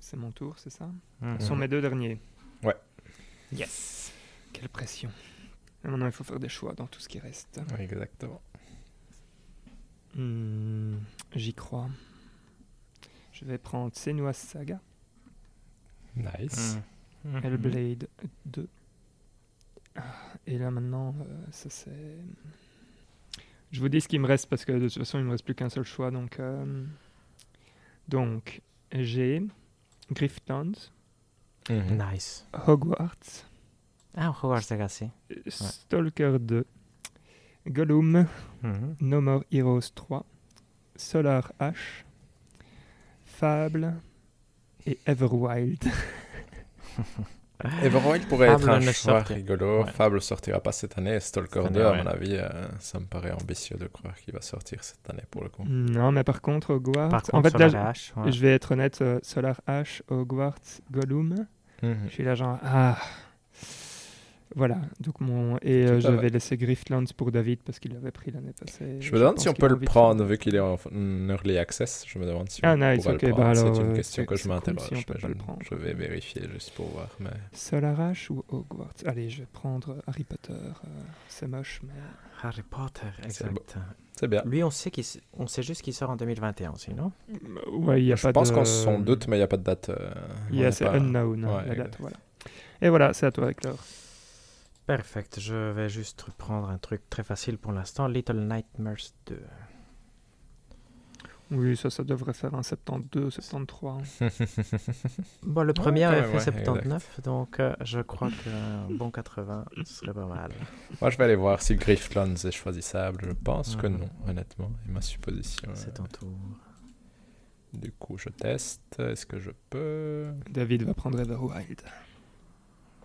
[SPEAKER 1] C'est mon tour, c'est ça
[SPEAKER 3] mhm.
[SPEAKER 1] Ce sont mes deux derniers.
[SPEAKER 2] Ouais.
[SPEAKER 1] Yes. Quelle pression. Et maintenant, il faut faire des choix dans tout ce qui reste.
[SPEAKER 2] Ouais, Exactement.
[SPEAKER 1] Hmm, J'y crois. Je vais prendre Senua's Saga,
[SPEAKER 2] Nice.
[SPEAKER 3] Mhm.
[SPEAKER 1] Hellblade 2. Ah, Et là maintenant, euh, ça c'est... Je vous dis ce qui me reste parce que de toute façon, il me reste plus qu'un seul choix. Donc, euh, donc j'ai Griftlands,
[SPEAKER 2] Mhm.
[SPEAKER 3] Nice.
[SPEAKER 1] Hogwarts,
[SPEAKER 3] Ah, Hogwarts Legacy.
[SPEAKER 1] Stalker 2, Gollum,
[SPEAKER 3] Mhm.
[SPEAKER 1] No More Heroes 3, Solar H, Fable et Everwild.
[SPEAKER 2] Everwild pourrait
[SPEAKER 3] Fable
[SPEAKER 2] être un
[SPEAKER 3] ne
[SPEAKER 2] choix
[SPEAKER 3] sortira-
[SPEAKER 2] rigolo.
[SPEAKER 3] ouais.
[SPEAKER 2] Fable sortira pas cette année. Stalker
[SPEAKER 3] Cette
[SPEAKER 2] 2, à
[SPEAKER 3] année,
[SPEAKER 2] mon avis, euh, ça me paraît ambitieux de croire qu'il va sortir cette année pour le coup.
[SPEAKER 1] Non, mais par contre, Hogwarts.
[SPEAKER 3] Par
[SPEAKER 1] en
[SPEAKER 3] contre,
[SPEAKER 1] fait, là,
[SPEAKER 3] Solar Ash, ouais.
[SPEAKER 1] je vais être honnête, euh, Solar H, Hogwarts, Gollum.
[SPEAKER 3] Mm.
[SPEAKER 2] Mhm.
[SPEAKER 1] Je suis là, genre, ah. Voilà, donc mon. Et euh,
[SPEAKER 2] Tout à
[SPEAKER 1] je
[SPEAKER 2] fait.
[SPEAKER 1] vais laisser Griftlands pour David parce qu'il l'avait pris l'année passée.
[SPEAKER 2] Je me demande
[SPEAKER 1] pense
[SPEAKER 2] si on
[SPEAKER 1] qu'il
[SPEAKER 2] peut
[SPEAKER 1] a
[SPEAKER 2] le
[SPEAKER 1] envie de-
[SPEAKER 2] prendre vu qu'il est en en early access. Je me demande si on
[SPEAKER 1] Ah, nice,
[SPEAKER 2] pourra
[SPEAKER 1] ok,
[SPEAKER 2] le
[SPEAKER 1] bah
[SPEAKER 2] prendre.
[SPEAKER 1] alors,
[SPEAKER 2] c'est une
[SPEAKER 1] euh,
[SPEAKER 2] question
[SPEAKER 1] c'est-
[SPEAKER 2] que je
[SPEAKER 1] c'est cool si
[SPEAKER 2] m'interroge.
[SPEAKER 1] on peut
[SPEAKER 2] mais
[SPEAKER 1] pas le
[SPEAKER 2] je-
[SPEAKER 1] prendre.
[SPEAKER 2] je vais vérifier juste pour voir. Mais...
[SPEAKER 1] Solar Ash ou Hogwarts Allez, je vais prendre Harry Potter. euh, c'est moche, mais.
[SPEAKER 3] Harry Potter,
[SPEAKER 2] C'est
[SPEAKER 3] exact.
[SPEAKER 2] C'est bien.
[SPEAKER 3] Lui, on sait, qu'il s- on sait juste qu'il sort en 2021 aussi, non
[SPEAKER 1] Ouais, il y a
[SPEAKER 2] je
[SPEAKER 1] pas
[SPEAKER 2] pense
[SPEAKER 1] de-
[SPEAKER 2] qu'on s'en doute, mais il n'y a pas de date. euh, on
[SPEAKER 1] Yeah,
[SPEAKER 2] n'a
[SPEAKER 1] c'est
[SPEAKER 2] pas-
[SPEAKER 1] unknown, hein,
[SPEAKER 2] Ouais,
[SPEAKER 1] la
[SPEAKER 2] exact.
[SPEAKER 1] date, voilà. Et voilà, c'est à toi, Hector.
[SPEAKER 3] Perfect, je vais juste prendre un truc très facile pour l'instant, Little Nightmares 2.
[SPEAKER 1] Oui, ça, ça devrait faire un 72, 73.
[SPEAKER 3] Bon, le premier
[SPEAKER 2] quand
[SPEAKER 3] avait
[SPEAKER 2] même,
[SPEAKER 3] fait
[SPEAKER 2] ouais,
[SPEAKER 3] 79, donc euh, je crois qu'un bon 80 serait pas mal.
[SPEAKER 2] Moi, je vais aller voir si Grifflands est choisissable. Je pense que
[SPEAKER 3] Mhm.
[SPEAKER 2] non, honnêtement. Et ma supposition. euh,
[SPEAKER 3] C'est ton tour.
[SPEAKER 2] Du coup, je teste. Est-ce que je peux
[SPEAKER 1] David va prendre Everwild.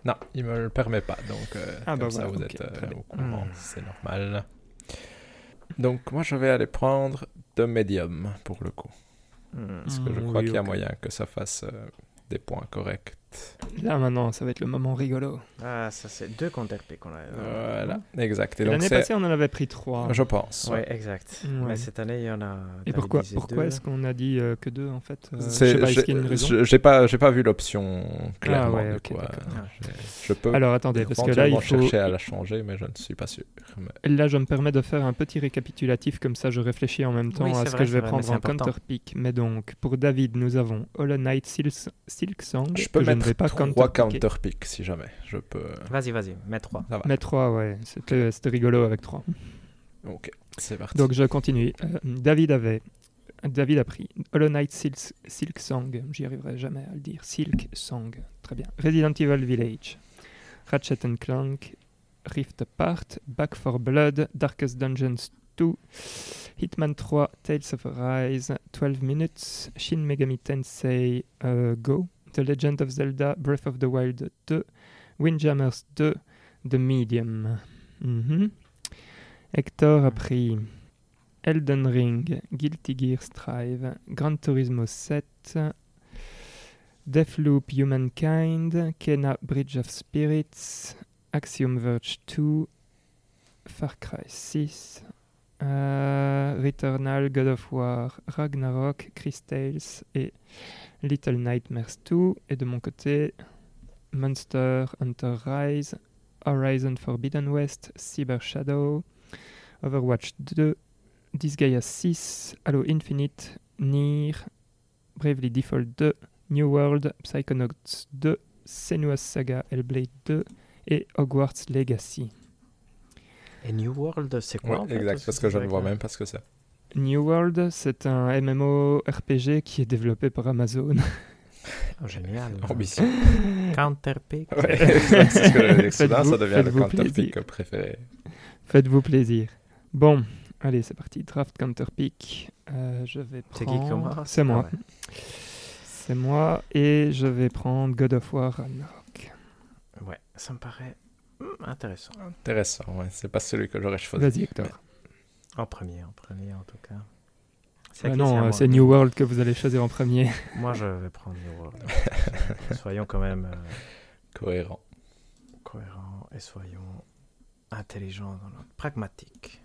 [SPEAKER 2] Non, il me le permet pas. Donc, euh,
[SPEAKER 1] Ah,
[SPEAKER 2] comme
[SPEAKER 1] bah
[SPEAKER 2] ça,
[SPEAKER 1] voilà,
[SPEAKER 2] vous
[SPEAKER 1] ok,
[SPEAKER 2] êtes
[SPEAKER 1] très
[SPEAKER 2] euh,
[SPEAKER 1] bien.
[SPEAKER 2] au courant.
[SPEAKER 3] Hmm.
[SPEAKER 2] C'est normal. Donc, moi, je vais aller prendre deux médiums pour le coup.
[SPEAKER 3] Hmm.
[SPEAKER 2] Parce que je
[SPEAKER 1] Hmm,
[SPEAKER 2] crois
[SPEAKER 1] oui,
[SPEAKER 2] qu'il y a
[SPEAKER 1] ok.
[SPEAKER 2] moyen que ça fasse euh, des points corrects.
[SPEAKER 1] Là maintenant, ça va être le moment rigolo.
[SPEAKER 3] Ah, ça c'est deux contre RP qu'on a. euh,
[SPEAKER 2] Voilà, exact. Et
[SPEAKER 1] Euh,
[SPEAKER 2] donc,
[SPEAKER 1] L'année
[SPEAKER 2] c'est.
[SPEAKER 1] passée, on en avait pris 3.
[SPEAKER 2] Je pense. ouais.
[SPEAKER 3] Ouais, exact.
[SPEAKER 1] Ouais.
[SPEAKER 3] Mais cette année, il y en a.
[SPEAKER 1] Et
[SPEAKER 3] David
[SPEAKER 1] pourquoi,
[SPEAKER 3] disait
[SPEAKER 1] pourquoi
[SPEAKER 3] deux.
[SPEAKER 1] est-ce qu'on a dit euh, que 2 en fait Euh, je
[SPEAKER 2] C'est-
[SPEAKER 1] sais pas, est-ce
[SPEAKER 2] j'ai-
[SPEAKER 1] qu'il y a une raison
[SPEAKER 2] je- J'ai pas, j'ai pas vu l'option clairement.
[SPEAKER 1] ouais,
[SPEAKER 2] du
[SPEAKER 1] ok,
[SPEAKER 2] coup, euh,
[SPEAKER 1] d'accord.
[SPEAKER 3] Ah.
[SPEAKER 2] j'ai- je peux
[SPEAKER 1] Alors attendez, parce que là, il
[SPEAKER 2] éventuellement
[SPEAKER 1] faut...
[SPEAKER 2] chercher à la changer, mais je ne suis pas sûr. Mais-
[SPEAKER 1] là, je me permets de faire un petit récapitulatif, comme ça je réfléchis en même temps
[SPEAKER 3] Oui,
[SPEAKER 1] à
[SPEAKER 3] c'est
[SPEAKER 1] ce
[SPEAKER 3] vrai,
[SPEAKER 1] que je vais
[SPEAKER 3] c'est vrai, mais
[SPEAKER 1] prendre
[SPEAKER 3] c'est
[SPEAKER 1] en
[SPEAKER 3] important.
[SPEAKER 1] counterpick. Mais donc, pour David, nous avons Hollow Knight Silks- Silksong,
[SPEAKER 2] Je peux
[SPEAKER 1] que je ne
[SPEAKER 2] mettre
[SPEAKER 1] vais pas
[SPEAKER 2] trois
[SPEAKER 1] counterpicker.
[SPEAKER 2] counterpicks si jamais. Je peux.
[SPEAKER 3] Vas-y, vas-y, mets trois.
[SPEAKER 2] Ça va.
[SPEAKER 1] Mais 3, ouais, c'était c'était rigolo avec 3.
[SPEAKER 2] Ok, c'est parti.
[SPEAKER 1] Donc je continue. Euh, David avait. David a pris Hollow Knight Silk, Silk Song, j'y arriverai jamais à le dire. Silk Song, très bien. Resident Evil Village, Ratchet and Clank, Rift Apart, Back for Blood, Darkest Dungeons 2, Hitman 3, Tales of Arise, 12 Minutes, Shin Megami Tensei euh, Go, The Legend of Zelda, Breath of the Wild 2, Windjammers 2, The Medium. Mhm. Hector a pris Elden Ring, Guilty Gear Strive, Gran Turismo 7, Deathloop Humankind, Kena Bridge of Spirits, Axiom Verge 2, Far Cry 6, euh, Returnal, God of War, Ragnarok, Chris Tales et Little Nightmares 2. Et de mon côté, Monster Hunter Rise, Horizon Forbidden West, Cyber Shadow, Overwatch 2, Disgaea 6, Halo Infinite, Nier, Bravely Default 2, New World, Psychonauts 2, Senua's Saga Hellblade 2 et Hogwarts Legacy.
[SPEAKER 3] Et New World, c'est
[SPEAKER 2] Ouais,
[SPEAKER 3] quoi en fait,
[SPEAKER 2] exact,
[SPEAKER 3] aussi,
[SPEAKER 2] parce que je ne
[SPEAKER 3] avec
[SPEAKER 2] vois
[SPEAKER 3] la-
[SPEAKER 2] même pas ce que c'est.
[SPEAKER 1] New World, c'est un MMORPG qui est développé par Amazon.
[SPEAKER 3] Oh, génial.
[SPEAKER 2] Ambition.
[SPEAKER 3] Counterpick.
[SPEAKER 2] Ouais, exact, c'est ce que j'allais dire. Soudain,
[SPEAKER 1] Faites-vous-
[SPEAKER 2] ça devient le
[SPEAKER 1] faites-vous
[SPEAKER 2] counterpick
[SPEAKER 1] plaisir.
[SPEAKER 2] préféré.
[SPEAKER 1] Faites-vous plaisir. Bon, allez, c'est parti. Draft Counter Pick. Euh, je vais
[SPEAKER 3] C'est qui
[SPEAKER 1] prendre-
[SPEAKER 3] qui commence
[SPEAKER 1] C'est moi.
[SPEAKER 3] Ah ouais.
[SPEAKER 1] C'est moi. Et je vais prendre God of War Ragnarok.
[SPEAKER 3] Ouais, ça me paraît hmm, intéressant.
[SPEAKER 2] Intéressant, ouais. C'est pas celui que j'aurais choisi.
[SPEAKER 1] Vas-y, Hector.
[SPEAKER 3] En premier, en premier en tout cas. C'est
[SPEAKER 1] Bah
[SPEAKER 3] à qui, à
[SPEAKER 1] non, euh,
[SPEAKER 3] moi
[SPEAKER 1] c'est New World que vous allez choisir en premier.
[SPEAKER 3] Moi, je vais prendre New World. soyons quand même euh,
[SPEAKER 2] Cohérent.
[SPEAKER 3] cohérents et soyons intelligents dans notre pragmatique.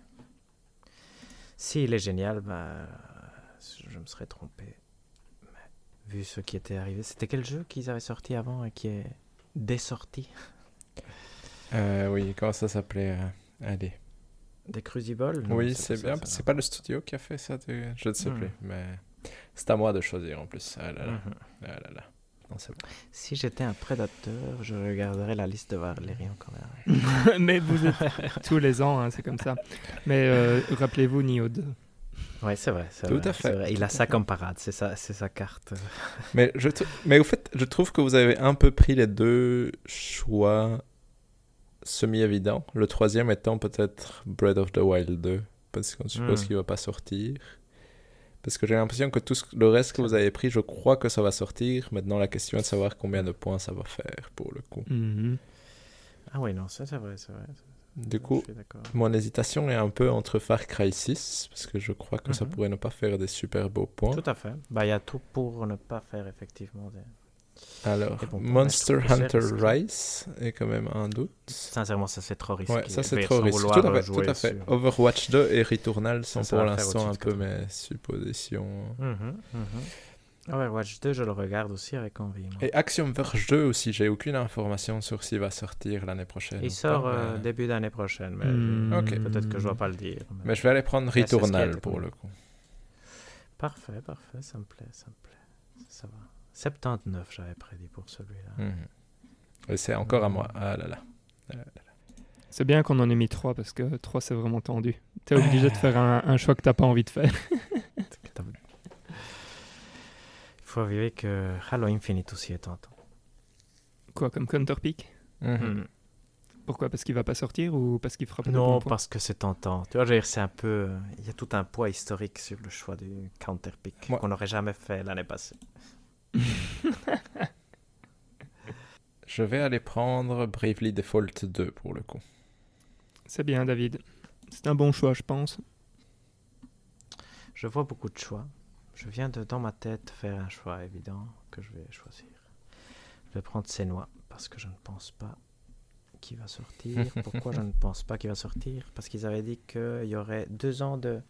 [SPEAKER 3] S'il est génial, bah, je me serais trompé. Mais vu ce qui était arrivé, c'était quel jeu qu'ils avaient sorti avant et qui est dessorti
[SPEAKER 2] Euh, oui, comment ça s'appelait euh, Allez.
[SPEAKER 3] Des Crucibles Non,
[SPEAKER 2] oui,
[SPEAKER 3] pas
[SPEAKER 2] c'est
[SPEAKER 3] ça,
[SPEAKER 2] bien.
[SPEAKER 3] ça,
[SPEAKER 2] C'est
[SPEAKER 3] non.
[SPEAKER 2] pas le studio qui a fait ça. tu- Je ne sais
[SPEAKER 3] Hmm.
[SPEAKER 2] plus. Mais c'est à moi de choisir en plus. Ah là là.
[SPEAKER 3] Mhm.
[SPEAKER 2] Ah là là. Non, c'est bon.
[SPEAKER 3] Si j'étais un prédateur, je regarderais la liste de Valérian quand même.
[SPEAKER 1] Mais vous êtes tous les ans, hein, c'est comme ça. Mais euh, rappelez-vous Nioh 2.
[SPEAKER 3] Oui, c'est vrai. c'est
[SPEAKER 2] Tout
[SPEAKER 3] vrai,
[SPEAKER 2] à fait,
[SPEAKER 3] c'est vrai. Il
[SPEAKER 2] tout
[SPEAKER 3] a ça comme parade, c'est sa, c'est sa carte.
[SPEAKER 2] Mais, je trou- mais au fait, je trouve que vous avez un peu pris les deux choix semi-évidents. Le troisième étant peut-être Breath of the Wild 2, parce qu'on suppose
[SPEAKER 3] Hmm.
[SPEAKER 2] qu'il va pas sortir. Parce que j'ai l'impression que tout ce- le reste que vous avez pris, je crois que ça va sortir. Maintenant, la question est de savoir combien de points ça va faire pour le coup.
[SPEAKER 1] Mhm.
[SPEAKER 3] Ah oui, non, ça, c'est vrai, c'est vrai.
[SPEAKER 2] Du coup,
[SPEAKER 3] Je suis d'accord.
[SPEAKER 2] mon hésitation est un peu entre Far Cry 6, parce que je crois que ça
[SPEAKER 3] Mhm.
[SPEAKER 2] pourrait ne pas faire des super beaux points.
[SPEAKER 3] Tout à fait. Bah, il y a tout pour ne pas faire effectivement. des-
[SPEAKER 2] Alors,
[SPEAKER 3] Et bon, pour
[SPEAKER 2] Monster
[SPEAKER 3] mettre tout
[SPEAKER 2] Hunter
[SPEAKER 3] seul, c'est-
[SPEAKER 2] Rise est quand même un doute.
[SPEAKER 3] Sincèrement, ça, c'est trop risqué.
[SPEAKER 2] Ouais, ça c'est
[SPEAKER 3] Mais
[SPEAKER 2] trop
[SPEAKER 3] sans
[SPEAKER 2] risqué.
[SPEAKER 3] vouloir
[SPEAKER 2] Tout à fait,
[SPEAKER 3] jouer
[SPEAKER 2] tout à fait.
[SPEAKER 3] sur-
[SPEAKER 2] Overwatch 2 et Returnal sont
[SPEAKER 3] ça
[SPEAKER 2] pour
[SPEAKER 3] va faire
[SPEAKER 2] l'instant un
[SPEAKER 3] au-dessus
[SPEAKER 2] peu
[SPEAKER 3] de
[SPEAKER 2] mes suppositions.
[SPEAKER 3] Mhm, mhm. Overwatch 2, je le regarde aussi avec envie. moi.
[SPEAKER 2] Et Axiom Verge 2 aussi, j'ai aucune information sur s'il va sortir l'année prochaine. ou
[SPEAKER 3] Il sort
[SPEAKER 2] pas,
[SPEAKER 3] euh,
[SPEAKER 2] mais...
[SPEAKER 3] début d'année prochaine, mais
[SPEAKER 1] Hmm.
[SPEAKER 2] Ok.
[SPEAKER 3] Bah, peut-être que je ne dois pas le dire. mais-
[SPEAKER 2] mais je vais aller prendre
[SPEAKER 3] Mais Bah, c'est ce qui est
[SPEAKER 2] Returnal
[SPEAKER 3] étonnant.
[SPEAKER 2] pour le coup.
[SPEAKER 3] Parfait, parfait, ça me plaît, ça me plaît. Ça va.
[SPEAKER 2] Hmm.
[SPEAKER 3] 79, j'avais prédit pour celui-là. Mhm.
[SPEAKER 2] Mhm. Et c'est encore à moi. Ah là là.
[SPEAKER 1] C'est bien qu'on en ait mis 3 parce que 3 c'est vraiment tendu. T'es obligé de faire un, un choix que t'as pas envie de faire.
[SPEAKER 3] Il faut avouer que Halo Infinite aussi est tentant.
[SPEAKER 1] Quoi, comme counterpick
[SPEAKER 2] Mhm.
[SPEAKER 3] Mhm.
[SPEAKER 1] Pourquoi Parce qu'il va pas sortir ou parce qu'il fera pas de bons
[SPEAKER 3] Non,
[SPEAKER 1] points
[SPEAKER 3] parce que c'est tentant. Tu vois, je veux dire, c'est un peu. euh, Il y a tout un poids historique sur le choix du counter pick
[SPEAKER 2] Moi-
[SPEAKER 3] qu'on n'aurait jamais fait l'année passée.
[SPEAKER 2] Je vais aller prendre Bravely Default 2 pour le coup.
[SPEAKER 1] C'est bien, David. C'est un bon choix, je pense.
[SPEAKER 3] Je vois beaucoup de choix. Je viens de, dans ma tête, faire un choix évident que je vais choisir. Je vais prendre Senwa parce que je ne pense pas qu'il va sortir. Pourquoi je ne pense pas qu'il va sortir Parce qu'ils avaient dit qu'il y aurait deux ans de.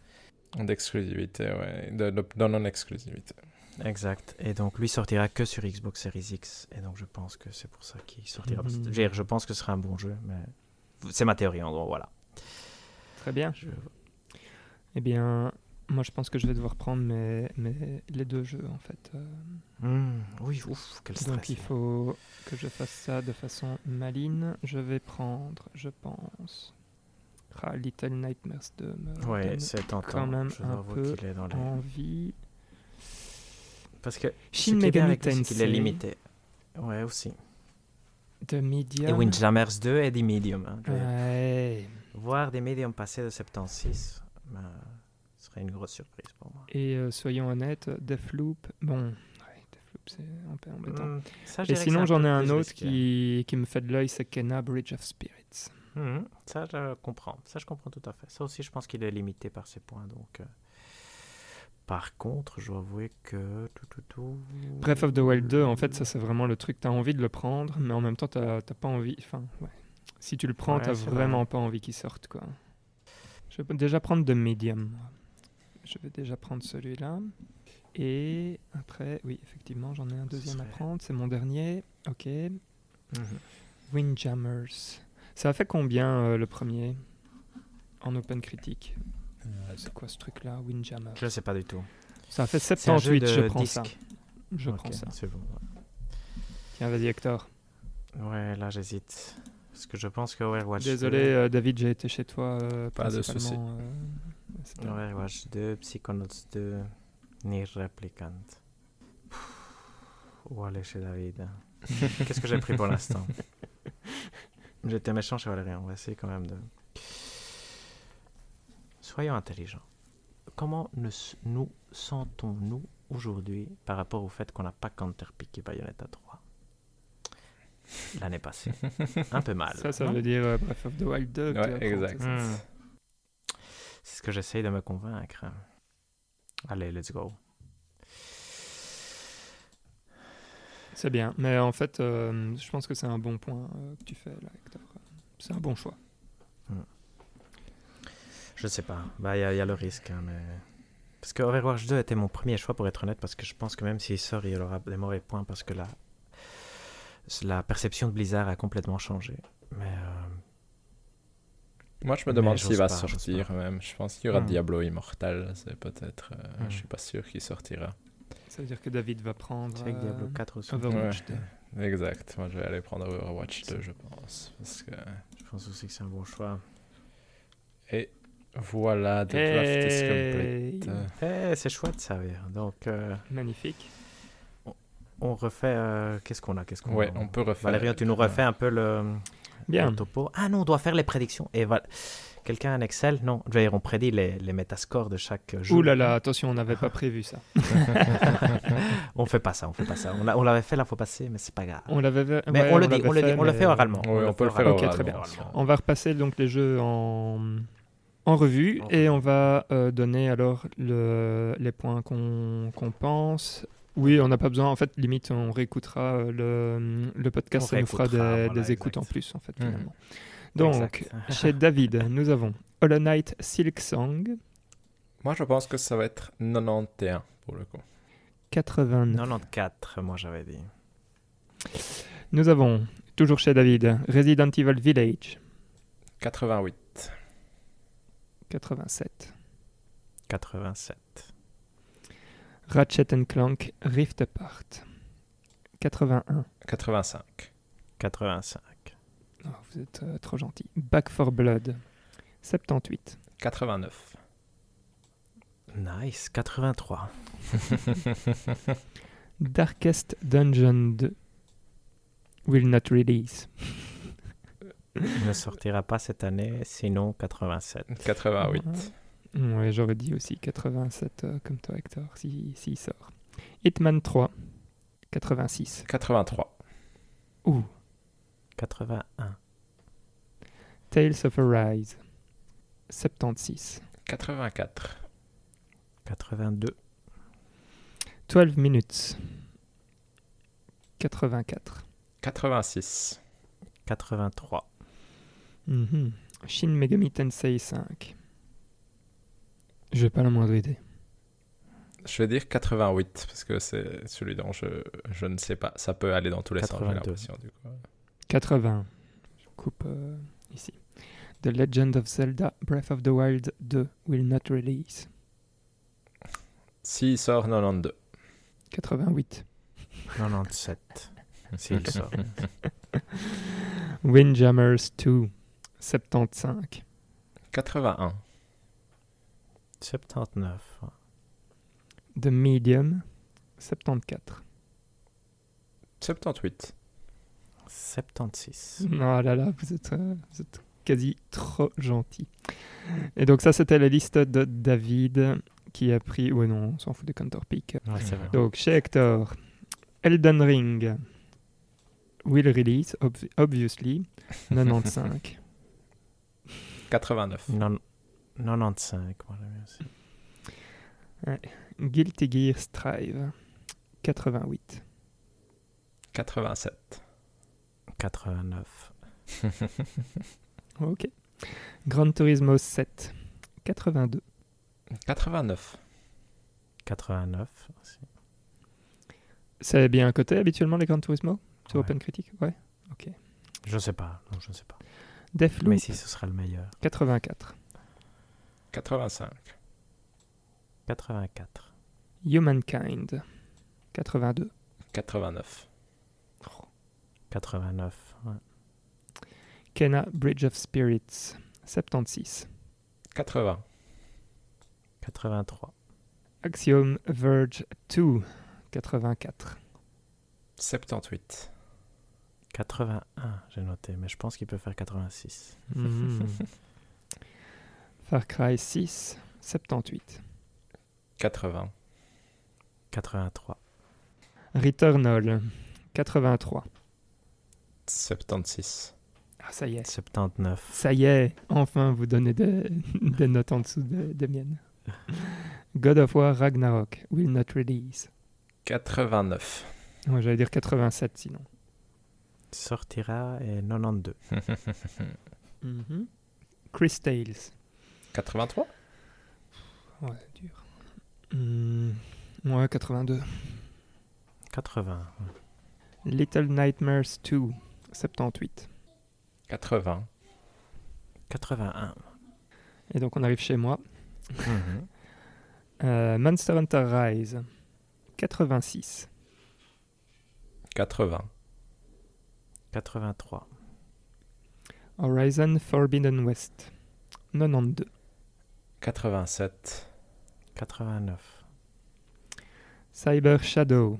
[SPEAKER 2] D'exclusivité, ouais. De, de- de non-exclusivité.
[SPEAKER 3] Exact. Et donc lui sortira que sur Xbox Series X. Et donc je pense que c'est pour ça qu'il sortira. pas.
[SPEAKER 1] Mhm.
[SPEAKER 3] Je veux dire, Je pense que ce sera un bon jeu, mais c'est ma théorie en gros. Voilà.
[SPEAKER 1] Très bien.
[SPEAKER 3] Je-
[SPEAKER 1] Eh bien, moi je pense que je vais devoir prendre mes, mes- les deux jeux en fait. Euh,
[SPEAKER 3] Hmm, oui, ouf, quel
[SPEAKER 1] donc
[SPEAKER 3] stress. hein.
[SPEAKER 1] il faut que je fasse ça de façon maligne. Je vais prendre, je pense, ah, Little Nightmares 2. me
[SPEAKER 3] Ouais,
[SPEAKER 1] donne
[SPEAKER 3] c'est tentant.
[SPEAKER 1] quand même
[SPEAKER 3] je
[SPEAKER 1] un
[SPEAKER 3] dois avouer
[SPEAKER 1] peu
[SPEAKER 3] qu'il est dans les-
[SPEAKER 1] envie.
[SPEAKER 3] Parce que
[SPEAKER 1] Shin
[SPEAKER 3] ce qui est
[SPEAKER 1] Megami
[SPEAKER 3] bien avec lui, c'est qu'il est
[SPEAKER 1] Tensei.
[SPEAKER 3] limité. Ouais, aussi.
[SPEAKER 1] De Medium.
[SPEAKER 3] Et Windjammers 2 est des mediums. hein, je veux dire.
[SPEAKER 1] Ouais.
[SPEAKER 3] Voir des mediums passer de 76, ben, ce serait une grosse surprise pour moi.
[SPEAKER 1] Et euh, soyons honnêtes, Deathloop, bon, ouais, Deathloop c'est un peu embêtant.
[SPEAKER 3] Hmm, ça, je
[SPEAKER 1] Mmh. Et
[SPEAKER 3] dirais que
[SPEAKER 1] sinon,
[SPEAKER 3] c'est
[SPEAKER 1] j'en ai
[SPEAKER 3] peu
[SPEAKER 1] un
[SPEAKER 3] plus
[SPEAKER 1] autre
[SPEAKER 3] risqué.
[SPEAKER 1] qui, qui me fait de l'œil, c'est Kena Bridge of Spirits.
[SPEAKER 3] Mhm, ça, je comprends. Ça, je comprends tout à fait. Ça aussi, je pense qu'il est limité par ses points. Donc, euh, Par contre, je dois avouer que. Tout, tout, tout...
[SPEAKER 1] Breath of the Wild 2, en fait, ça c'est vraiment le truc, t'as envie de le prendre, mais en même temps, t'as t'as pas envie. Enfin, ouais. Si tu le prends,
[SPEAKER 3] Ouais,
[SPEAKER 1] t'as
[SPEAKER 3] c'est
[SPEAKER 1] vraiment
[SPEAKER 3] vrai.
[SPEAKER 1] pas envie qu'il sorte, quoi. Je vais déjà prendre de Medium. moi. Je vais déjà prendre celui-là. Et après, oui, effectivement, j'en ai un
[SPEAKER 3] Ce
[SPEAKER 1] deuxième à
[SPEAKER 3] serait-
[SPEAKER 1] prendre, c'est mon dernier. Ok.
[SPEAKER 3] Mhm.
[SPEAKER 1] Windjammers. Ça a fait combien euh, le premier en open critique
[SPEAKER 3] Euh,
[SPEAKER 1] C'est quoi ce truc-là, Windjammer
[SPEAKER 3] Je ne sais pas du tout.
[SPEAKER 1] Ça a fait
[SPEAKER 3] C'est un jeu
[SPEAKER 1] 78,
[SPEAKER 3] de
[SPEAKER 1] je prends
[SPEAKER 3] disque.
[SPEAKER 1] ça. Je
[SPEAKER 3] Ok,
[SPEAKER 1] prends ça.
[SPEAKER 3] C'est bon.
[SPEAKER 1] Tiens, vas-y Hector.
[SPEAKER 3] ouais. Ouais, là, j'hésite. Parce que je pense que Overwatch.
[SPEAKER 1] Désolé euh, David, j'ai été chez toi euh,
[SPEAKER 2] Pas de
[SPEAKER 1] principalement,
[SPEAKER 2] souci.
[SPEAKER 1] euh, c'est
[SPEAKER 3] 2,
[SPEAKER 1] pas-
[SPEAKER 3] Overwatch 2, Psychonauts 2, Nier Replicant. Ou aller chez David. Qu'est-ce que j'ai pris pour l'instant J'étais méchant chez Valérie, on va essayer quand même de. Soyons intelligents. Comment ne s- nous sentons-nous aujourd'hui par rapport au fait qu'on n'a pas Counterpick et Bayonetta 3 l'année passée Un peu mal.
[SPEAKER 1] Ça, ça
[SPEAKER 3] non
[SPEAKER 1] veut dire euh, Breath of the Wild 2. que
[SPEAKER 2] Ouais,
[SPEAKER 1] tu vas prendre,
[SPEAKER 2] exact.
[SPEAKER 1] c'est ça
[SPEAKER 3] Hmm. C'est ce que j'essaye de me convaincre. Allez, let's go.
[SPEAKER 1] C'est bien, mais en fait, euh, je pense que c'est un bon point euh, que tu fais là, Hector. C'est un bon choix.
[SPEAKER 3] Je sais pas. Bah, il y, a- y a le risque, hein, mais... Parce que Overwatch 2 était mon premier choix, pour être honnête, parce que je pense que même s'il sort, il aura des mauvais points, parce que la, la perception de Blizzard a complètement changé. Mais... euh,
[SPEAKER 2] Moi, je me
[SPEAKER 3] Mais
[SPEAKER 2] demande
[SPEAKER 3] j'ose
[SPEAKER 2] s'il va
[SPEAKER 3] pas, j'ose
[SPEAKER 2] sortir même. Je pense qu'il y aura
[SPEAKER 3] Hmm.
[SPEAKER 2] Diablo Immortal. C'est peut-être. euh,
[SPEAKER 3] Hmm.
[SPEAKER 2] Je suis pas sûr qu'il sortira.
[SPEAKER 1] Ça veut dire que David va prendre
[SPEAKER 3] C'est avec Diablo
[SPEAKER 1] euh,
[SPEAKER 3] 4 aussi.
[SPEAKER 1] Overwatch 2.
[SPEAKER 2] Exact. Moi, je vais aller prendre Overwatch 2, je pense. Parce que.
[SPEAKER 3] Je pense aussi que c'est un bon choix.
[SPEAKER 2] Et voilà, The Draft is complete.
[SPEAKER 1] Hey
[SPEAKER 2] Euh,
[SPEAKER 3] Eh, c'est chouette, ça, oui. Donc, euh,
[SPEAKER 1] Magnifique.
[SPEAKER 3] on refait... euh, Qu'est-ce qu'on a Qu'est-ce qu'on
[SPEAKER 2] Ouais, on peut refaire.
[SPEAKER 3] Valérian, tu nous refais un peu le...
[SPEAKER 1] Bien.
[SPEAKER 3] le topo. Ah non, on doit faire les prédictions. Et voilà. Quelqu'un en Excel Non, je veux dire, on prédit les, les métascores de chaque jeu.
[SPEAKER 1] Ouh là là, attention, on n'avait pas prévu ça.
[SPEAKER 3] on fait pas ça, on fait pas ça. On, l'a- on l'avait fait la fois passée, mais c'est pas grave.
[SPEAKER 1] On l'avait.
[SPEAKER 3] Mais
[SPEAKER 1] ouais,
[SPEAKER 3] on, le dit,
[SPEAKER 1] l'avait
[SPEAKER 3] on le dit, on le
[SPEAKER 1] mais-
[SPEAKER 3] fait oralement.
[SPEAKER 2] Ouais, on peut le faire
[SPEAKER 1] Ok,
[SPEAKER 2] oralement.
[SPEAKER 1] très bien.
[SPEAKER 2] Oralement.
[SPEAKER 1] On va repasser donc les jeux en, en revue
[SPEAKER 3] En
[SPEAKER 1] et on va euh, donner alors le- les points qu'on qu'on pense. Oui, on n'a pas besoin. En fait, limite, on réécoutera euh, le, le podcast.
[SPEAKER 3] On
[SPEAKER 1] ça nous fera des,
[SPEAKER 3] réécoutera, voilà,
[SPEAKER 1] des écoutes en
[SPEAKER 3] exact. Mmh.
[SPEAKER 1] plus, en fait,
[SPEAKER 2] Mhm.
[SPEAKER 1] finalement. Donc, chez David, nous avons Hollow Knight Silk Song
[SPEAKER 2] Moi, je pense que ça va être 91 pour le coup.
[SPEAKER 1] 89.
[SPEAKER 3] 94, moi j'avais dit.
[SPEAKER 1] Nous avons, toujours chez David, Resident Evil Village
[SPEAKER 2] 88.
[SPEAKER 1] 87.
[SPEAKER 3] 87.
[SPEAKER 1] Ratchet and Clank Rift Apart 81.
[SPEAKER 2] 85.
[SPEAKER 3] 85.
[SPEAKER 1] Oh, vous êtes euh, trop gentil. Back for Blood, 78.
[SPEAKER 2] 89.
[SPEAKER 3] Nice, 83.
[SPEAKER 1] Darkest Dungeon 2, Will Not Release.
[SPEAKER 3] Il ne sortira pas cette année, sinon 87.
[SPEAKER 2] 88.
[SPEAKER 3] Mhm.
[SPEAKER 1] Ouais, j'aurais dit aussi 87 euh, comme toi, Hector, s'il si, s'il sort. Hitman 3, 86.
[SPEAKER 2] 83.
[SPEAKER 1] Ouh,
[SPEAKER 3] 81.
[SPEAKER 1] Tales of Arise, 76.
[SPEAKER 2] 84.
[SPEAKER 3] 82.
[SPEAKER 1] 12 minutes, 84.
[SPEAKER 2] 86.
[SPEAKER 3] 83.
[SPEAKER 1] Mhm. Shin Megami Tensei 5. J'ai pas la moindre idée.
[SPEAKER 2] Je vais dire 88 parce que c'est celui dont je, je ne sais pas. Ça peut aller dans tous les sens, j'ai
[SPEAKER 3] 82.
[SPEAKER 2] l'impression. Du coup.
[SPEAKER 1] 80. Je coupe euh, ici. The Legend of Zelda Breath of the Wild 2 will not release.
[SPEAKER 2] S'il sort 92.
[SPEAKER 1] 88.
[SPEAKER 3] 97. S'il sort.
[SPEAKER 1] Windjammers 2. 75.
[SPEAKER 2] 81.
[SPEAKER 3] 79.
[SPEAKER 1] The Medium. 74.
[SPEAKER 2] 78.
[SPEAKER 3] 76.
[SPEAKER 1] Non, Oh là là, vous êtes, euh, vous êtes quasi trop gentil. Et donc ça, c'était la liste de David qui a pris... Ouais non, on s'en fout des counterpicks.
[SPEAKER 3] Ouais, c'est vrai.
[SPEAKER 1] Donc, chez Hector, Elden Ring will release, obvi- obviously, 95.
[SPEAKER 2] 89.
[SPEAKER 3] Non- 95, voilà, merci.
[SPEAKER 1] Guilty Gear Strive, 88.
[SPEAKER 2] 87.
[SPEAKER 3] 89.
[SPEAKER 1] Ok. Gran Turismo 7, 82.
[SPEAKER 2] 89.
[SPEAKER 3] 89. aussi.
[SPEAKER 1] C'est bien coté habituellement les Gran Turismo C'est
[SPEAKER 3] Ouais.
[SPEAKER 1] Open Critique Ouais.
[SPEAKER 3] Je sais pas. Non, je sais pas.
[SPEAKER 1] Deathloop,
[SPEAKER 3] Mais si ce sera le meilleur.
[SPEAKER 1] 84.
[SPEAKER 2] 85.
[SPEAKER 3] 84.
[SPEAKER 1] Humankind, 82.
[SPEAKER 2] 89.
[SPEAKER 3] 89. ouais.
[SPEAKER 1] Kena Bridge of Spirits, 76.
[SPEAKER 2] 80.
[SPEAKER 3] 83.
[SPEAKER 1] Axiom Verge 2, 84.
[SPEAKER 2] 78.
[SPEAKER 3] 81, j'ai noté. Mais je pense qu'il peut faire 86.
[SPEAKER 1] Far Cry 6, 78.
[SPEAKER 2] 80.
[SPEAKER 3] 83.
[SPEAKER 1] Returnal, 83.
[SPEAKER 2] 76.
[SPEAKER 1] Ah, ça y est.
[SPEAKER 3] 79.
[SPEAKER 1] Ça y est, enfin vous donnez des, des notes en dessous de- des miennes. God of War Ragnarok, will not release.
[SPEAKER 2] 89.
[SPEAKER 1] Ouais, J'allais dire 87 sinon.
[SPEAKER 3] Sortira et 92.
[SPEAKER 1] Chris Tales.
[SPEAKER 2] 83.
[SPEAKER 1] Ouais, dur. Hmm, ouais, 82.
[SPEAKER 3] 80.
[SPEAKER 1] Little Nightmares 2, 78.
[SPEAKER 2] 80.
[SPEAKER 3] 81.
[SPEAKER 1] Et donc on arrive chez moi.
[SPEAKER 3] Mhm.
[SPEAKER 1] Euh, Monster Hunter Rise, 86.
[SPEAKER 2] 80.
[SPEAKER 3] 83.
[SPEAKER 1] Horizon Forbidden West, 92.
[SPEAKER 2] 87.
[SPEAKER 3] 89.
[SPEAKER 1] Cyber Shadow,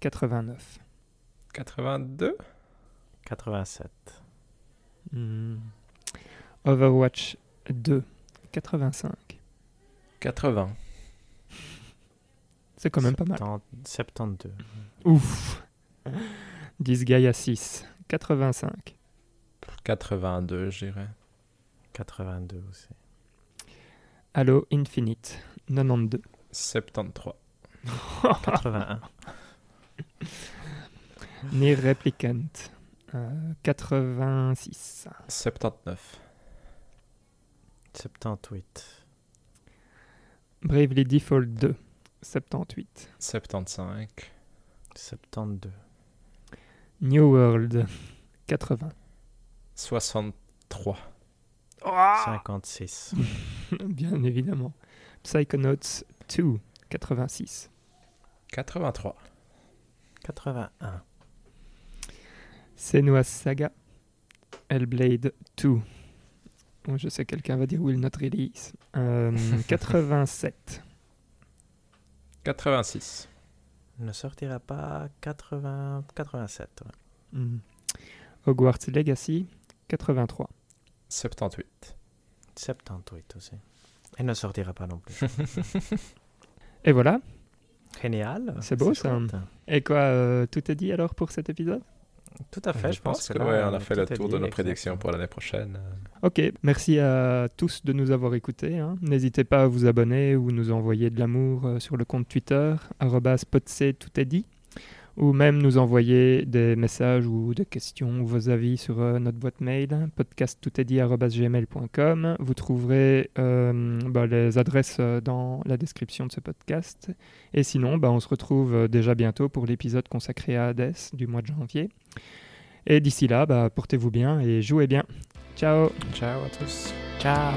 [SPEAKER 1] 89.
[SPEAKER 2] 82.
[SPEAKER 3] 87.
[SPEAKER 1] Hmm. Overwatch 2, 85.
[SPEAKER 2] 80.
[SPEAKER 1] C'est quand Ah, même pas mal.
[SPEAKER 3] 70 72.
[SPEAKER 1] Ouf. Disgaea 6, 85.
[SPEAKER 2] 82, je dirais.
[SPEAKER 3] 82 aussi.
[SPEAKER 1] Halo Infinite, 92.
[SPEAKER 2] 73.
[SPEAKER 3] 81.
[SPEAKER 1] Nier Replicant, euh, 86.
[SPEAKER 2] 79.
[SPEAKER 3] 78.
[SPEAKER 1] Bravely Default 2, 78.
[SPEAKER 2] 75.
[SPEAKER 3] 72.
[SPEAKER 1] New World, 80.
[SPEAKER 2] 63.
[SPEAKER 3] 56.
[SPEAKER 1] Bien évidemment. Psychonauts 2, 86.
[SPEAKER 2] 83.
[SPEAKER 3] 81.
[SPEAKER 1] Senua Saga, Hellblade 2. Bon, Je sais, quelqu'un va dire Will Not Release. Euh, 87.
[SPEAKER 2] 86.
[SPEAKER 3] Ne sortira pas 80, 87. ouais.
[SPEAKER 1] Hmm. Hogwarts Legacy, 83.
[SPEAKER 2] 78.
[SPEAKER 3] 78 aussi. Et ne sortira pas non plus.
[SPEAKER 1] Et voilà.
[SPEAKER 3] Génial.
[SPEAKER 1] C'est beau, ça.
[SPEAKER 3] chouette.
[SPEAKER 1] Et quoi, euh, tout est dit alors pour cet épisode
[SPEAKER 3] Tout
[SPEAKER 2] Ah,
[SPEAKER 3] à fait, je, pense que,
[SPEAKER 2] ouais,
[SPEAKER 3] là,
[SPEAKER 2] on a fait le
[SPEAKER 3] tout est
[SPEAKER 2] tour
[SPEAKER 3] dit,
[SPEAKER 2] de nos
[SPEAKER 3] exactement.
[SPEAKER 2] prédictions pour l'année prochaine.
[SPEAKER 1] Ok, merci à tous de nous avoir écoutés. hein. N'hésitez pas à vous abonner ou nous envoyer de l'amour euh, sur le compte Twitter, arobase podc, tout est dit, ou même nous envoyer des messages ou des questions ou vos avis sur euh, notre boîte mail, podcasttoutestdit.gmail.com. Vous trouverez euh, bah, les adresses euh, dans la description de ce podcast. Et sinon, bah, on se retrouve euh, déjà bientôt pour l'épisode consacré à Hades du mois de janvier. Et d'ici là, bah, portez-vous bien et jouez bien. Ciao
[SPEAKER 2] Ciao à tous.
[SPEAKER 3] Ciao.